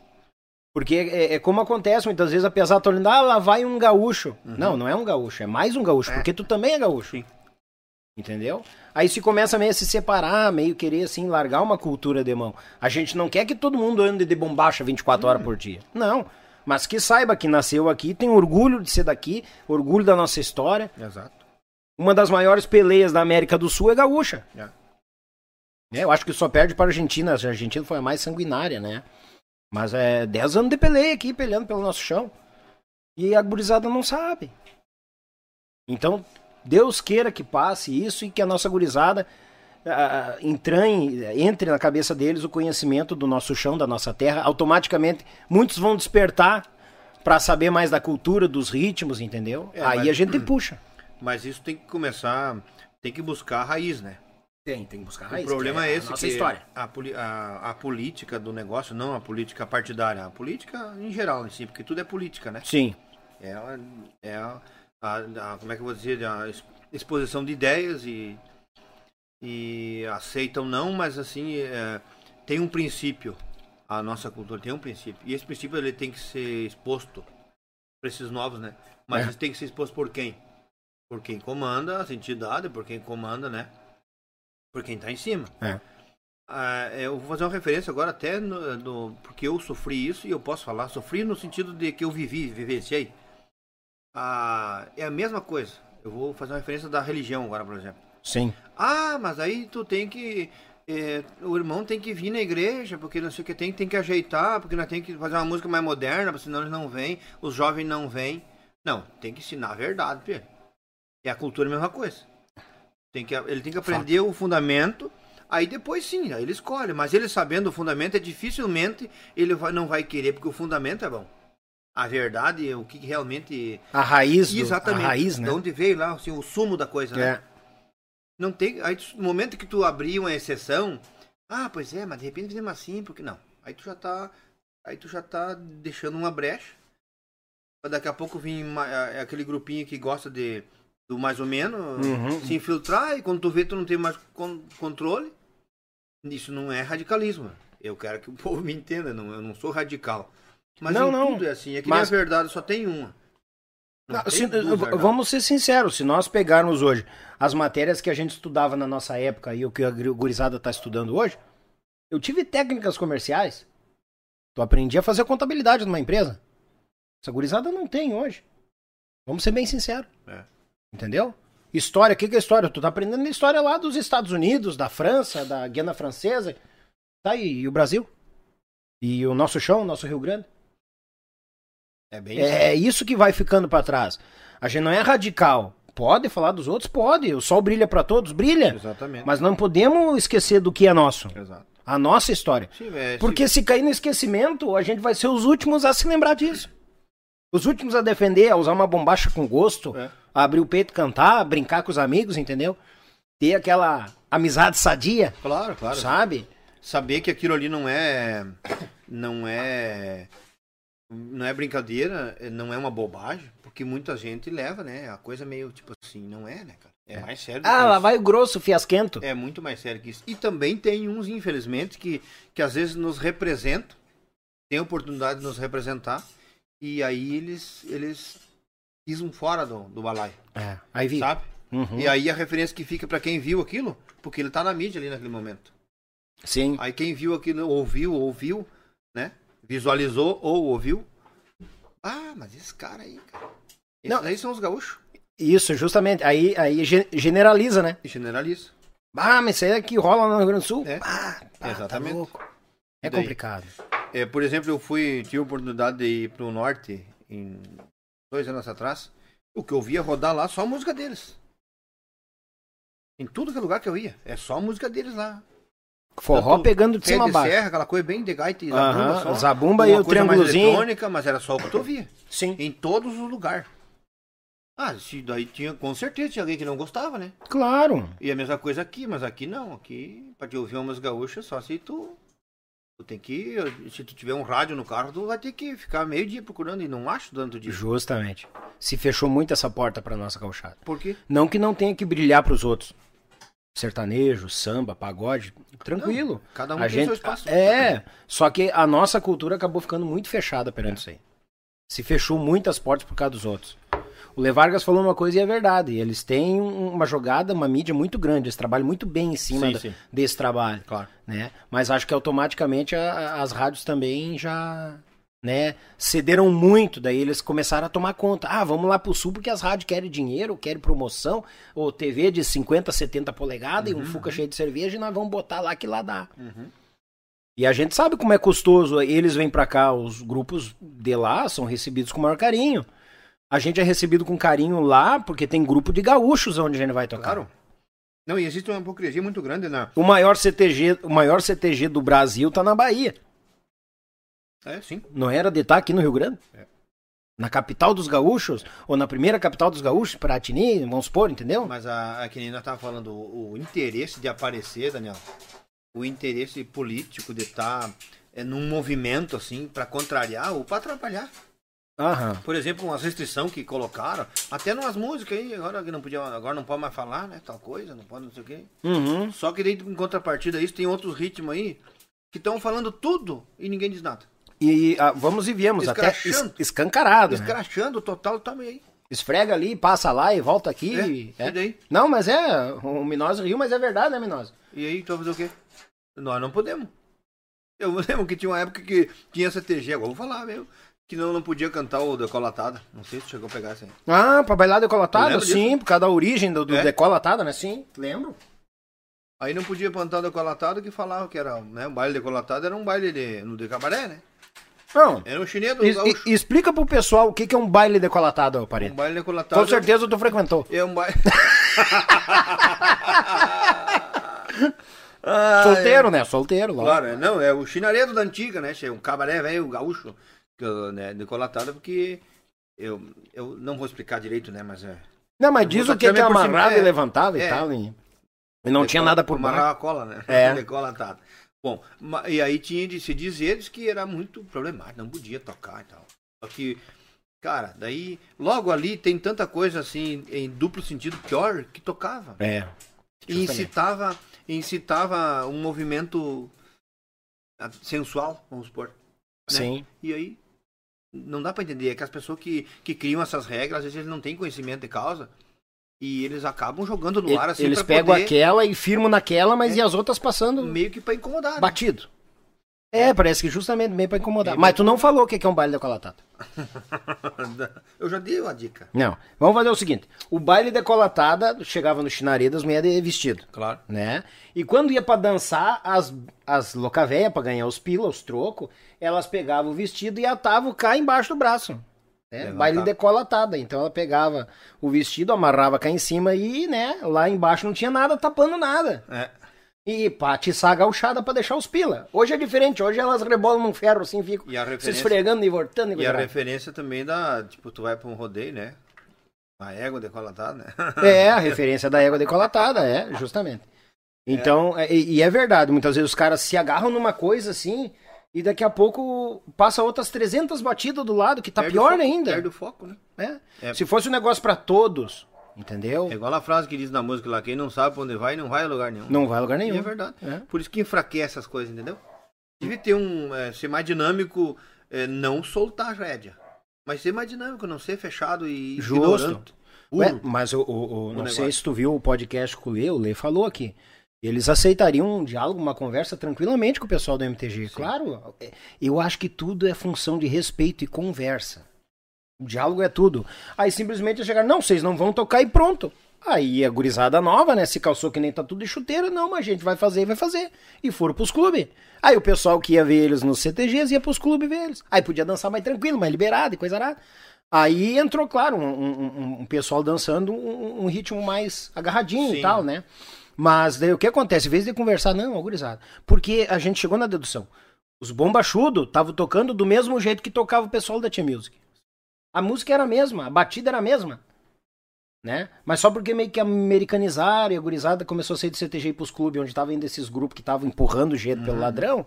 Porque é, é como acontece muitas vezes, apesar de olhando, ah, lá vai um gaúcho. Não, não é um gaúcho, é mais um gaúcho, Uhum. É. porque tu também é gaúcho. Sim. Entendeu? Aí se começa meio a se separar, meio querer assim, largar uma cultura de mão. A gente não quer que todo mundo ande de bombacha 24 Hum. horas por dia. Não. Mas que saiba que nasceu aqui, tem orgulho de ser daqui, orgulho da nossa história. Exato. Uma das maiores peleias da América do Sul é gaúcha. É. É, eu acho que só perde para a Argentina. A Argentina foi a mais sanguinária, né? Mas é 10 anos de peleia aqui, peleando pelo nosso chão. E a gurizada não sabe. Então, Deus queira que passe isso e que a nossa gurizada ah, entranhe, entre na cabeça deles o conhecimento do nosso chão, da nossa terra. Automaticamente, muitos vão despertar para saber mais da cultura, dos ritmos, entendeu? É, Aí mas- a gente puxa. Mas isso tem que começar, tem que buscar a raiz, né? Tem, tem Ah, que buscar o problema é, esse nossa que história. A, poli- a- a política do negócio, não a política partidária, a política em geral, assim, porque tudo é política, né? Sim, É, a- é a, a- a- como é que eu vou dizer, a ex- exposição de ideias e, e aceitam não, mas assim, é, tem um princípio, a nossa cultura tem um princípio, e esse princípio ele tem que ser exposto para esses novos, né? Mas É. isso tem que ser exposto por quem? Por quem comanda as entidades, por quem comanda, né? Por quem tá em cima. É. Ah, eu vou fazer uma referência agora até no, no- porque eu sofri isso e eu posso falar. Sofri no sentido de que eu vivi, vivenciei. Ah, é a mesma coisa. Eu vou fazer uma referência da religião agora, por exemplo. sim. Ah, mas aí tu tem que. eh, o irmão tem que vir na igreja, porque não sei o que tem, tem que ajeitar, porque nós tem que fazer uma música mais moderna, porque senão eles não vêm, os jovens não vêm. Não, tem que ensinar a verdade, Pedro. E a cultura é a mesma coisa. Tem que, ele tem que aprender o fundamento, aí depois sim, aí ele escolhe. Mas ele sabendo o fundamento, é dificilmente ele vai- não vai querer, porque o fundamento é bom. A verdade, o que realmente. A raiz, do, Exatamente. a raiz, né? De onde veio lá assim, o sumo da coisa, É. né? Não tem. Aí tu- no momento que tu abrir uma exceção, ah, pois é, mas de repente fizemos assim, porque não. Aí tu já tá. Aí tu já tá deixando uma brecha. Pra daqui a pouco vir ma- a- aquele grupinho que gosta de do mais ou menos Uhum. se infiltrar e quando tu vê tu não tem mais con- controle. Isso não é radicalismo. Eu quero que o povo me entenda, não, eu não sou radical. Mas Não, em não. tudo é assim, é que Mas- nem a verdade só tem uma. Não Ah, tem se- duas v- verdades. vamos ser sinceros, se nós pegarmos hoje as matérias que a gente estudava na nossa época e o que a gri- gurizada está estudando hoje, eu tive técnicas comerciais. Tu aprendi a fazer contabilidade numa empresa. Essa gurizada não tem hoje. Vamos ser bem sinceros. É. Entendeu? História, o que, que é história? Tu tá aprendendo a história lá dos Estados Unidos, da França, da Guiana Francesa. Tá aí, e o Brasil? E o nosso chão, o nosso Rio Grande? É bem isso. É isso que vai ficando pra trás. A gente não é radical. Pode falar dos outros? Pode. O sol brilha pra todos? é. Brilha. Exatamente. Mas não podemos esquecer do que é nosso. Exato. A nossa história. Sim, é, Porque se cair no esquecimento, a gente vai ser os últimos a se lembrar disso. Os últimos a defender, a usar uma bombacha com gosto, É. a abrir o peito, cantar, brincar com os amigos, entendeu? Ter aquela amizade sadia, Claro, claro. sabe? saber que aquilo ali não é não é não é brincadeira, não é uma bobagem, porque muita gente leva, né? A coisa meio tipo assim, não é, né, cara? É, mais sério. do que Ah, isso. lá vai o grosso, fiasquento. É muito mais sério que isso. E também tem uns, infelizmente, que, que às vezes nos representam, tem a oportunidade de nos representar, e aí eles eles pisam fora do, do balai, É, Aí vi. sabe? Uhum. E aí a referência que fica pra quem viu aquilo, porque ele tá na mídia ali naquele momento. Sim. Aí quem viu aquilo, ouviu, ouviu, né? Visualizou ou ouviu. Ah, mas esse cara aí, cara. Esses Não. aí são os gaúchos. Isso, justamente. Aí, aí ge- generaliza, né? E generaliza. Ah, mas isso aí é que rola no Rio Grande do Sul. É. Ah, tá, Exatamente. tá louco. É E daí? complicado. É, por exemplo, eu fui, tive a oportunidade de ir pro norte em dois anos atrás. O que eu via rodar lá só a música deles. Em tudo que é lugar que eu ia. É só a música deles lá. Forró Tanto pegando de Pé cima a de baixo. serra, aquela coisa bem de gaita e Aham, zabumba só. zabumba Uma e o coisa mais triângulozinho. eletrônica, mas era só o que eu via. Sim. Em todos os lugares. Ah, se daí tinha, com certeza tinha alguém que não gostava, né? Claro. E a mesma coisa aqui, mas aqui não. Aqui, pra te ouvir umas gaúchas, só se tu. Tu tem que. Se tu tiver um rádio no carro, tu vai ter que ficar meio dia procurando e não acho durante o dia. Justamente. Se fechou muito essa porta pra nossa gauchada. Por quê? Não que não tenha que brilhar pros outros. Sertanejo, samba, pagode, tranquilo. Não, cada um a tem gente, seu espaço. É, só que a nossa cultura acabou ficando muito fechada É. perante isso aí. Se fechou muitas portas por causa dos outros. O Levargas falou uma coisa e é verdade. Eles têm um- uma jogada, uma mídia muito grande. Eles trabalham muito bem em cima Sim, da- sim. desse trabalho. Claro. né? Mas acho que automaticamente a- a- as rádios também já né, cederam muito, daí eles começaram a tomar conta. Ah, vamos lá pro sul porque as rádios querem dinheiro, querem promoção, ou TV de 50, 70 polegadas e um fuca cheio de cerveja e nós vamos botar lá que lá dá. Uhum. E a gente sabe como é custoso, eles vêm pra cá, os grupos de lá são recebidos com o maior carinho. A gente é recebido com carinho lá porque tem grupo de gaúchos onde a gente vai tocar. Claro. Não, e existe uma hipocrisia muito grande na. O maior CTG, o maior CTG do Brasil tá na Bahia. É, sim. Não era de estar aqui no Rio Grande? É. Na capital dos gaúchos, ou na primeira capital dos gaúchos, Piratini, vamos supor, entendeu? Mas a, a que nem nós tava falando, o, o interesse de aparecer, Daniel, o interesse político de estar é, num movimento assim para contrariar ou para atrapalhar. Aham. Por exemplo, umas restrição que colocaram, até numas músicas aí, agora que não podia, agora não pode mais falar, né, tal coisa, não pode não sei o quê. Uhum. Só que daí, em contrapartida a isso tem outros ritmos aí que estão falando tudo e ninguém diz nada. E ah, vamos e viemos, até Escrachando. es- escancarado. né? Escrachando o total também aí. Esfrega ali, passa lá e volta aqui. É, é. e daí? Não, mas é, o Minoso riu, mas é verdade, né, Minoso? E aí, tu vai fazer o quê? Nós não podemos. Eu lembro que tinha uma época que tinha CTG, agora eu vou falar mesmo, que não, não podia cantar o Decolatada. Não sei se chegou a pegar essa aí. Ah, pra bailar Eu decolatada? lembro Sim, por causa da origem do, do É. decolatada, né? Sim, lembro. Aí não podia cantar o Decolatado que falava que era, né, um baile Decolatado era um baile de, no de cabaré, né? Não, Era um chinês do e- gaúcho. e- explica pro pessoal o que, que é um baile decolatado, Um Pareto. baile decolatado. Com certeza tu frequentou. É um baile. Solteiro, né? Solteiro, lógico. Ah, Claro, é, não, é o chinaredo da antiga, né? che? Um cabaré velho gaúcho, que, né, decolatado, porque eu, eu não vou explicar direito, né? Mas é. Não, mas Eu diz vou o que, dar que também por cima. amarrava e É, levantava e é. tal. E, e não tinha nada por baixo. Amarrar a cola, né? É. Decolatado. Bom, ma- e aí tinha de se dizer diz que era muito problemático, não podia tocar e tal. Só que, cara, daí logo ali tem tanta coisa assim, em duplo sentido, pior que tocava. É. E Justamente. incitava, incitava um movimento ah, sensual, vamos supor. né? Sim. E aí, não dá pra entender. É que as pessoas que, que criam essas regras, às vezes eles não têm conhecimento de causa. E eles acabam jogando no ar assim Eles pra pegam poder, aquela e firmam naquela, mas É. e as outras passando meio que pra incomodar. né? batido. É, parece que justamente meio pra incomodar. É, mas tu não falou o que que é um baile decolatado. né? Eu já dei uma dica. Não. Vamos fazer o seguinte: o baile decolatada chegava no chinaredo, as mulheres de vestido. Claro. né? E quando ia pra dançar, as, as locavéias, pra ganhar os pila, os trocos, elas pegavam o vestido e atavam cá embaixo do braço. né? Levantava. Baile decolatada. Então ela pegava o vestido, amarrava cá em cima e, né, lá embaixo não tinha nada, tapando nada. É. E pra atiçar a gauchada pra deixar os pila. Hoje é diferente, hoje elas rebolam num ferro assim, ficam E a se referência, esfregando e voltando. e a coisa referência também da. Tipo, tu vai pra um rodeio, né? A égua decolatada, né? É, a referência da égua decolatada, é, justamente. Então, é- e, e é verdade, muitas vezes os caras se agarram numa coisa assim e daqui a pouco passa outras 300 batidas do lado, que tá Perde o pior foco, ainda. Perde o foco, né? né? É. Se fosse um negócio pra todos, entendeu? É igual a frase que diz na música lá, quem não sabe pra onde vai, não vai a lugar nenhum. Não vai a lugar nenhum. E é verdade. É. Por isso que enfraquece as coisas, entendeu? Devia ter um. é, ser mais dinâmico, é, não soltar a rédea. Mas ser mais dinâmico, não ser fechado e Justo. Uh, ignorante. Ué, Puro. mas o, o- o- não sei negócio. se tu viu o podcast com o Lê, o Lê falou aqui. Eles aceitariam um diálogo, uma conversa tranquilamente com o pessoal do MTG. Claro, é, eu acho que tudo é função de respeito e conversa. O diálogo é tudo. Aí simplesmente chegar, não, vocês não vão tocar e pronto. Aí a gurizada nova, né, se calçou que nem tá tudo de chuteira, não, mas a gente vai fazer e vai fazer. E foram pros clubes. Aí o pessoal que ia ver eles nos CTGs ia pros clubes ver eles. Aí podia dançar mais tranquilo, mais liberado e coisa arada. Aí entrou, claro, um, um- um- um pessoal dançando um, um ritmo mais agarradinho e Sim. tal, né? Mas daí o que acontece? Em vez de conversar, não, ó, gurizada. Porque a gente chegou na dedução. Os bombachudo estavam tocando do mesmo jeito que tocava o pessoal da Tia Music. A música era a mesma, a batida era a mesma. Né? Mas só porque meio que americanizaram e a gurizada começou a sair do CTG e ir pros clubes, onde tava indo esses grupos que estavam empurrando o jeito pelo ladrão.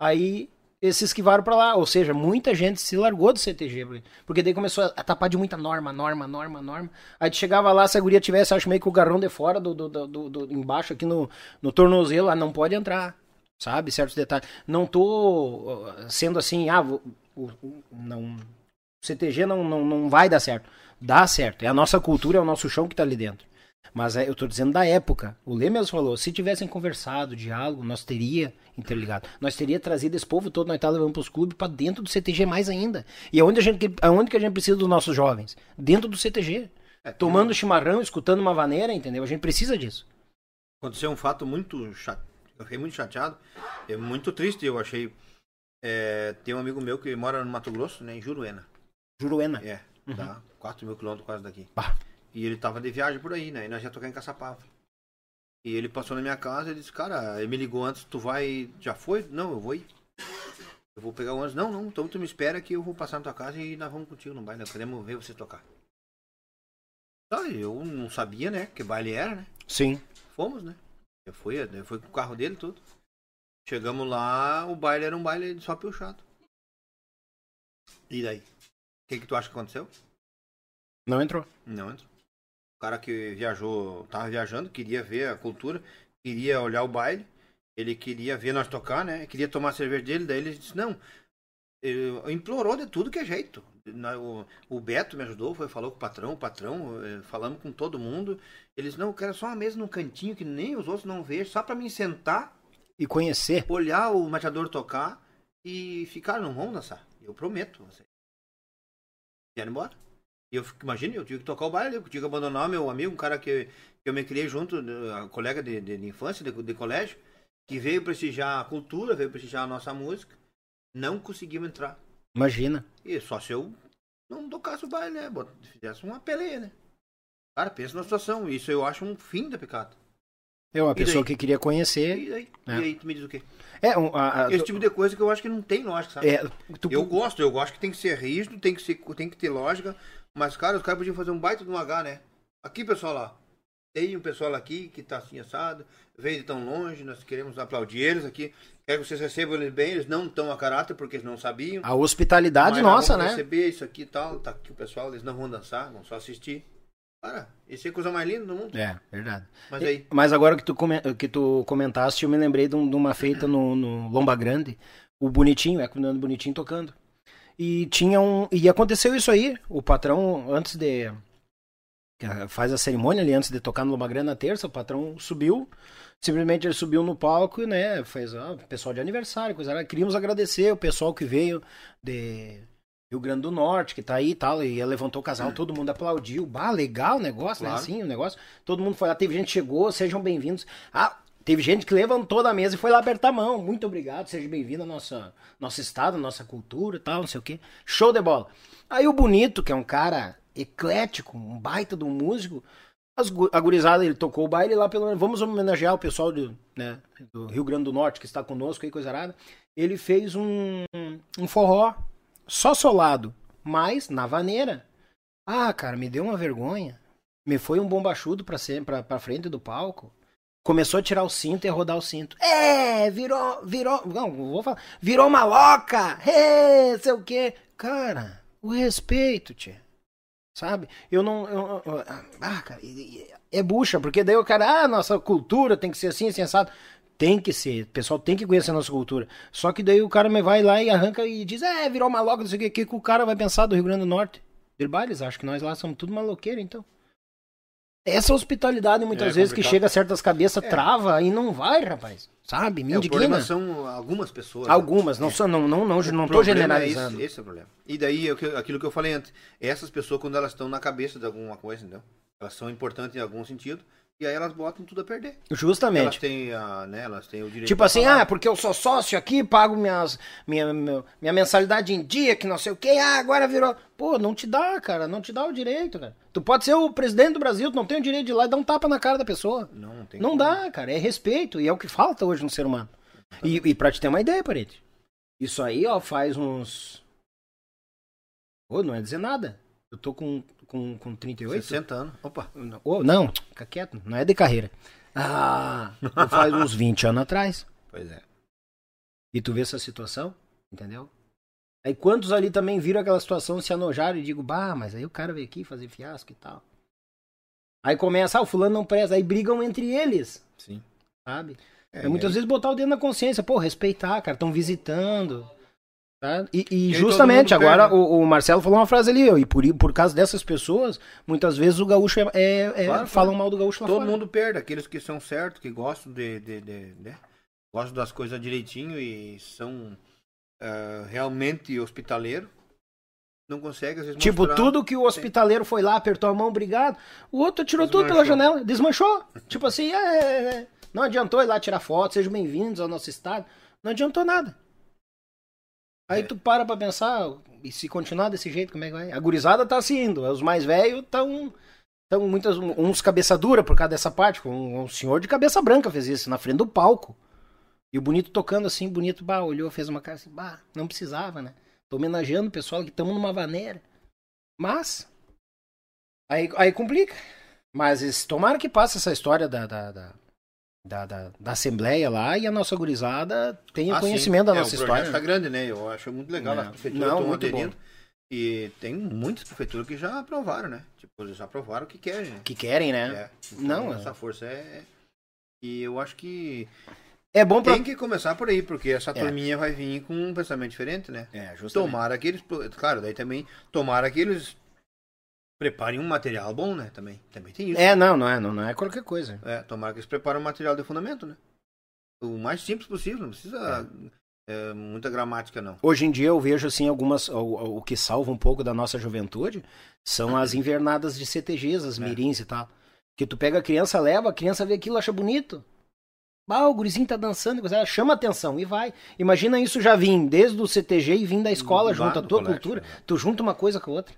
Aí esses esquivaram pra lá. Ou seja, muita gente se largou do CTG. porque- Porque daí começou a tapar de muita norma, norma, norma, norma. Aí tu chegava lá, se a guria tivesse, acho meio que o garrão de fora, do, do, do, do- do- embaixo aqui no, no tornozelo, ah, não pode entrar. Sabe? Certos detalhes. Não tô ó, sendo assim, ah, vou- o- o- não. O CTG não, não, não vai dar certo. Dá certo. É a nossa cultura, é o nosso chão que tá ali dentro. Mas é, eu tô dizendo da época. O Lê mesmo falou, se tivessem conversado, diálogo, nós teria interligado. Nós teria trazido esse povo todo, nós tá levando pros clubes pra dentro do CTG mais ainda. E aonde a gente, aonde que a gente precisa dos nossos jovens? Dentro do CTG. É, Tomando chimarrão, escutando uma vaneira, entendeu? A gente precisa disso. Aconteceu um fato muito chato. Eu fiquei muito chateado. É muito triste, eu achei. É, tem um amigo meu que mora no Mato Grosso, né, em Juruena. Juruena. É, tá 4 mil quilômetros quase daqui. Bah. E ele tava de viagem por aí, né? E nós já tocar em Caçapava. E ele passou na minha casa e disse, cara, ele me ligou antes, tu vai. Já foi? Não, eu vou ir. Eu vou pegar o ônibus. Não, não, então tu me espera que eu vou passar na tua casa e nós vamos contigo no baile. Nós queremos ver você tocar. Tá, eu não sabia, né? Que baile era, né? Sim. Fomos, né? Eu fui, eu fui com o carro dele e tudo. Chegamos lá, o baile era um baile só piochado. E daí? O que, que tu acha que aconteceu? Não entrou. Não entrou. O cara que viajou, tava viajando, queria ver a cultura, queria olhar o baile, ele queria ver nós tocar, né? Queria tomar a cerveja dele, daí ele disse, não, eu- implorou de tudo que é jeito. Na- O, o Beto me ajudou, foi, falou com o patrão, o patrão, eh, falamos com todo mundo. Eles, não, eu quero só uma mesa num cantinho que nem os outros não vejam, só pra mim sentar, E conhecer. olhar o mateador tocar e ficar, não vão dançar. Eu prometo. Você. Vieram embora. E eu fico- imagina, eu tive que tocar o baile, eu tive que abandonar meu amigo, um cara que, que eu me criei junto, né, colega de, de- de infância, de, de colégio, que veio prestigiar a cultura, veio prestigiar a nossa música. Não conseguimos entrar. Imagina. E só se eu não tocasse o baile, né? bota- Fizesse uma peleia, né? Cara, pensa na situação. Isso eu acho um fim da picada. Eu, a daí? É pessoa que queria conhecer. E aí? É. E aí tu me diz o quê? É, um, a, a, Esse tipo de coisa que eu acho que não tem lógica, sabe? é, tu- Eu gosto, eu gosto que tem que ser rígido, tem que, ser, tem que ter lógica. Mas, cara, os caras podiam fazer um baita de um H, né? Aqui, pessoal, lá. Tem um pessoal aqui que tá assim assado, veio de tão longe, nós queremos aplaudir eles aqui. Quero que vocês recebam eles bem, eles não estão a caráter porque eles não sabiam. a hospitalidade Mas nós nossa, vamos né? receber isso aqui e tal, tá aqui o pessoal, eles não vão dançar, vão só assistir. Cara, isso é a coisa mais linda do mundo. É, verdade. Mas aí, Mas agora que tu, come- que tu comentaste, eu me lembrei de, um- de uma feita no, no Lomba Grande, o Bonitinho, é com o Nando Bonitinho tocando. E tinha um. E aconteceu isso aí. O patrão, antes de. que a- Faz a cerimônia ali antes de tocar no Lomba Grande na terça, o patrão subiu. Simplesmente ele subiu no palco e, né, fez ó, pessoal de aniversário, coisa. lá. Queríamos agradecer o pessoal que veio de Rio Grande do Norte, que tá aí e tal. E levantou o casal, todo mundo aplaudiu. Bah, legal o negócio, né? Claro. Assim, o negócio. Todo mundo foi lá, teve gente que chegou, sejam bem-vindos. Ah, teve gente que levantou da mesa e foi lá apertar a mão. Muito obrigado, seja bem-vindo ao nosso, nosso estado, à nossa cultura e tal, não sei o quê. Show de bola. Aí o Bonito, que é um cara eclético, um baita de um músico, as, gu- a gurizada, ele tocou o baile lá, pelo menos, vamos homenagear o pessoal do, né, do Rio Grande do Norte que está conosco aí, coisa arada. Ele fez um, um forró só solado, mas na vaneira. Ah, cara, me deu uma vergonha. Me foi um bombachudo pra, ser, pra, pra frente do palco. Começou a tirar o cinto e a rodar o cinto. É, virou, virou, não, não vou falar, virou uma loca, é, sei o quê. Cara, o respeito, tia. Sabe? Eu não. eu- eu- ah, cara, e- e- é bucha, porque daí o cara, ah, nossa cultura tem que ser assim, sensato. Tem que ser, o pessoal tem que conhecer a nossa cultura. Só que daí o cara me vai lá e arranca e diz, é, virou uma loca, não sei o quê. O que, que o cara vai pensar do Rio Grande do Norte? Derbales, acho que nós lá somos tudo maloqueiro, então. Essa hospitalidade, muitas É vezes, que complicado. chega a certas cabeças, É. trava e não vai, rapaz. Sabe? Me É, o problema indigna. são algumas pessoas. né? né? Algumas, não, sou, não, não, não, O não tô problema é generalizando. Esse, esse é o problema. E daí é o que- aquilo que eu falei antes. Essas pessoas, quando elas estão na cabeça de alguma coisa, entendeu? Elas são importantes em algum sentido. E aí elas botam tudo a perder. Elas Justamente. têm, a, né, elas têm o direito. Tipo pra assim, falar. ah, porque eu sou sócio aqui, pago minhas, minha, meu- minha mensalidade em dia, que não sei o quê, ah, agora virou. Pô, não te dá, cara, não te dá o direito, cara. Tu pode ser o presidente do Brasil, tu não tem o direito de ir lá e dar um tapa na cara da pessoa. Não, não tem Não como. dá, cara, é respeito, e é o que falta hoje no ser humano. E, e pra te ter uma ideia, parede, isso aí, ó, faz uns. Ô, não é dizer nada. Eu tô com, com, com 38? 60 anos. Opa. Não, ô, não, fica quieto, não é de carreira. Ah, faz uns 20 anos atrás. Pois é. E tu vê essa situação, entendeu? Aí quantos ali também viram aquela situação, se anojaram e digo, bah, mas aí o cara veio aqui fazer fiasco e tal. Aí começa, ah, o fulano não presta, aí brigam entre eles, Sim. sabe? É, É, muitas vezes botar o dedo na consciência, pô, respeitar, cara, estão visitando. tá? E, e E aí justamente todo mundo agora perde. o, o Marcelo falou uma frase ali, ó, e por, i- por causa dessas pessoas, muitas vezes o gaúcho é, é- é- Claro, falam claro. mal do gaúcho lá Todo fora. mundo perde, aqueles que são certos, que gostam de, de, de- né? gostam das coisas direitinho e são ah, realmente hospitaleiro, não consegue às vezes Tipo, mostrar- tudo que o hospitaleiro foi lá, apertou a mão, obrigado. O outro tirou tudo pela Desmanchou. janela, desmanchou. Tipo assim, é, é, é. não adiantou ir lá tirar foto, sejam bem-vindos ao nosso estado. Não adiantou nada. Aí É. tu para pra pensar, e se continuar desse jeito, como é que vai? A gurizada tá se indo, os mais velhos estão. Então, muitas, uns cabeça dura por causa dessa parte. Um, um senhor de cabeça branca fez isso, na frente do palco. E o bonito tocando assim, bonito, bah, olhou, fez uma cara assim, bah, não precisava, né? Tô homenageando o pessoal que estamos numa vaneira. Mas. Aí, aí complica. Mas es- tomara que passe essa história da, da, da, da, da- da Assembleia lá e a nossa gurizada tenha Ah, sim. conhecimento da É, nossa o projeto história. tá grande, né? Eu acho muito legal Não. as prefeituras Não, estão muito aderindo. E tem muitas prefeituras que já aprovaram, né? Tipo, eles já aprovaram o que querem. né? Que querem, né? É. Não, é. essa força é. E eu acho que É, bom pra. tem que começar por aí, porque essa É. turminha vai vir com um pensamento diferente, né? É, Tomara que eles. pro- Claro, daí também. Tomara que eles preparem um material bom, né? Também. Também tem isso. É, não, não é, não, não é qualquer coisa. É, tomara que eles preparem um material de fundamento, né? O mais simples possível, não precisa é, muita gramática, não. Hoje em dia eu vejo assim algumas o, o que salva um pouco da nossa juventude são as invernadas de CTGs, as É. mirins e tal. Que tu pega a criança, leva, a criança vê aquilo, acha bonito. Ah, o gurizinho tá dançando, coisa, ela chama atenção e vai. Imagina isso já vim desde o CTG e vim da escola Do junto à lado, tua colégio, cultura. né? Tu junta uma coisa com a outra.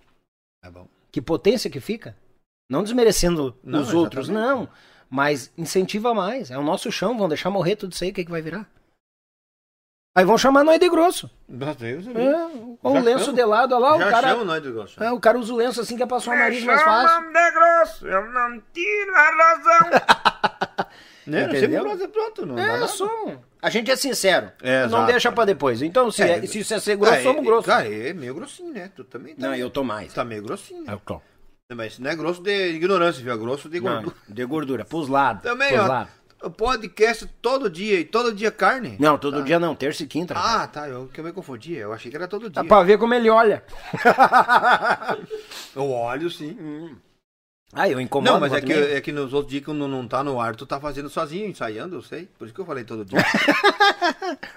Tá bom. Que potência que fica. Não desmerecendo Não, os outros, exatamente. não. Mas incentiva mais. É o nosso chão, vão deixar morrer tudo isso aí, o que, que vai virar? Aí vão chamar nós de grosso. Meu Deus, eu É, com o Já lenço chama. de lado, olha lá, Já o cara. chama nós de grosso. É, o cara usa o lenço assim que é pra passar o nariz mais fácil. de grosso, eu não tiro a razão. né? Não sei Entendeu? como nós é pronto, não dá É, nada. som. A gente é sincero. É, não exato. deixa pra depois. Então, se, É, é, se isso é ser grosso, Ah, somos é- grosso. Cara, é meio grossinho, né? Tu também tá. não, eu tô mais. Tá meio grossinho, né? Eu tô. Mas não é grosso de ignorância, viu? É grosso de Não, gordura. de gordura, pros lados. Também, pros ó. lados. O podcast todo dia e todo dia carne. Não, todo Tá. dia não, terça e quinta. rapaz. Ah, tá. Eu que eu me confundi. Eu achei que era todo Dá dia. pra ver como ele olha. Eu olho sim. Ah, eu incomodo. Não, mas é volta e que, meia. é que nos outros dias que não, não tá no ar, tu tá fazendo sozinho, ensaiando, eu sei. Por isso que eu falei todo dia.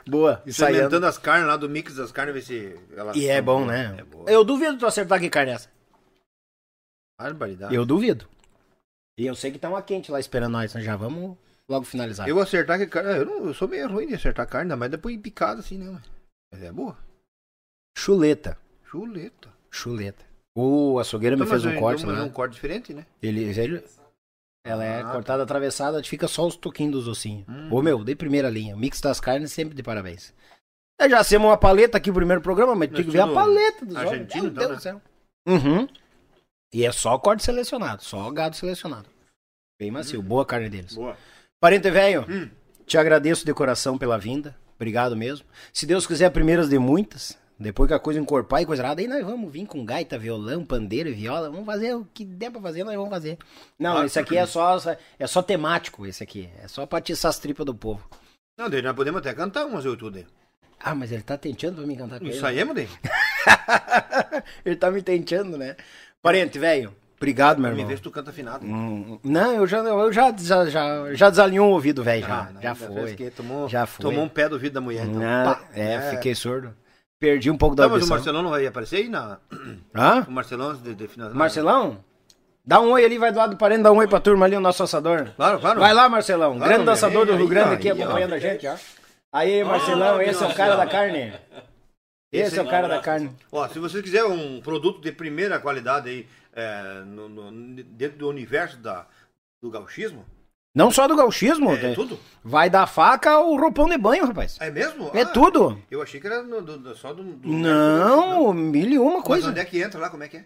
Boa, ensaiando. Experimentando as carnes lá do mix das carnes, ver se elas. E é são bom, boas. né? É boa. Eu duvido tu acertar que carne é essa. Barbaridade. Eu duvido. E eu sei que tá uma quente lá esperando nós, né? Já vamos logo finalizar. Eu acertar que carne. Eu, não, eu sou meio ruim de acertar carne, ainda mais depois picada assim, né? Mas, mas é boa. Chuleta. Chuleta. Chuleta. O açougueiro me Então, fez mas um eu- corte, então, mas é né? um corte diferente, né? Ele, ele- ela é Ah, cortada, atravessada, fica só os toquinhos dos ossinhos. Hum. Ô meu, dei primeira linha. Mix das carnes sempre de parabéns. É, já semos uma paleta aqui o primeiro programa, mas No tem que ver a estilo paleta dos olhos. argentino, Meu então, Deus né? do céu. Uhum. E é só corte selecionado, só gado selecionado. Bem macio, boa a carne deles. Boa. Parente velho, Hum. te agradeço de coração pela vinda. Obrigado mesmo. Se Deus quiser, primeiras de muitas. Depois que a coisa encorpar e coisa errada, aí nós vamos vir com gaita, violão, pandeiro, e viola. Vamos fazer o que der pra fazer, nós vamos fazer. Não, Ah, esse aqui é só, é só temático, esse aqui. É só pra atiçar as tripas do povo. Não, daí nós podemos até cantar umas eu tudo. aí. Ah, mas ele tá tenteando pra me cantar com ele. Não saímos daí? ele tá me tenteando, né? Parente, velho, obrigado, meu Me irmão. vê se tu canta afinado. Hum, Não, eu já, eu já, já, já, já desalinhou o ouvido, velho. Já, Ah, não, já da vez foi. que tomou, Já foi. Tomou um pé do vidro da mulher. Então, Não, pá. é, fiquei surdo. Perdi um pouco da Não, mas o audição. Marcelão não vai aparecer aí na. Hã? O Marcelão de, de final. Marcelão? Dá um oi ali, vai do lado do parente, dá um oi pra turma ali, o nosso assador. Claro, claro. Vai lá, Marcelão. Claro, grande meu dançador do bem, Rio aí, Grande ó, aqui aí, ó. acompanhando a gente, ó. Aí, Marcelão, esse é o cara da carne. Esse é o um cara da carne. Ó, se você quiser um produto de primeira qualidade aí, é, no- no- dentro do universo da, do gauchismo, Não só do gauchismo. é tem- tudo? Vai da faca ao roupão de banho, rapaz. É mesmo? É Ah, tudo. Eu achei que era no- do- do- só do. do- né? Não, mil e uma Mas coisa. onde é que entra lá? Como é que é?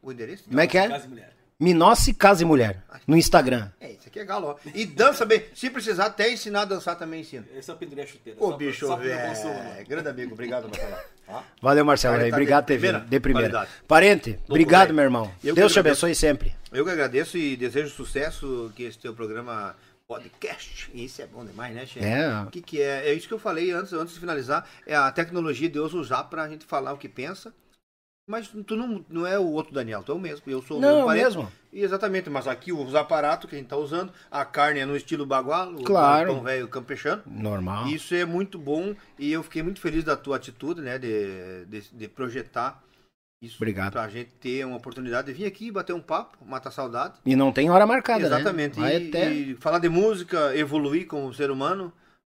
O endereço? Como é que é? Quase mulher. Minossi Casa e Mulher. No Instagram. É, isso aqui é galo, ó. E dança bem. Se precisar, até ensinar a dançar também ensina. Eu É só pendurei a chuteira. Ô, só- bicho, só pra dar um né? bom som, mano. velho. Grande amigo, obrigado, Marcelão. Tá? Valeu, Marcelo. Cara, velho. tá obrigado, de TV. primeira De primeira. qualidade. Parente, obrigado, velho. meu irmão. Eu que Deus te agradeço. abençoe sempre. Eu que agradeço e desejo sucesso que esse teu programa podcast. Isso é bom demais, né, Che? É. O que, que é? É isso que eu falei antes, antes de finalizar. É a tecnologia de Deus usar pra gente falar o que pensa. Mas tu não, não é o outro Daniel, tu é o mesmo. Eu sou o Não, é o parente. mesmo. E exatamente, mas aqui os aparatos que a gente tá usando, a carne é no estilo bagual, o Claro. pão velho campechano. Normal. Isso é muito bom e eu fiquei muito feliz da tua atitude, né, de, de, de projetar isso Obrigado. pra gente ter uma oportunidade de vir aqui bater um papo, matar saudade. E não tem hora marcada, Exatamente. né? E, Vai até... e falar de música, evoluir como ser humano,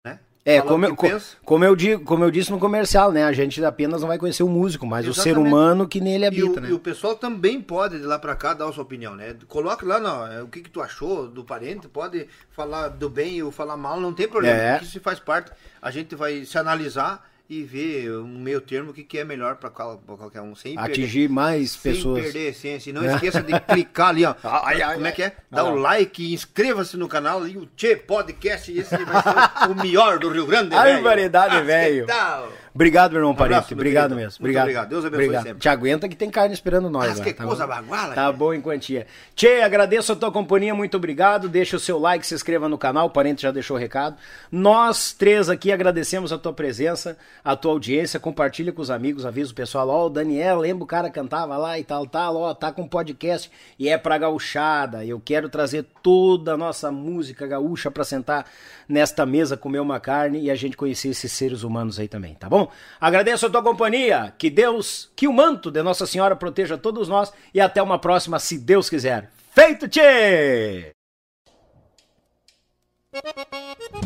né? É, Falar como o eu, que co- pensa. como, eu digo, como eu disse no comercial, né? A gente apenas não vai conhecer o músico, mas o ser Exatamente. humano que nele E habita, o, né? e o pessoal também pode de lá pra cá dar a sua opinião, né? Coloca lá na- o que, que tu achou do parente, pode falar do bem ou falar mal, não tem problema. É. Isso faz parte. A gente vai se analisar e ver um meio termo o que, que é melhor pra qual- pra qualquer um. Sem perder- Atingir mais pessoas. É. Sem perder a essência. E não esqueça de clicar ali, ó. Ai, ai, Como é que é? ai. Dá o like, inscreva-se no canal e o Tchê Podcast. Esse vai ser o melhor do Rio Grande. Ai, velho. variedade, Ah, que velho. tal? Obrigado, meu irmão parente. abraço, meu obrigado querido. mesmo. Muito Obrigado. obrigado. Deus abençoe sempre. Te aguenta que tem carne esperando nós. Mas lá, que tá coisa bom? baguala, Tá cara. bom em quantia. Tchê, agradeço a tua companhia, muito obrigado. Deixa o seu like, se inscreva no canal. O parente já deixou o recado. Nós três aqui agradecemos a tua presença, a tua audiência. Compartilha com os amigos, avisa o pessoal. Ó, o Daniel, lembra o cara cantava lá e tal, tal. Ó, tá com podcast e é pra gauchada. Eu quero trazer toda a nossa música gaúcha pra sentar nesta mesa, comer uma carne e a gente conhecer esses seres humanos aí também, tá bom? Agradeço a tua companhia, que Deus, que o manto de Nossa Senhora proteja todos nós e até uma próxima, se Deus quiser. Feito, tchê! Thank you.